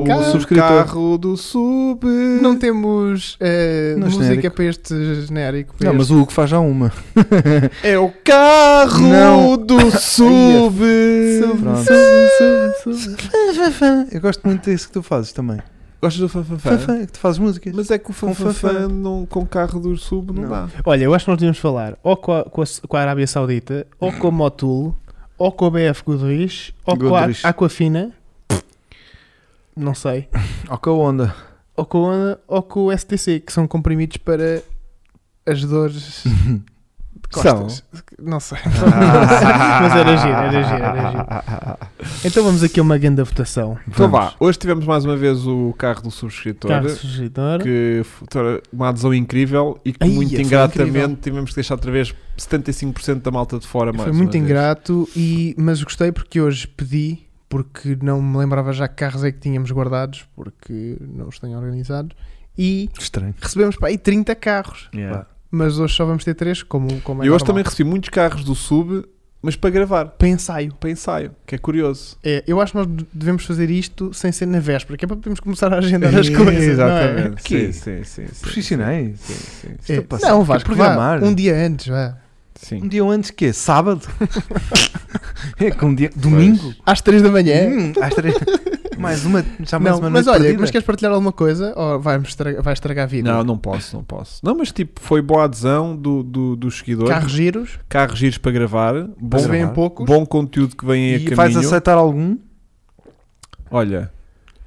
C: Carro.
A: carro do sub.
C: Não temos eh,
B: No
C: música
B: é genérico.
C: para este genérico. Para
B: Não, mas o Hugo faz já uma.
A: É o carro
B: Não.
A: do sub.
B: Pronto. Eu gosto muito desse que tu fazes também.
A: Gostas do fanfanfã?
B: Fafã, que tu fazes músicas.
A: Mas é que o
B: Com
A: fanfanfã
B: fanfã.
A: não- com carro do sub não,
B: Não.
A: dá.
C: Olha, eu acho que nós devíamos falar ou com a, com a, com a Arábia Saudita, ou com a Motul, ou com a BF Goodrich, ou com a
B: Goodrich.
C: Aquafina, não sei,
B: Ou com a onda.
C: ou com a Honda, ou com o STC, que são comprimidos para as dores de costas. Não sei. Mas era giro, era giro, era giro. Então vamos aqui a uma grande votação.
A: Então
B: Vamos.
A: vá, hoje tivemos mais uma vez o carro do subscritor.
C: Carlos Sugidor.
A: Que foi uma adesão incrível e que
C: Ai,
A: muito
C: foi
A: ingratamente
C: incrível.
A: tivemos que deixar outra vez 75% da malta de fora. mais
C: Foi
A: uma
C: muito
A: vez.
C: ingrato, e, mas gostei porque hoje pedi, porque não me lembrava já que carros é que tínhamos guardados, porque não os tenho organizados, e
B: Estranho.
C: recebemos para aí 30 carros.
A: Yeah.
E: Mas hoje só vamos ter três, como, como é
A: eu hoje
E: normal.
A: também recebi muitos carros do sub, mas para gravar,
E: Para ensaio.
A: para ensaio, que é curioso.
E: É, eu acho que nós devemos fazer isto sem ser na véspera, que é para podermos começar a agendar as coisas. Não, é?
A: Exatamente. Sim,
B: Aqui.
A: sim, sim, sim.
B: Profissionais.
A: Sim, sim, sim.
E: É,
B: Estou passado.
E: não,
B: Tem que
E: Vasco,
B: programar.
E: vá, um dia antes, vá.
A: Sim.
B: Um dia antes que é? Sábado? é que um dia. Domingo?
E: Às três da manhã.
B: Hum, às três. mais uma. Já mais
E: É. Não,
B: uma
E: mas
B: noite
E: olha,
B: perdida.
E: mas queres partilhar alguma coisa ou vai, estragar, vai estragar a vida?
A: Não, não posso, não posso. Não, mas tipo, foi boa adesão do, do, dos seguidores.
E: Carros giros,
A: Carros giros para gravar. Bom,
E: mas
B: gravar.
E: vêm poucos.
A: bom conteúdo que vem aí a
B: E
A: caminho.
B: vais aceitar algum?
A: Olha,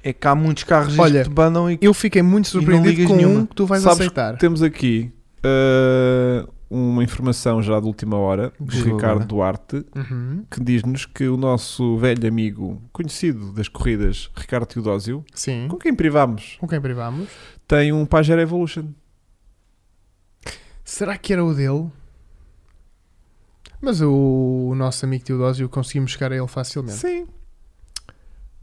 B: É que há muitos carros
E: Olha,
B: que te bandam e
E: Eu fiquei muito surpreendido
B: ligas
E: com um
B: nenhuma.
E: que tu vais
A: Sabes
E: aceitar.
A: temos aqui ah, uma informação já de última hora do
B: Chegou
A: Ricardo
B: agora.
A: Duarte
E: Uhum,
A: que diz-nos que o nosso velho amigo conhecido das corridas, Ricardo Teodósio,
E: Sim.
A: com quem privámos,
E: Com quem privámos?
A: tem um Pajero Evolution.
E: Será que era o dele? Mas o, o nosso amigo Teodósio conseguimos chegar a ele facilmente.
A: Sim.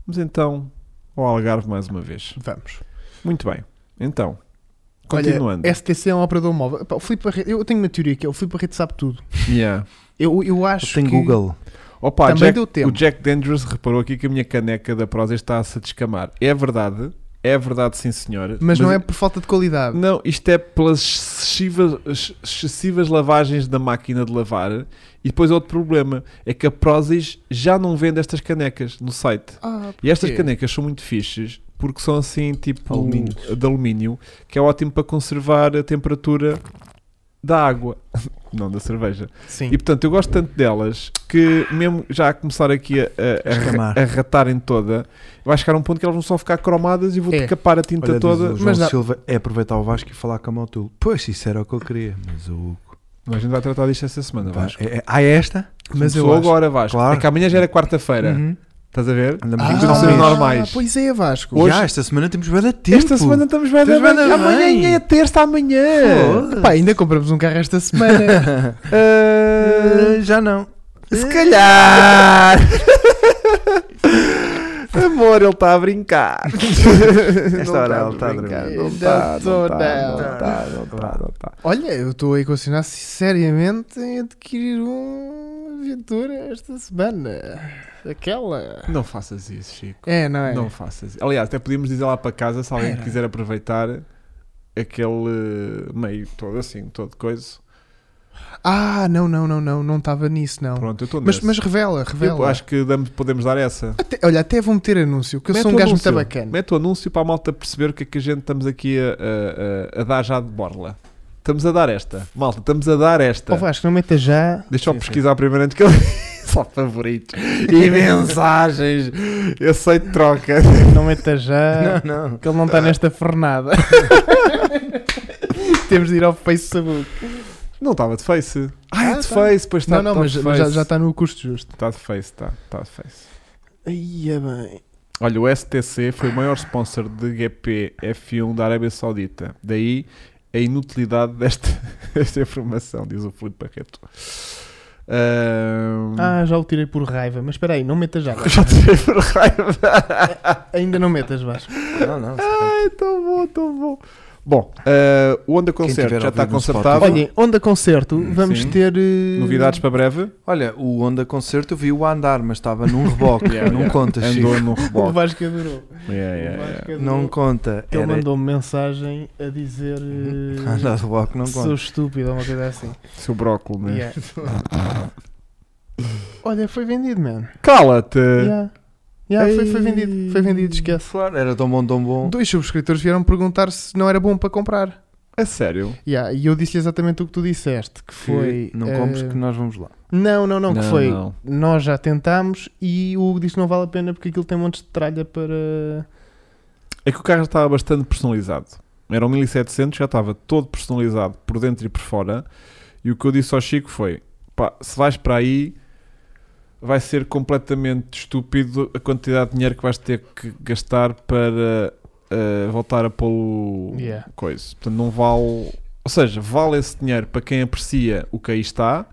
A: Vamos né? então ao Algarve mais uma vez.
E: Vamos.
A: Muito bem. Então,
E: Olha,
A: continuando.
E: STC é um operador móvel. Epá, o Filipe Barreto- eu tenho uma teoria que é o Filipe Barreto sabe tudo.
A: Yeah.
E: Eu, eu acho
B: tem
E: que
B: Google.
A: Opa,
E: é- também
A: Jack-
E: deu
A: o
E: tempo.
A: Jack Dangerous reparou aqui que a minha caneca da prosa está-se a descamar. É verdade, é verdade, sim senhor.
E: Mas não é por falta de qualidade.
A: Não, isto é pelas excessivas, ex- excessivas lavagens da máquina de lavar. E depois outro problema é que a Prozis já não vende estas canecas no site.
E: Ah,
A: E estas
E: porquê?
A: canecas são muito fixes porque são assim tipo
B: Alumínio.
A: de alumínio, que é ótimo para conservar a temperatura da água, não da cerveja.
E: Sim.
A: E portanto, eu gosto tanto delas que, mesmo já a começar aqui a, a- a ra-
B: Escamar.
A: a ratarem toda, vai chegar a um ponto que elas vão só ficar cromadas e vou
E: É.
A: capar a tinta
B: Olha,
A: toda.
B: toda, João
E: mas dá-
B: Silva é aproveitar o Vasco e falar com a Motul. Pois, isso era o que eu queria. Mas o.
A: Mas a gente vai tratar disto esta semana,
B: Pá,
A: Vasco.
B: é- é- há esta?
E: Mas eu
A: Começou
E: acho.
A: agora, Vasco.
B: Claro.
A: É que amanhã já era quarta-feira.
B: Uhum.
A: Estás a ver?
B: Andamos
A: Ah,
B: em
A: não
B: cada
A: são
B: mês.
A: normais.
E: Pois é, Vasco.
A: Hoje-
B: Já, esta semana temos bué de tempo.
A: Esta semana estamos bem,
B: Estamos
A: bem,
B: bem, bem.
A: Amanhã é terça, amanhã.
B: Foda-se.
E: é. Pá, ainda compramos um carro esta semana.
A: Ah,
B: Eh, já não.
A: Se calhar! Amor,
B: tá
A: ele está a brincar. Esta
B: hora ele tá
A: está a
B: a
A: brincar.
B: dormir.
A: Não
E: Não
A: está, não
E: tô,
A: está, não
E: não.
A: está, não tá. está, não está.
E: Olha, eu estou a equacionar seriamente em adquirir um Aventura esta semana. Aquela.
A: Não faças isso, Chico.
E: É, não é?
A: Não faças isso. Aliás, até podíamos dizer lá para casa se alguém quiser aproveitar aquele eh, meio todo assim, todo coisa.
E: Ah, não, não, não, não. Não estava nisso, não.
A: Pronto, eu estou
E: Mas,
A: nesse.
E: mas revela, revela.
A: Eu acho que damos- podemos dar essa.
E: Até- olha, até vão meter anúncio, que eu
A: Mete
E: sou um
A: o
E: gajo
A: anúncio.
E: muito bacana.
A: Mete o anúncio para a malta perceber o que é que a gente estamos aqui a, a- a- a dar já de borla. Estamos a dar esta. Malta, estamos a dar esta.
E: Ó Vasco, não meta já.
A: Deixa eu
B: Sim, sim.
A: pesquisar primeiro antes que ele. Só favoritos e mensagens. Eu sei de troca.
E: Não meta já.
B: Não, não.
E: que ele não está nesta fornada. Temos de ir ao Facebook.
A: Não estava de face. Ah, é
E: Ah,
A: de
E: tá.
A: face, pois está.
E: não, não,
A: tá
E: mas,
A: de
E: mas
A: face.
E: já, já está no custo justo.
A: Está de face, está. Está de face.
E: Aí é bem.
A: Olha, o STC foi o maior sponsor de GP F1 da Arábia Saudita. Daí a inutilidade desta, desta informação, diz o Filipe Barreto. Ahm,
E: Ah, já o tirei por raiva, mas espera aí, não metas já. tá. Vasco.
A: já tirei por raiva.
E: Ainda não metas, Vasco.
B: Não, não.
A: Ai, tão bom, tão bom. Bom, ah, o Onda Concerto
B: tiver
A: já está
B: ouvido no
A: consertado.
B: Spotify.
E: Olhem, onda concerto, vamos
A: Sim.
E: ter. eh,
A: Novidades para breve?
B: Olha, o Onda Concerto eu vi-o a andar, mas estava num reboque.
A: Yeah,
B: não
A: yeah.
B: conta, Chico.
A: Andou num
E: O
A: reboque.
E: Vasco adorou.
A: Yeah, yeah,
E: o Vasco
A: yeah.
B: é.
E: adorou.
B: Não conta.
A: Então
E: Ele
B: Era...
E: mandou-me mensagem a dizer. eh,
B: Andar de reboque Uhum. Ah, não
E: Sou
B: conta.
E: estúpido, ou uma coisa assim.
A: Seu brócolo, né?
E: Yeah. Olha, foi vendido, man.
A: Cala-te!
E: Yeah. Yeah, foi,
A: É.
E: foi
A: Ei.
E: vendido, foi vendido, esquece.
B: Claro, era tão bom, tão bom.
E: Dois subscritores vieram perguntar se não era bom para comprar.
A: É sério?
E: Yeah, e eu disse exatamente o que tu disseste, que foi...
B: Que Não
E: eh,
B: compres que nós vamos lá.
E: Não, não, não, que
A: Não,
E: foi...
A: não.
E: Nós já tentámos e o Hugo disse que não vale a pena porque aquilo tem montes de tralha para...
A: É que o carro estava bastante personalizado. Era um 1700, já estava todo personalizado por dentro e por fora. E o que eu disse ao Chico foi: pá, se vais para aí, vai ser completamente estúpido a quantidade de dinheiro que vais ter que gastar para ah, voltar a pô-lo
E: Yeah.
A: coisa. Portanto, não vale. Ou seja, vale esse dinheiro para quem aprecia o que aí está,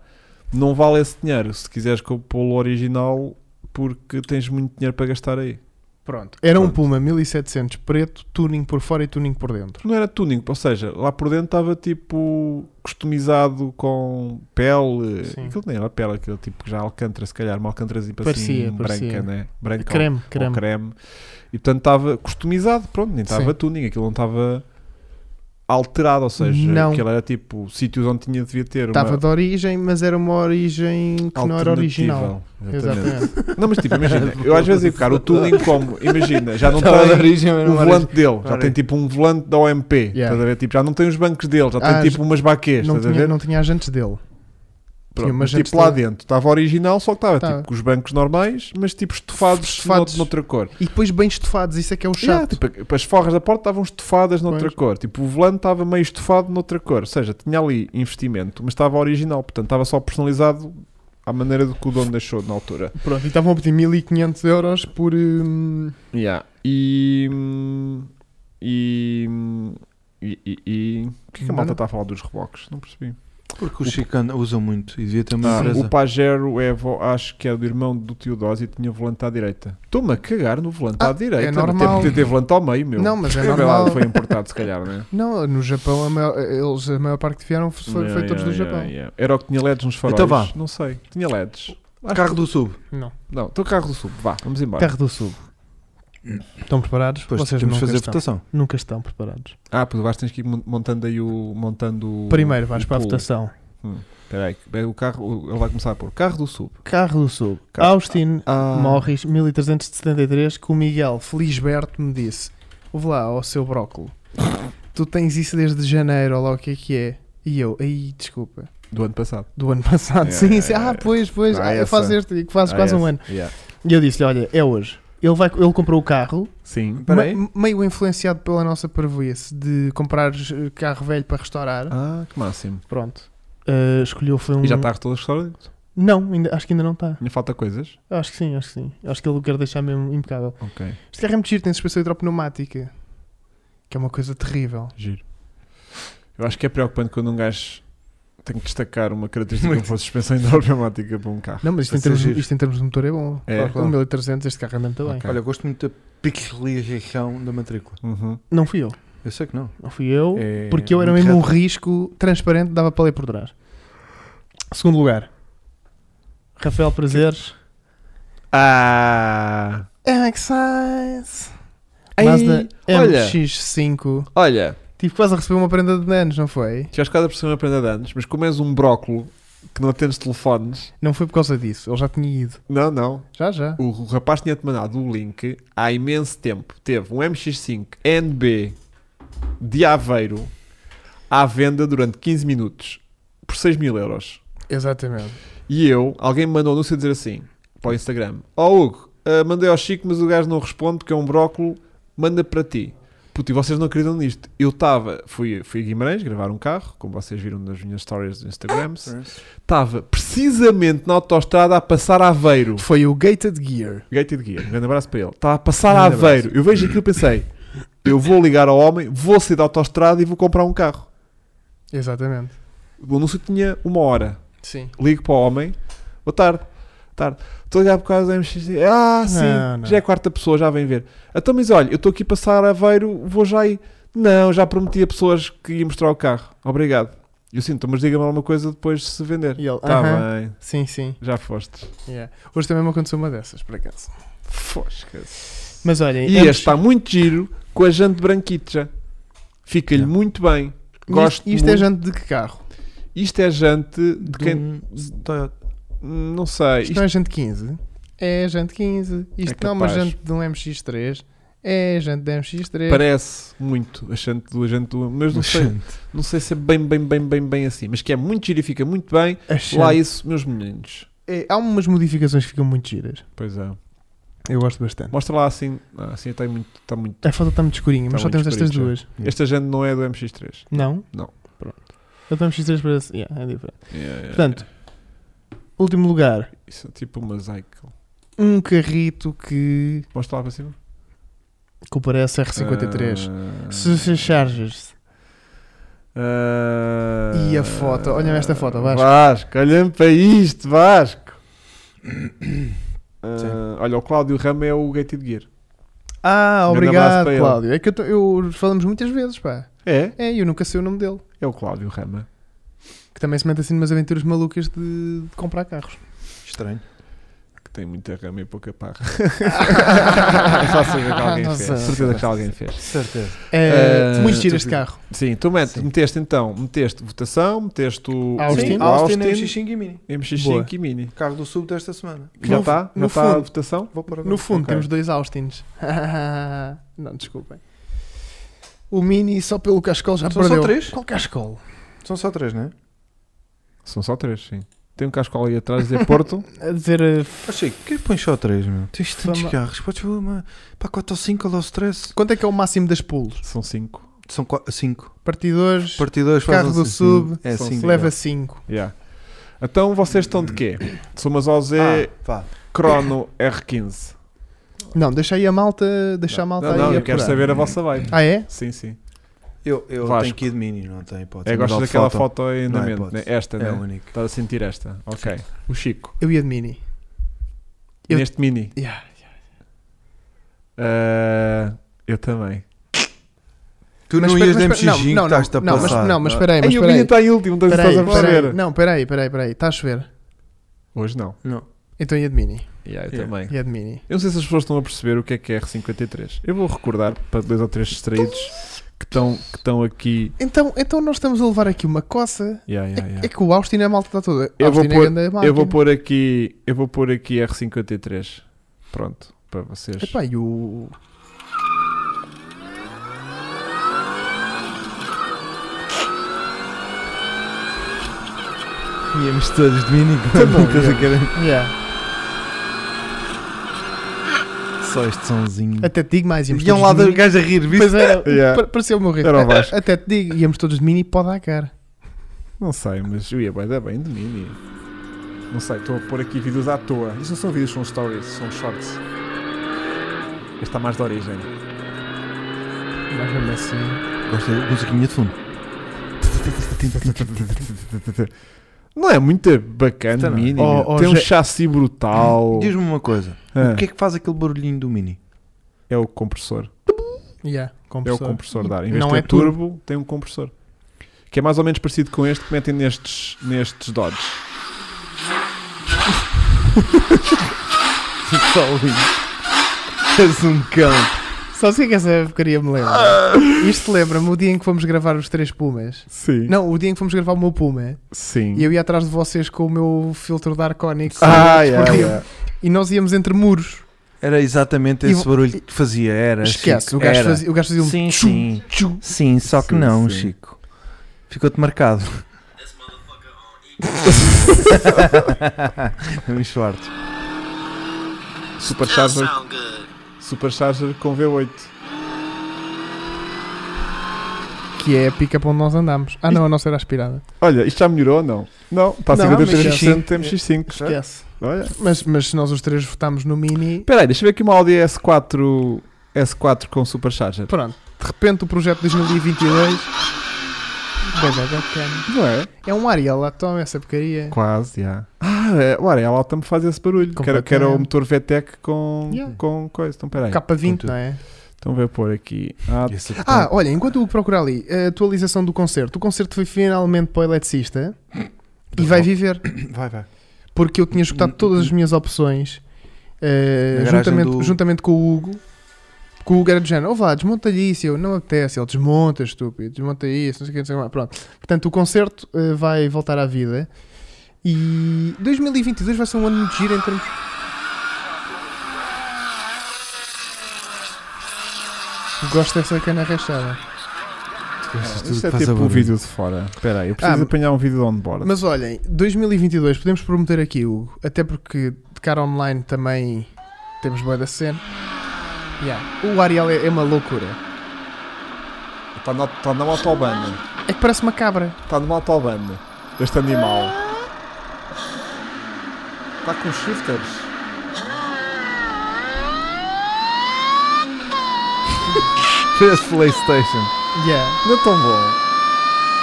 A: não vale esse dinheiro se quiseres que eu pô-lo original porque tens muito dinheiro para gastar aí.
C: Pronto. Era um
A: Pronto.
C: Puma 1700 preto, tuning por fora e tuning por dentro.
A: Não era tuning, ou seja, lá por dentro estava tipo customizado com pele.
C: Sim.
A: Aquilo nem era pele, aquele tipo que já alcântara, se calhar, uma alcântarazinha
E: Parecia,
A: assim,
E: parecia.
A: branca, né? Branca ou-
E: Creme,
A: ou
E: creme.
A: creme. E portanto estava customizado, pronto, nem
C: Sim.
A: estava tuning, aquilo não estava alterado, ou seja,
C: Não.
A: aquilo era tipo sítios onde tinha, devia ter
C: Estava
A: uma
C: de origem, mas era uma origem que não era original.
A: Exatamente.
C: Exatamente.
A: Não, mas tipo, imagina, eu às vezes digo, cara, o tuning como, imagina, já não
E: Estava de
A: tem
E: origem, mas
A: o
E: não era
A: volante dele, já
E: Ora.
A: tem tipo um volante da OMP, estás a ver? Tipo, já não tem os bancos dele, já
C: Ah,
A: tem tipo umas baquês,
C: não,
A: estás a
C: tinha,
A: ver?
C: não tinha agentes dele.
A: Pronto,
C: umas
A: mas
C: antes
A: tipo lá
C: dele.
A: dentro, estava original, só que estava
C: Estava.
A: tipo com os bancos normais, mas tipo estofados,
C: Estofados.
A: estofados. noutra cor.
C: E depois bem estofados, isso é que é o chato.
A: Yeah, tipo, as forras da porta estavam estofadas noutra
C: Pois.
A: cor, tipo o volante estava meio estofado noutra cor, ou seja, tinha ali investimento, mas estava original, portanto estava só personalizado à maneira do que o dono deixou na altura.
C: Pronto, e estavam a pedir 1500 euros por. hum,
A: Yeah. E. hum, E. hum, E. e, e- O que é que a malta
C: Nada.
A: está a falar dos reboques? Não percebi.
B: Porque o
A: O-
B: Chicano usa muito e devia ter uma
A: Ah, o
B: empresa.
A: Pajero Evo, acho que é do irmão do Teodósio e tinha volante à direita. Estou-me a cagar no volante
C: Ah,
A: à direita.
C: é
A: Deve ter-
C: normal.
A: Deve ter volante ao meio, meu.
C: Não, mas é
A: Sei lá,
C: normal.
A: Foi importado, se calhar, né?
C: Não, no Japão, a maior, eles, a maior parte que vieram foi, foi
A: Yeah,
C: todos
A: yeah,
C: do
A: yeah,
C: Japão.
A: yeah. Era o que tinha LEDs nos faróis.
B: Então vá.
A: Não sei. Tinha LEDs.
B: Carro do Sub.
C: Não.
A: Não, estou carro do sul. Vá, vamos embora.
E: Carro do Sul.
C: Estão preparados?
B: Depois
C: Vocês
B: temos de
C: nunca
B: fazer
C: estão.
B: votação.
E: Nunca estão preparados.
A: Ah, pois vais tens que ir mon- montando aí o. Montando o-
C: Primeiro vais
A: o
E: Para a
A: pool.
E: votação.
A: Espera aí, é o carro. Ele vai começar por carro do sul.
E: Carro do Sul.
A: Carro-
E: Austin
A: Ah.
E: Morris, 1373, com o Miguel.
C: Miguel Felisberto me disse: Ouve lá, ó seu brócolo, tu tens isso desde janeiro, ou lá o que é que é? E eu, aí, desculpa,
A: Do ano passado.
C: do ano passado,
A: Yeah,
C: sim,
A: yeah,
C: sim, ah,
A: yeah.
C: pois, pois,
A: É, Ah,
C: ah, eu
A: essa.
C: faço este, que faz
A: é
C: quase um ano.
E: E eu disse-lhe: Olha, é hoje. Ele, vai, ele comprou o carro.
A: Sim.
B: Peraí.
C: Me- meio influenciado pela nossa parvoíce de comprar eh, carro velho para restaurar.
A: Ah, que máximo.
E: Pronto. Uh, escolheu foi um.
C: Uhum.
A: E já tá? está todas as histórias?
E: Não, ainda, acho que ainda não está.
A: Ainda falta coisas?
E: Acho que sim, acho que sim. Acho que ele o quer deixar mesmo impecável.
A: Ok.
C: Este carro é muito giro, tem suspensão hidropneumática, que é uma coisa terrível.
A: Giro. Eu acho que é preocupante quando um gajo tem que destacar uma característica como fosse suspensão hidropneumática para um carro.
C: Não, mas isto em,
B: Vai ser
C: termos,
B: giro.
C: isto em termos de motor é bom.
A: É.
C: O 1300, este carro é anda muito bem.
A: Ok.
B: Olha, eu gosto muito da pixelização da matrícula.
A: Uhum.
E: Não fui eu.
B: Eu sei que não.
E: Não fui eu.
A: É
E: Oh, porque eu era
B: muito
E: mesmo um
B: reto.
E: risco transparente, dava para ler por trás. Segundo lugar, Rafael Prazeres.
A: Ah!
C: Excise!
A: Ei,
E: Mazda
A: olha.
C: MX5.
A: Olha,
C: Tive quase a receber uma prenda de anos, não foi?
A: tiveste cada pessoa a prenda de anos, mas como és um brócolo que não atendes telefones.
C: Não foi por causa disso, ele já tinha ido.
A: Não, não.
C: Já, já.
A: O rapaz tinha-te mandado o link há imenso tempo. Teve um MX5 NB de Aveiro à venda durante 15 minutos por 6 mil euros.
C: Exatamente.
A: E eu, alguém me mandou um anúncio a dizer assim para o Instagram: Ó Hugo, ah, mandei ao Chico, mas o gajo não responde porque é um brócolo, manda para ti. Puto, e vocês não acreditam nisto. Eu estava, fui, fui a Guimarães gravar um carro, como vocês viram nas minhas stories do Instagram. Estava precisamente na autostrada a passar a Aveiro.
C: Foi o Gated Gear.
A: Gated Gear, um grande abraço para ele. Está a passar a
C: Grande
A: Aveiro. Eu vejo aquilo e pensei: eu vou ligar ao homem, vou sair da autostrada e vou comprar um carro.
C: Exatamente.
A: O anúncio tinha uma hora.
C: Sim.
A: Ligo para o homem: boa tarde, boa tarde. Estou a ligar por causa da MX. Ah, sim,
C: Não, não.
A: já é a quarta pessoa, já vem ver. Então, mas olha, eu estou aqui a passar a Aveiro, vou já aí. Não, já prometi a pessoas que ia mostrar o carro. Obrigado. Eu sinto, "Então, mas diga-me alguma coisa depois de se vender.
C: E ele,
A: Está
C: aham.
A: bem,
C: Sim, sim.
A: já foste.
C: yeah. Hoje também me aconteceu uma dessas, por acaso.
A: Fosca-se.
E: Mas olha,
A: E este está muito giro com a jante branquita. Fica-lhe
B: Yeah.
A: muito bem.
C: E
A: Gosto
C: isto, isto é
A: muito.
C: jante de que carro?
A: Isto é jante de quem.
B: um Toyota.
A: Não sei.
C: Isto,
A: Isto
C: não é jante 15? É jante 15. Isto
A: É
C: não é uma
A: capaz.
C: jante de um MX3. É jante de MX3.
A: parece muito a jante do. A jante do mas não sei, não sei se é bem, bem, bem, bem, bem assim. Mas que é muito giro e fica muito bem.
C: A jante-
A: Lá isso, meus meninos.
C: É, há umas modificações que ficam muito giras.
A: Pois é.
C: Eu gosto bastante.
A: Mostra lá assim. Ah, assim está muito. Está muito.
C: A foto está muito escurinha, mas
A: Está
C: só temos
A: muito
C: Então estas
A: escurinha,
C: duas.
A: Esta jante não é do MX3.
E: Não?
A: Não.
E: Pronto.
C: Então
E: Eu tenho X3 para. Yeah, é diferente.
A: É,
E: Portanto, último lugar.
A: Isso é tipo uma Zycle.
C: Um carrito que
A: Mostra lá para cima.
E: Que parece R53. Se fechares.
A: Ah.
C: E a foto? Olha-me esta foto, Vasco.
A: Vasco, olha-me para isto, Vasco. Ah, olha, o Cláudio Rama é o Gated Gear.
C: Ah,
A: Grande abraço
C: obrigado,
A: para ele.
C: Cláudio. É que eu, tô- eu- falamos muitas vezes, pá.
A: É,
C: É, eu nunca sei o nome dele.
A: é o Cláudio Rama.
C: Que também se mete assim numas aventuras malucas de, de comprar carros.
B: Estranho.
A: Que tem muita rama e pouca parra. É Só certeza que alguém
C: Nossa.
A: fez. Certeza que alguém fez.
B: Certeza.
C: É,
A: Eh,
C: muito giro este carro.
A: Sim, tu mete-
C: Sim.
A: meteste então, meteste votação, meteste o
C: Austin.
A: Sim, o
B: Austin,
A: Austin,
B: MX5 e Mini.
A: MX5 e Mini.
B: Carro do sub desta semana.
A: Já
C: No-
A: está? Já
C: no
A: está a
C: fundo-
A: votação?
B: Vou pôr agora.
C: No fundo,
A: Ok.
C: temos dois Austins. não, desculpem. O Mini, só pelo Cascol, já
B: São só
C: perdeu.
B: três?
C: Qual Cascol?
B: São só três, não é?
A: São só três, sim. Tem um casco ali atrás dizer Porto.
E: A dizer. eh, f-
B: Achei, que pões só três, meu? Tens tantos
E: Fama-
B: carros. Podes pôr uma. Pá, 4 ou 5 ou 13.
C: Quanto é que é o máximo das pulos?
A: São cinco.
B: São 5.
C: Partidores,
B: Partidores
A: um
C: Carro do sub,
B: É
A: são
B: 5.
A: cinco.
C: leva 5.
A: Yeah. Então vocês estão de quê? Somas OZ
B: Ah, vá.
A: Crono R15.
C: Não, deixa aí a malta, deixa a malta
A: Não,
C: aí
A: não, eu
C: apurar.
A: quero saber a vossa vibe.
C: Ah é?
A: Sim, sim.
B: Eu, eu
A: Vasco.
B: tenho que ir de Mini, não tem hipótese.
A: Eu gosto
B: Mudar de
A: daquela foto, aí na
B: Não é
A: mente. né?
B: hipótese.
A: Esta,
B: É
A: né?
B: o único.
A: Estás a sentir esta. Ok. O Chico.
C: Eu ia de Mini. Eu-
A: Neste mini.
C: Yeah,
A: Ah, eu também.
B: Tu não
C: Mas
B: ias de
C: espera- mas espera-
B: MX5,
C: não, não,
B: estás-te a
C: não, mas-
B: passar.
C: Não, mas espera aí, mas
A: Ei, o
C: espera
A: mini
C: aí.
A: está em último, então
C: Espera aí,
A: estás a
C: espera aí.
A: perceber.
C: Não, espera aí, espera aí, espera aí. Está a chover.
A: Hoje não.
C: Então ia de Mini.
A: Yeah, eu
B: Yeah.
A: também.
C: Ia de Mini.
A: Eu não sei se as pessoas estão a perceber o que é que é R53. Eu vou recordar para dois ou três distraídos que estão, que estão aqui.
C: Então, então nós estamos a levar aqui uma coça.
A: Yeah, yeah,
C: É-
A: yeah.
C: É, que o Austin é malta está toda.
A: Eu vou
C: Austin
A: pôr-
C: é grande máquina.
A: Eu vou pôr aqui, eu vou pôr aqui R53. Pronto, para vocês.
C: Epá, e o.
B: Íamos todos de Mini com
C: Também,
B: muitas
C: yeah.
B: a querer.
C: Yeah.
B: Só este sonzinho.
C: Até te digo mais,
A: é
C: íamos
A: um
B: Iam
C: todos
B: lá
C: de
B: dos
C: mini.
B: gajos a rir, viste?
C: Pois era,
A: Yeah.
C: pa- parecia o meu ritmo.
A: Era o Vasco.
C: Até te digo, íamos todos de mini para dar cara.
A: Não sei, mas eu ia bué da bem de mini. Não sei, estou a pôr aqui vídeos à toa. Isto não são vídeos, são stories, são shorts. Este está mais de origem.
C: Mas mesmo assim.
B: Gosto da musiquinha de fundo.
A: Não é muito bacana,
B: Está Então não.
A: mini.
C: Oh,
A: meu.
C: oh,
A: Tem um
C: já-
A: chassi brutal.
B: Diz-me uma coisa.
A: Ah,
B: O que é que faz aquele barulhinho do Mini?
A: É o compressor.
C: Yeah,
A: É o
C: compressor.
A: compressor da ar. Em vez
C: Não
A: de ter
C: é
A: turbo,
C: turbo.
A: tem um compressor. Que é mais ou menos parecido com este que metem nestes, nestes Dodge.
B: És um cão.
C: Só sei que essa porcaria me lembra. Isto lembra-me o dia em que fomos gravar os três Pumas.
A: Sim.
C: Não, o dia em que fomos gravar o meu Puma.
A: Sim.
C: E eu ia atrás de vocês com o meu filtro de Arconic.
A: Ah,
C: Sim,
A: yeah,
C: porque-
A: yeah.
C: E nós íamos entre muros.
B: Era exatamente
C: E
B: esse
C: vo-
B: barulho que fazia. Era.
C: Esquece.
B: Chico,
C: O gajo,
B: era.
C: fazia, o gajo fazia um
B: Sim,
C: tchum,
B: sim.
C: tchum.
B: Sim, só que
A: Sim,
B: não,
A: sim.
B: Chico. Ficou-te marcado. Luís Schwartz.
A: Supercharger. Supercharger com V8.
C: Que é a pica para onde nós andamos. Ah não, a nossa era aspirada.
A: Olha, isto já melhorou ou não? Não, está a
C: Não,
A: 53%,
C: mas-
A: temos X5.
C: Esquece.
A: Olha.
C: Mas, mas se nós os três votámos no Mini.
A: Espera aí, deixa eu ver aqui uma Audi S4, S4 com Supercharger.
C: Pronto. De repente o projeto 2022. Bué da bacana.
A: Não é?
C: É um Ariel lá, toma essa porcaria.
A: Quase, já. Ah, é, ora, ela também faz esse barulho. Que era, que era o motor VTEC com,
C: Yeah.
A: com coisa. Então, espera aí.
C: K20,
B: tudo.
C: não é?
A: Então, vou pôr aqui. Ah,
C: Ah, olha, enquanto eu procurar ali a atualização do concerto, o concerto foi finalmente para o eletricista e vai viver,
B: Vai, vai.
C: porque eu tinha escutado todas as minhas opções eh,
B: Hum, Na garagem
C: juntamente,
B: do-
C: juntamente com o Hugo. Que o Hugo era do género, oh vá, desmonta-lhe isso, E eu não me apetece, ele desmonta, estúpido, desmonta isso, não sei o que, não sei o que mais. Pronto, portanto, o concerto eh, vai voltar à vida e 2022 vai ser um ano muito giro em termos. Gosto dessa cana rachada.
A: isto é tipo um vídeo de fora. Espera aí, eu preciso
C: Ah,
A: apanhar um vídeo de onboard.
C: Mas olhem, 2022 podemos prometer aqui, Hugo, até porque de cara online também temos boa da cena. Yeah. O Ariel é, é uma loucura.
A: Está na, tá numa autobana.
C: É que parece uma cabra.
A: Está numa autobana. Este animal. Está com shifters.
B: Fez PlayStation.
C: Yeah.
A: Não é tão bom.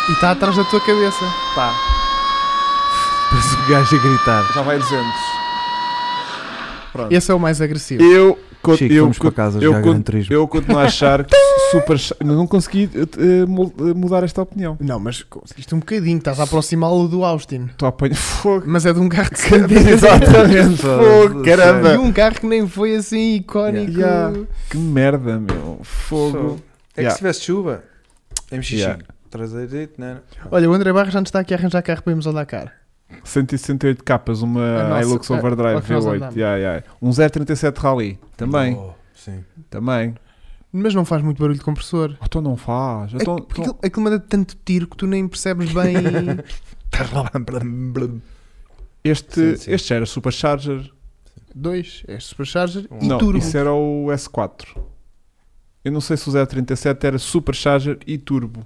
C: E está atrás da tua cabeça.
A: Tá,
B: Parece o gajo a gritar.
A: já vai 200. Pronto.
C: Esse é o mais agressivo.
A: Eu co-
B: Chico,
A: eu,
B: vamos
A: co-
B: para casa
A: eu
B: jogar
A: con-
B: Gran Turismo.
A: eu continuo a achar que super. cha- Mas não consegui eh, mul- eh, mudar esta opinião.
C: Não, mas conseguiste um bocadinho, estás a aproximá-lo do Austin.
A: Estou a apanhar fogo.
C: Mas é de um carro de candidato.
A: Exatamente.
B: Fogo,
A: fogo,
C: E
A: caramba.
C: um carro que nem foi assim icónico.
A: Yeah. Yeah. Que merda, meu. Fogo.
B: É que
A: Yeah.
B: se tivesse chuva, MX5.
A: Yeah.
B: Traseirito, não era?
E: Olha, o André Barra já nos está aqui a arranjar carro para irmos ao Dakar.
A: 168 capas,
C: A
A: uma
C: nossa-
A: Hilux
C: a-
A: Overdrive
C: a que nós
A: V8.
C: andamos.
A: Yeah, yeah. Um 037 Rally. Também.
B: Oh, sim.
A: Também.
C: Mas não faz muito barulho de compressor.
A: Oh, então não faz. Então,
C: Aqu- Aquilo, aquilo manda tanto tiro que tu nem percebes bem.
B: Sim,
A: Este,
B: sim.
A: este já era Supercharger.
C: Dois, é Supercharger e
A: não,
C: Turbo.
A: isso era o S4. Eu não sei se o 037 era Supercharger e Turbo.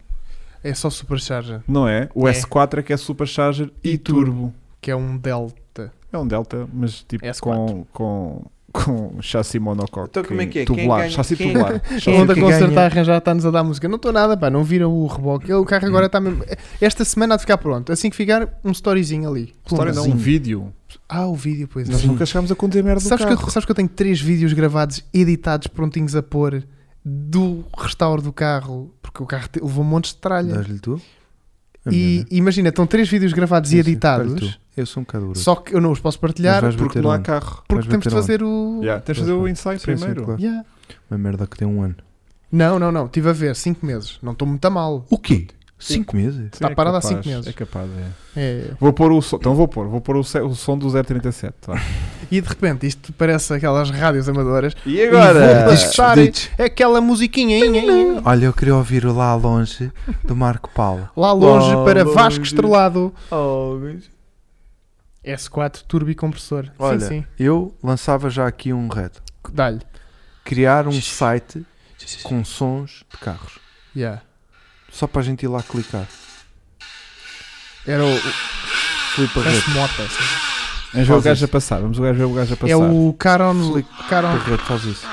C: É só Supercharger,
A: Não é? O
C: É.
A: S4 é que é Supercharger e,
C: E
A: turbo.
C: turbo. que é um Delta.
A: É um Delta, mas tipo com,
C: S4.
A: com, com chassi monocoque.
B: É Então como é que é? Quem
A: Tubular,
B: ganha-
A: chassi
B: quem-
A: tubular. é
E: A
C: é
A: Chassi
E: onda
B: que
E: concerto
B: ganha?
E: a arranjar está-nos a dar música. Não estou nada, pá, não viram o reboque. O carro agora está mesmo. Esta semana há de ficar pronto. Assim que ficar, um storyzinho ali.
A: História não, um vídeo.
C: Ah, o vídeo, pois é.
A: Nós nunca chegámos a conduzir merda do
C: Sabes que, eu,
A: carro.
C: sabes que eu tenho três vídeos gravados, editados, prontinhos a pôr do restauro do carro, porque o carro te- levou um monte de tralha.
B: Dás-lhe tu? A minha,
C: E
B: né?
C: imagina, estão três vídeos gravados
B: Sim,
C: e
B: sim, dá-lhe
C: editados,
B: tu. Eu sou um bocado duro.
C: só que eu não os posso partilhar
B: Mas vais
A: Porque
B: bater
A: não há
B: onde?
A: carro.
B: vais
C: porque temos de
B: bater
C: fazer o.
A: Yeah, tens de fazer o ensaio
B: Sim, sim,
A: primeiro.
B: claro.
C: Yeah.
B: Uma merda que tem um ano.
C: Não, não, não. Estive a ver, cinco meses. Não estou muito a mal.
B: O quê? 5 meses?
A: Sim,
C: Está parado há
A: capaz,
C: cinco meses.
A: É capaz, é.
C: É.
A: Vou pôr o som. Então vou pôr. Vou pôr o, se- o som do 037. vá.
C: E de repente isto parece aquelas rádios amadoras.
A: E
C: agora?
A: vou-
C: Discos Estar-
B: Dites.
C: Aquela musiquinha hein, hein, hein.
B: Olha, eu queria ouvir o Lá Longe do Marco Paulo.
C: lá longe
B: Lá
C: para
B: longe.
C: Vasco Estrelado.
B: Oh, bicho.
C: S4 turbo e compressor.
B: Olha.
C: Sim, sim.
B: Eu lançava já aqui um reto.
C: Dá-lhe.
B: Criar um site com sons de carros.
C: Yeah.
B: Só para a gente ir lá clicar.
C: Era o,
B: Filipe
C: Parece
B: Reto.
C: mota. assim.
A: Vamos ver o
B: Faz
A: gajo a passar. Vamos ver o gajo a passar.
C: É o Caron.
B: Flick.
C: Caron.
B: Filipe Reto faz isso.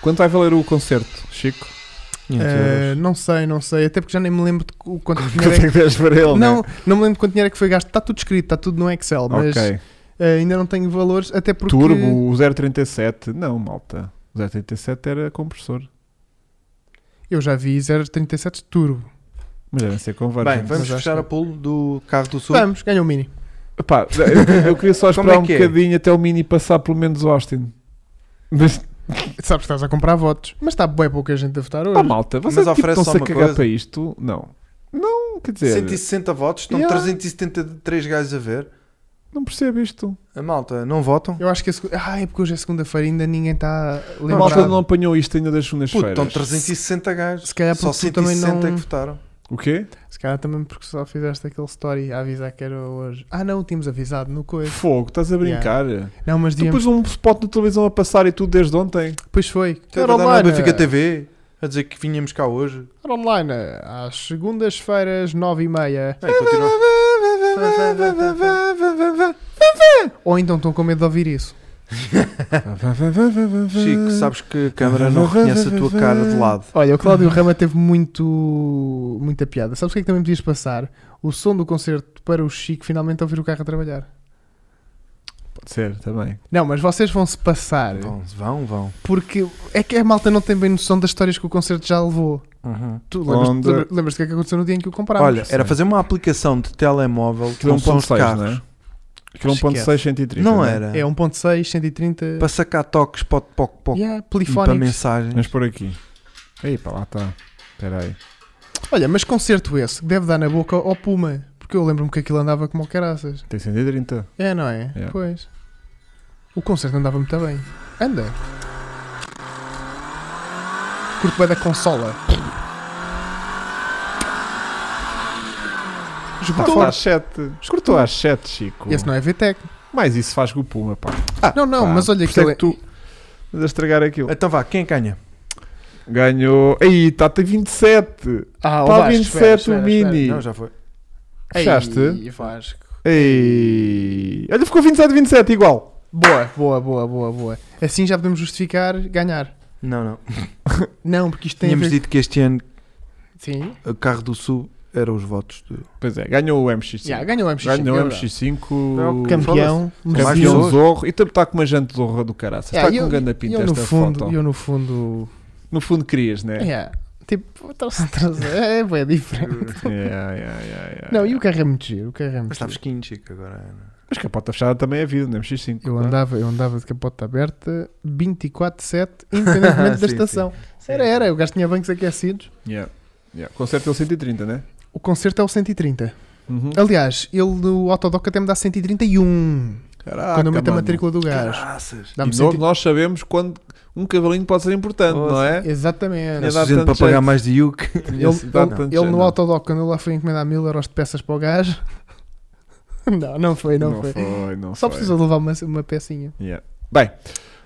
A: Quanto vai valer o concerto, Chico?
C: eh,
B: 500
C: não sei, não sei. Até porque já nem me lembro de o quanto dinheiro é
A: Quanto é
C: que...
A: que deste para ele?
C: Não,
A: né?
C: não me lembro quanto dinheiro é que foi gasto. Está tudo escrito, está tudo no Excel, mas
A: Ok.
C: eh, ainda não tenho valores, até porque.
A: Turbo, o 037. Não, malta. O 037 era compressor.
C: Eu já vi 037 turbo.
A: Mas devem ser
B: euros.
A: convergentes.
B: Bem, vamos
C: Mas acho
B: fechar
C: que-
B: a pulo do carro do sul.
C: Vamos, ganha o mini.
A: Epá, eu, eu queria só
B: Como
A: esperar
B: é
A: um
B: que é?
A: bocadinho até o Mini passar pelo menos o Austin. Mas,
C: Sabes que estás a comprar votos. Mas está bem pouca gente a votar hoje.
A: ah, malta, vocês
B: Mas
A: tipo,
B: oferece só
A: estão-se a
B: uma
A: cagar
B: coisa.
A: para isto? Não. Não, quer dizer,
B: 160 votos, estão
A: Yeah.
B: 373 gajos a ver.
A: não percebo isto.
B: A malta, não votam?
C: Eu acho que é, segu- ah, é porque hoje é segunda-feira e ainda ninguém está
A: A malta
C: lembrado.
A: não apanhou isto ainda das
B: Puto,
A: segundas-feiras.
B: estão 360 gajos.
C: Se calhar
B: Só
C: porque tu também
B: 160 é
C: não-
B: que votaram.
A: O quê?
C: Se calhar também porque só fizeste aquele story a avisar que era hoje. Ah, não, tínhamos avisado no coisa.
A: Fogo, estás a brincar?
C: Não, mas
A: Tu
C: depois...
A: pôs um spot na televisão a passar e tudo desde ontem.
C: depois foi.
B: Então Era
C: Era
B: na
C: online.
B: Benfica TV a dizer que vinhamos cá hoje.
C: Era online às segundas-feiras, 9h30.
B: Bem, continua.
C: Ou então estão com medo de ouvir isso.
B: Chico, sabes que a câmara não reconhece a tua cara de lado.
C: Olha, o Cláudio Rama teve muito, muita piada. Sabes o que é que também podias passar? O som do concerto para o Chico finalmente ouvir o carro a trabalhar.
A: Pode ser, também.
C: Não, mas vocês vão-se passar.
B: Vão, vão, vão.
C: Porque é que a malta não tem bem noção das histórias que o concerto já levou. Tu
A: Onde-
C: lembras-te lembra- lembras-te do que é que aconteceu no dia em que o compraram?
B: Olha, era fazer uma aplicação de telemóvel
C: Tipo
A: Aquilo é
C: um
B: com sons de
A: 1.6,
B: carros.
A: não é? Aquilo é 1.6, 130.
B: Não
A: é?
B: era.
C: É é 1.6, 130.
B: Para sacar toques para o poc poc
C: Yeah,
B: um e para é
C: polifónicos.
B: mensagens.
A: Vamos por aqui. Aí, pá, lá está. Espera aí.
C: Olha, mas concerto esse que deve dar na boca ao Puma. Porque eu lembro-me que aquilo andava como o caraças.
A: Tem 130.
C: É, não é?
A: Yeah.
C: Pois. O concerto andava muito bem. Anda. Curto bem da consola.
A: Escutou
C: Esgotou.
A: às 7. Tá Escutou às 7, Chico.
C: Esse não é VTEC.
A: Mas isso faz com o Puma, pá.
C: não, não,
A: Pá,
C: mas olha é-
A: por isso é
C: aquele.
A: que tu. Mas a estragar aquilo.
B: Então vá, quem ganha?
A: Ganhou. tá Aí, está até 27.
C: Ah,
A: Está 27 o Mini.
B: Não, já foi.
A: Fechaste?
C: Ei, Vasco.
A: Ei. Olha, ficou 27, 27, igual.
C: Boa, boa, boa, boa, boa. Assim já podemos justificar ganhar.
B: Não, não.
C: Não, porque isto tem
B: Tínhamos
C: a ver...
B: dito que este ano
C: Sim,
B: o carro do Sul era os votos do.
A: Pois é, ganhou o MX5.
C: já, ganhou o MX-5.
A: ganhou
C: é
A: o
C: verdade.
E: É o
A: MX5.
E: campeão.
B: Mas
A: Campeão
B: pessoas.
A: Zorro. E também está com uma jante zorra do caraça.
C: Yeah,
A: está com
C: É, eu-
A: um ganda pinta
C: eu, no
A: esta
C: fundo,
A: foto.
C: eu É. no fundo...
A: No fundo querias, né?
C: yeah, Tipo, trouxe, trouxe, é, é bué diferente.
A: Yeah, yeah, yeah, yeah,
C: Não, e
A: yeah.
C: o carro é muito giro, o carro é muito
B: Mas está
C: giro.
B: fresquinho, Chico, agora. Ana.
A: Mas capota fechada também é vida no MX5.
C: Eu
B: Tá.
A: claro.
C: andava, eu andava de capota aberta 24-7, independentemente da
B: Sim,
C: estação. Era, era, o gajo tinha bancos aquecidos.
A: Yeah. Yeah. Concerto é o 130, né?
C: O concerto é o 130.
A: Uhum.
C: Aliás, ele no Autodoc até me dá 131.
A: Caraca,
C: quando eu meto a
A: mano.
C: matrícula do gajo.
B: Caraças!
A: E
C: Dá-me
A: nós,
C: 100
A: nós sabemos quando um cavalinho pode ser importante,
B: Oh,
A: não é?
C: Exatamente.
A: Tinha
B: Era
A: dado
B: suficiente para
A: tanto
B: pagar
A: jeito.
B: mais de Yuke.
A: Tinha
C: Ele,
A: dado
C: ele-
A: tanto
C: ele
A: jeito,
C: no
A: não.
C: Autodoc, quando ele lá foi encomendar mil euros de peças para o gajo. não, não foi, não, foi.
A: não
C: Só
A: foi.
C: precisou de levar uma, uma pecinha.
A: Yeah. Bem,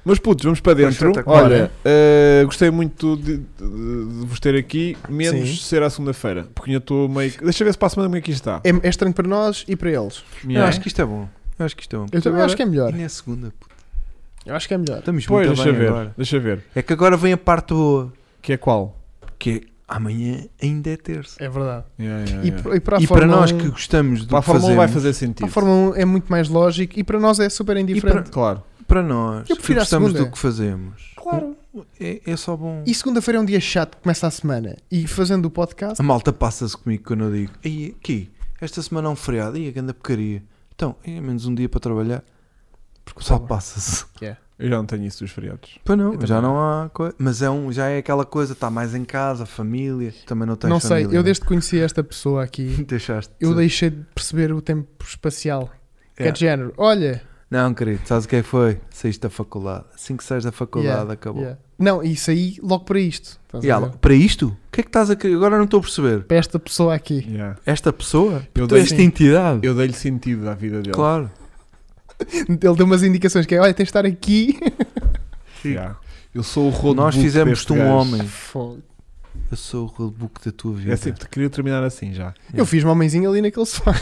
A: meus putos, vamos para
B: Pois
A: dentro.
B: espetacular,
A: Olha,
B: hein?
A: eh, gostei muito de, de- de vos ter aqui, menos
C: Sim.
A: ser à segunda-feira, porque eu estou meio. que- Deixa eu ver se para a semana como é que isto está.
C: É, é estranho para nós e para eles.
B: Eu
A: Yeah.
B: acho que isto é bom. Eu acho que isto é bom.
C: Eu também acho que é melhor.
B: E na segunda, puto.
C: Eu acho que é melhor.
B: Estamos
A: Pois,
B: muito
A: deixa
B: bem
A: ver,
B: agora.
A: deixa ver.
B: É que agora vem a parte boa,
A: Que é qual?
B: que é amanhã ainda é terça.
C: É verdade.
A: Yeah, yeah,
C: E,
A: yeah.
C: pra- e para a
B: Ah, E para
C: Fórmula
B: nós
C: 1
B: que gostamos do
A: Para a
B: que
A: Fórmula
B: fazemos,
A: 1 vai fazer
C: Para
A: sentido.
C: a Fórmula 1 é muito mais lógico e para nós é super indiferente.
A: Claro.
B: para nós
C: Eu
B: que
C: prefiro a
B: gostamos
C: segunda.
B: do que fazemos,
C: Claro.
B: é, é só bom.
C: E segunda-feira é um dia chato que começa a semana. E fazendo o podcast,
B: A malta passa-se comigo quando eu digo, Ei, aqui, esta semana é um feriado, e a grande porcaria. Então, é menos um dia para trabalhar, porque o pessoal passa-se.
A: Eu já não tenho isso dos feriados.
B: Pois não,
C: também
B: já
C: não.
B: não há coisa. Mas é um, já é aquela coisa, está mais em casa, família, também não tens
C: não sei,
B: família,
C: eu
B: né?
C: desde que conheci esta pessoa aqui,
B: Deixaste.
C: eu deixei de perceber o tempo espacial. Que é
B: Yeah.
C: de género, olha.
B: Não, querido, sabes o que é que foi? Saíste da faculdade. Assim que sais da faculdade,
C: yeah,
B: acabou.
C: yeah. Não, isso aí logo para isto. Estás a
B: E ela,
C: ver?
B: para isto? O que é que estás a querer? Agora não estou a perceber.
C: Para esta pessoa aqui.
A: Yeah.
B: Esta pessoa?
A: Eu
B: Tu,
A: dei-
B: esta entidade?
A: Eu dei-lhe sentido à vida dele.
B: Claro.
C: Ele deu umas indicações que é, olha, tens de estar aqui.
A: Yeah. Eu sou o Rodolfo.
B: Nós fizemos-te um homem.
C: Fogo.
B: Eu sou o roadbook da tua vida.
A: É assim, te queria terminar assim já.
C: Eu fiz uma homenzinho ali naquele sofá.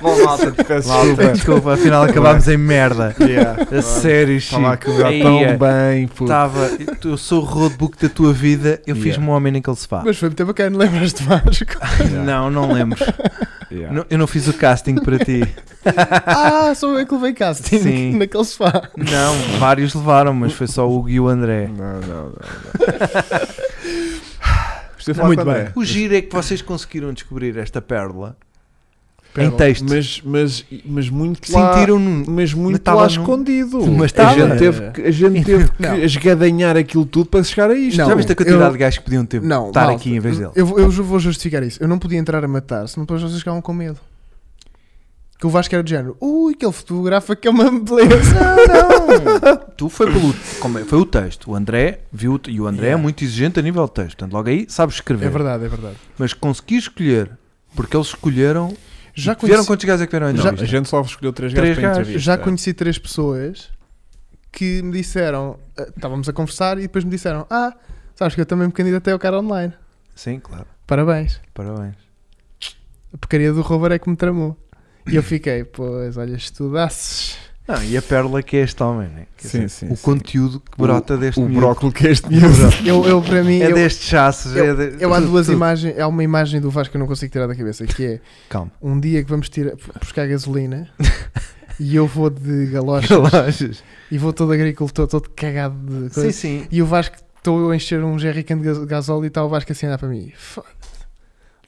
B: Bom, malta,
A: Peço
B: desculpa, desculpa,
A: é.
B: afinal acabámos em merda. A sério, é. Tá, Chico.
A: Estava a acabar tão tá um bem, puto.
B: Tava, eu sou o roadbook da tua vida. Eu fiz
A: Yeah.
B: um homem naquele sofá.
C: Mas foi muito bacana, lembras-te Vasco?
A: Yeah.
B: Não, não lembro.
A: Yeah.
B: Não- eu não fiz o casting para ti.
C: ah, sou eu que levei casting
B: Sim.
C: naquele sofá.
B: Não, vários levaram, mas foi só o Hugo e o André.
A: Não, não, não. não. Gostei de falar
C: Muito
A: com o André.
C: bem.
B: O giro é que vocês conseguiram descobrir esta pérola,
C: Pérola.
B: em texto.
A: Mas, mas, mas muito lá,
B: Sentiram no
A: mas muito
B: Mas
A: lá
B: tava num-
A: escondido.
B: Mas tá
A: a
B: tava.
A: gente teve que, a gente teve que
C: Não.
A: esgadanhar aquilo tudo para chegar a isto.
C: Não.
B: Já viste a quantidade
C: eu-
B: de gajos que podiam ter
C: Não,
B: Tipo, estar
C: malta,
B: aqui em vez dele?
C: Eu, vou- eu ju- vou justificar isso. Eu não podia entrar a matar, senão depois vocês ficavam com medo. Que o Vasco era de género. Ui, aquele fotografa que é uma beleza.
B: Não, não. tu foi pelo. como é- foi o texto. O André viu e o André é
C: Yeah.
B: muito exigente a nível de texto. Portanto, logo aí sabes escrever.
C: É verdade, é verdade.
B: Mas consegui escolher. Porque eles escolheram.
C: Já
B: Vieram é.
C: conheci,
B: quantos gajos é que vieram à
C: Já-
A: A
B: entrevista?
A: gente só escolheu três
B: Três
A: gajos para a
B: gajos.
A: entrevista.
C: já conheci três pessoas que me disseram. ah, Estávamos a conversar e depois me disseram: Ah, sabes que eu também me candidatei ao cara online.
B: Sim, claro.
C: Parabéns.
B: Parabéns.
C: A porcaria do rover é que me tramou. E eu fiquei, pois, olha, estudasses.
B: Não, e a pérola que é este homem, né? Quer
A: Sim,
B: dizer,
A: sim,
B: O
A: sim.
B: conteúdo que brota deste
A: O
B: miúdo.
A: brócolis que é este miúdo.
B: Miúdo.
C: Eu, eu para mim,
B: É
C: eu,
B: destes chassos. é de-
C: eu há
B: tudo,
C: duas
B: tudo.
C: imagens. Há uma imagem do Vasco que eu não consigo tirar da cabeça, que é
B: Calma.
C: um dia que vamos tirar, buscar gasolina e eu vou de galochas
B: Relaxas.
C: e vou todo agricultor, todo cagado de coisa.
B: Sim, sim.
C: E o Vasco, estou eu a encher um jerrycan de gas- gasóleo e está o Vasco assim a andar para mim.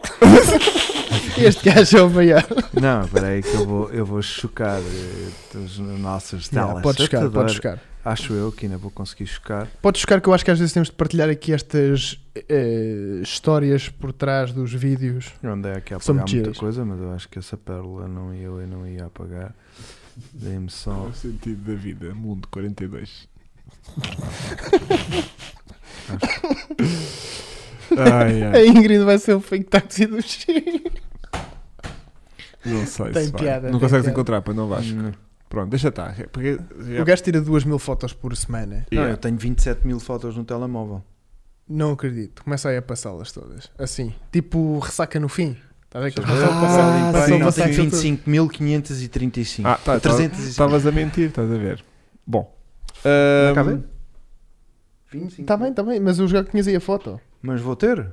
C: Foda-se. este gajo é o maior.
B: Não, espera aí que eu vou, eu vou chocar eh, os nossos
C: Não,
B: telas.
C: pode chocar,
B: Adoro.
C: pode chocar.
B: Acho eu que ainda vou conseguir chocar.
C: Pode chocar que eu acho que às vezes temos de partilhar aqui estas eh, histórias por trás dos vídeos.
B: Eu andei aqui a
C: São
B: apagar muita
C: mentiras.
B: coisa, mas eu acho que essa pérola não ia, eu não ia apagar. Dei-me só. um
A: O sentido da vida, mundo 42. ai,
C: A
A: ai,
C: Ingrid vai ser o fake taxi do Chico.
A: não sei
C: Tem
A: se vai.
C: piada,
A: Não
C: tem
A: consegues
C: piada.
A: encontrar, para não vais.
B: Não,
A: Pronto, deixa estar. É Porque, já-
C: O gajo tira 2 mil fotos por semana.
A: Yeah.
B: eu tenho 27 mil fotos no telemóvel.
C: Não acredito. Começa aí a passá-las todas. Assim. Tipo, ressaca no fim. Estás a ver que eles
B: Ah,
C: passam a passar-
A: sim,
C: passam a
A: sim,
B: não,
C: passar
B: tenho
C: aquilo tudo.
B: 25.535.
A: Ah, tá, tá.
B: 305.
A: Estavas a mentir, estás a ver? Bom, hum, Ahm,
B: cá ver?
C: Tá
B: Tá
E: Está bem, está bem, mas eu já tinhas aí a foto.
B: Mas vou ter?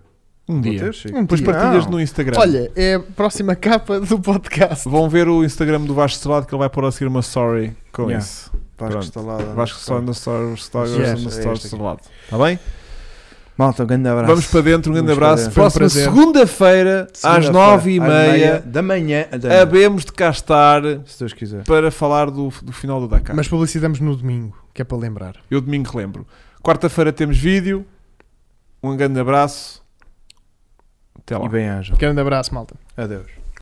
A: um
B: Vou
A: dia.
B: ter, Chico.
E: Um
A: Depois
E: dia.
A: partilhas
B: Não.
A: no Instagram.
E: Olha, é a próxima capa do podcast.
A: Vão ver o Instagram do Vasco Salado que ele vai pôr a seguir uma story com
B: Yeah.
A: isso.
B: Vasco
A: Pronto.
B: Estalada.
A: Vasco Salado na story, story,
B: Yes,
A: na
B: é
A: story
B: este aqui.
A: Salado. Está bem?
B: Malta, um grande abraço.
A: Vamos para dentro, um grande
B: Vamos para
A: abraço.
B: dentro.
C: Foi um
A: Próxima
C: prazer.
A: segunda-feira, às
B: Segunda-feira,
A: nove e
B: às
A: meia,
B: da manhã. Da manhã
A: habemos de cá estar
B: se Deus quiser.
A: para falar do, do final do Dakar.
C: Mas publicitamos no domingo, que é para lembrar.
A: Eu domingo relembro. Quarta-feira temos vídeo. Um grande abraço. Até lá.
B: E bem haja.
A: Tá
E: Grande abraço, malta.
B: Adeus.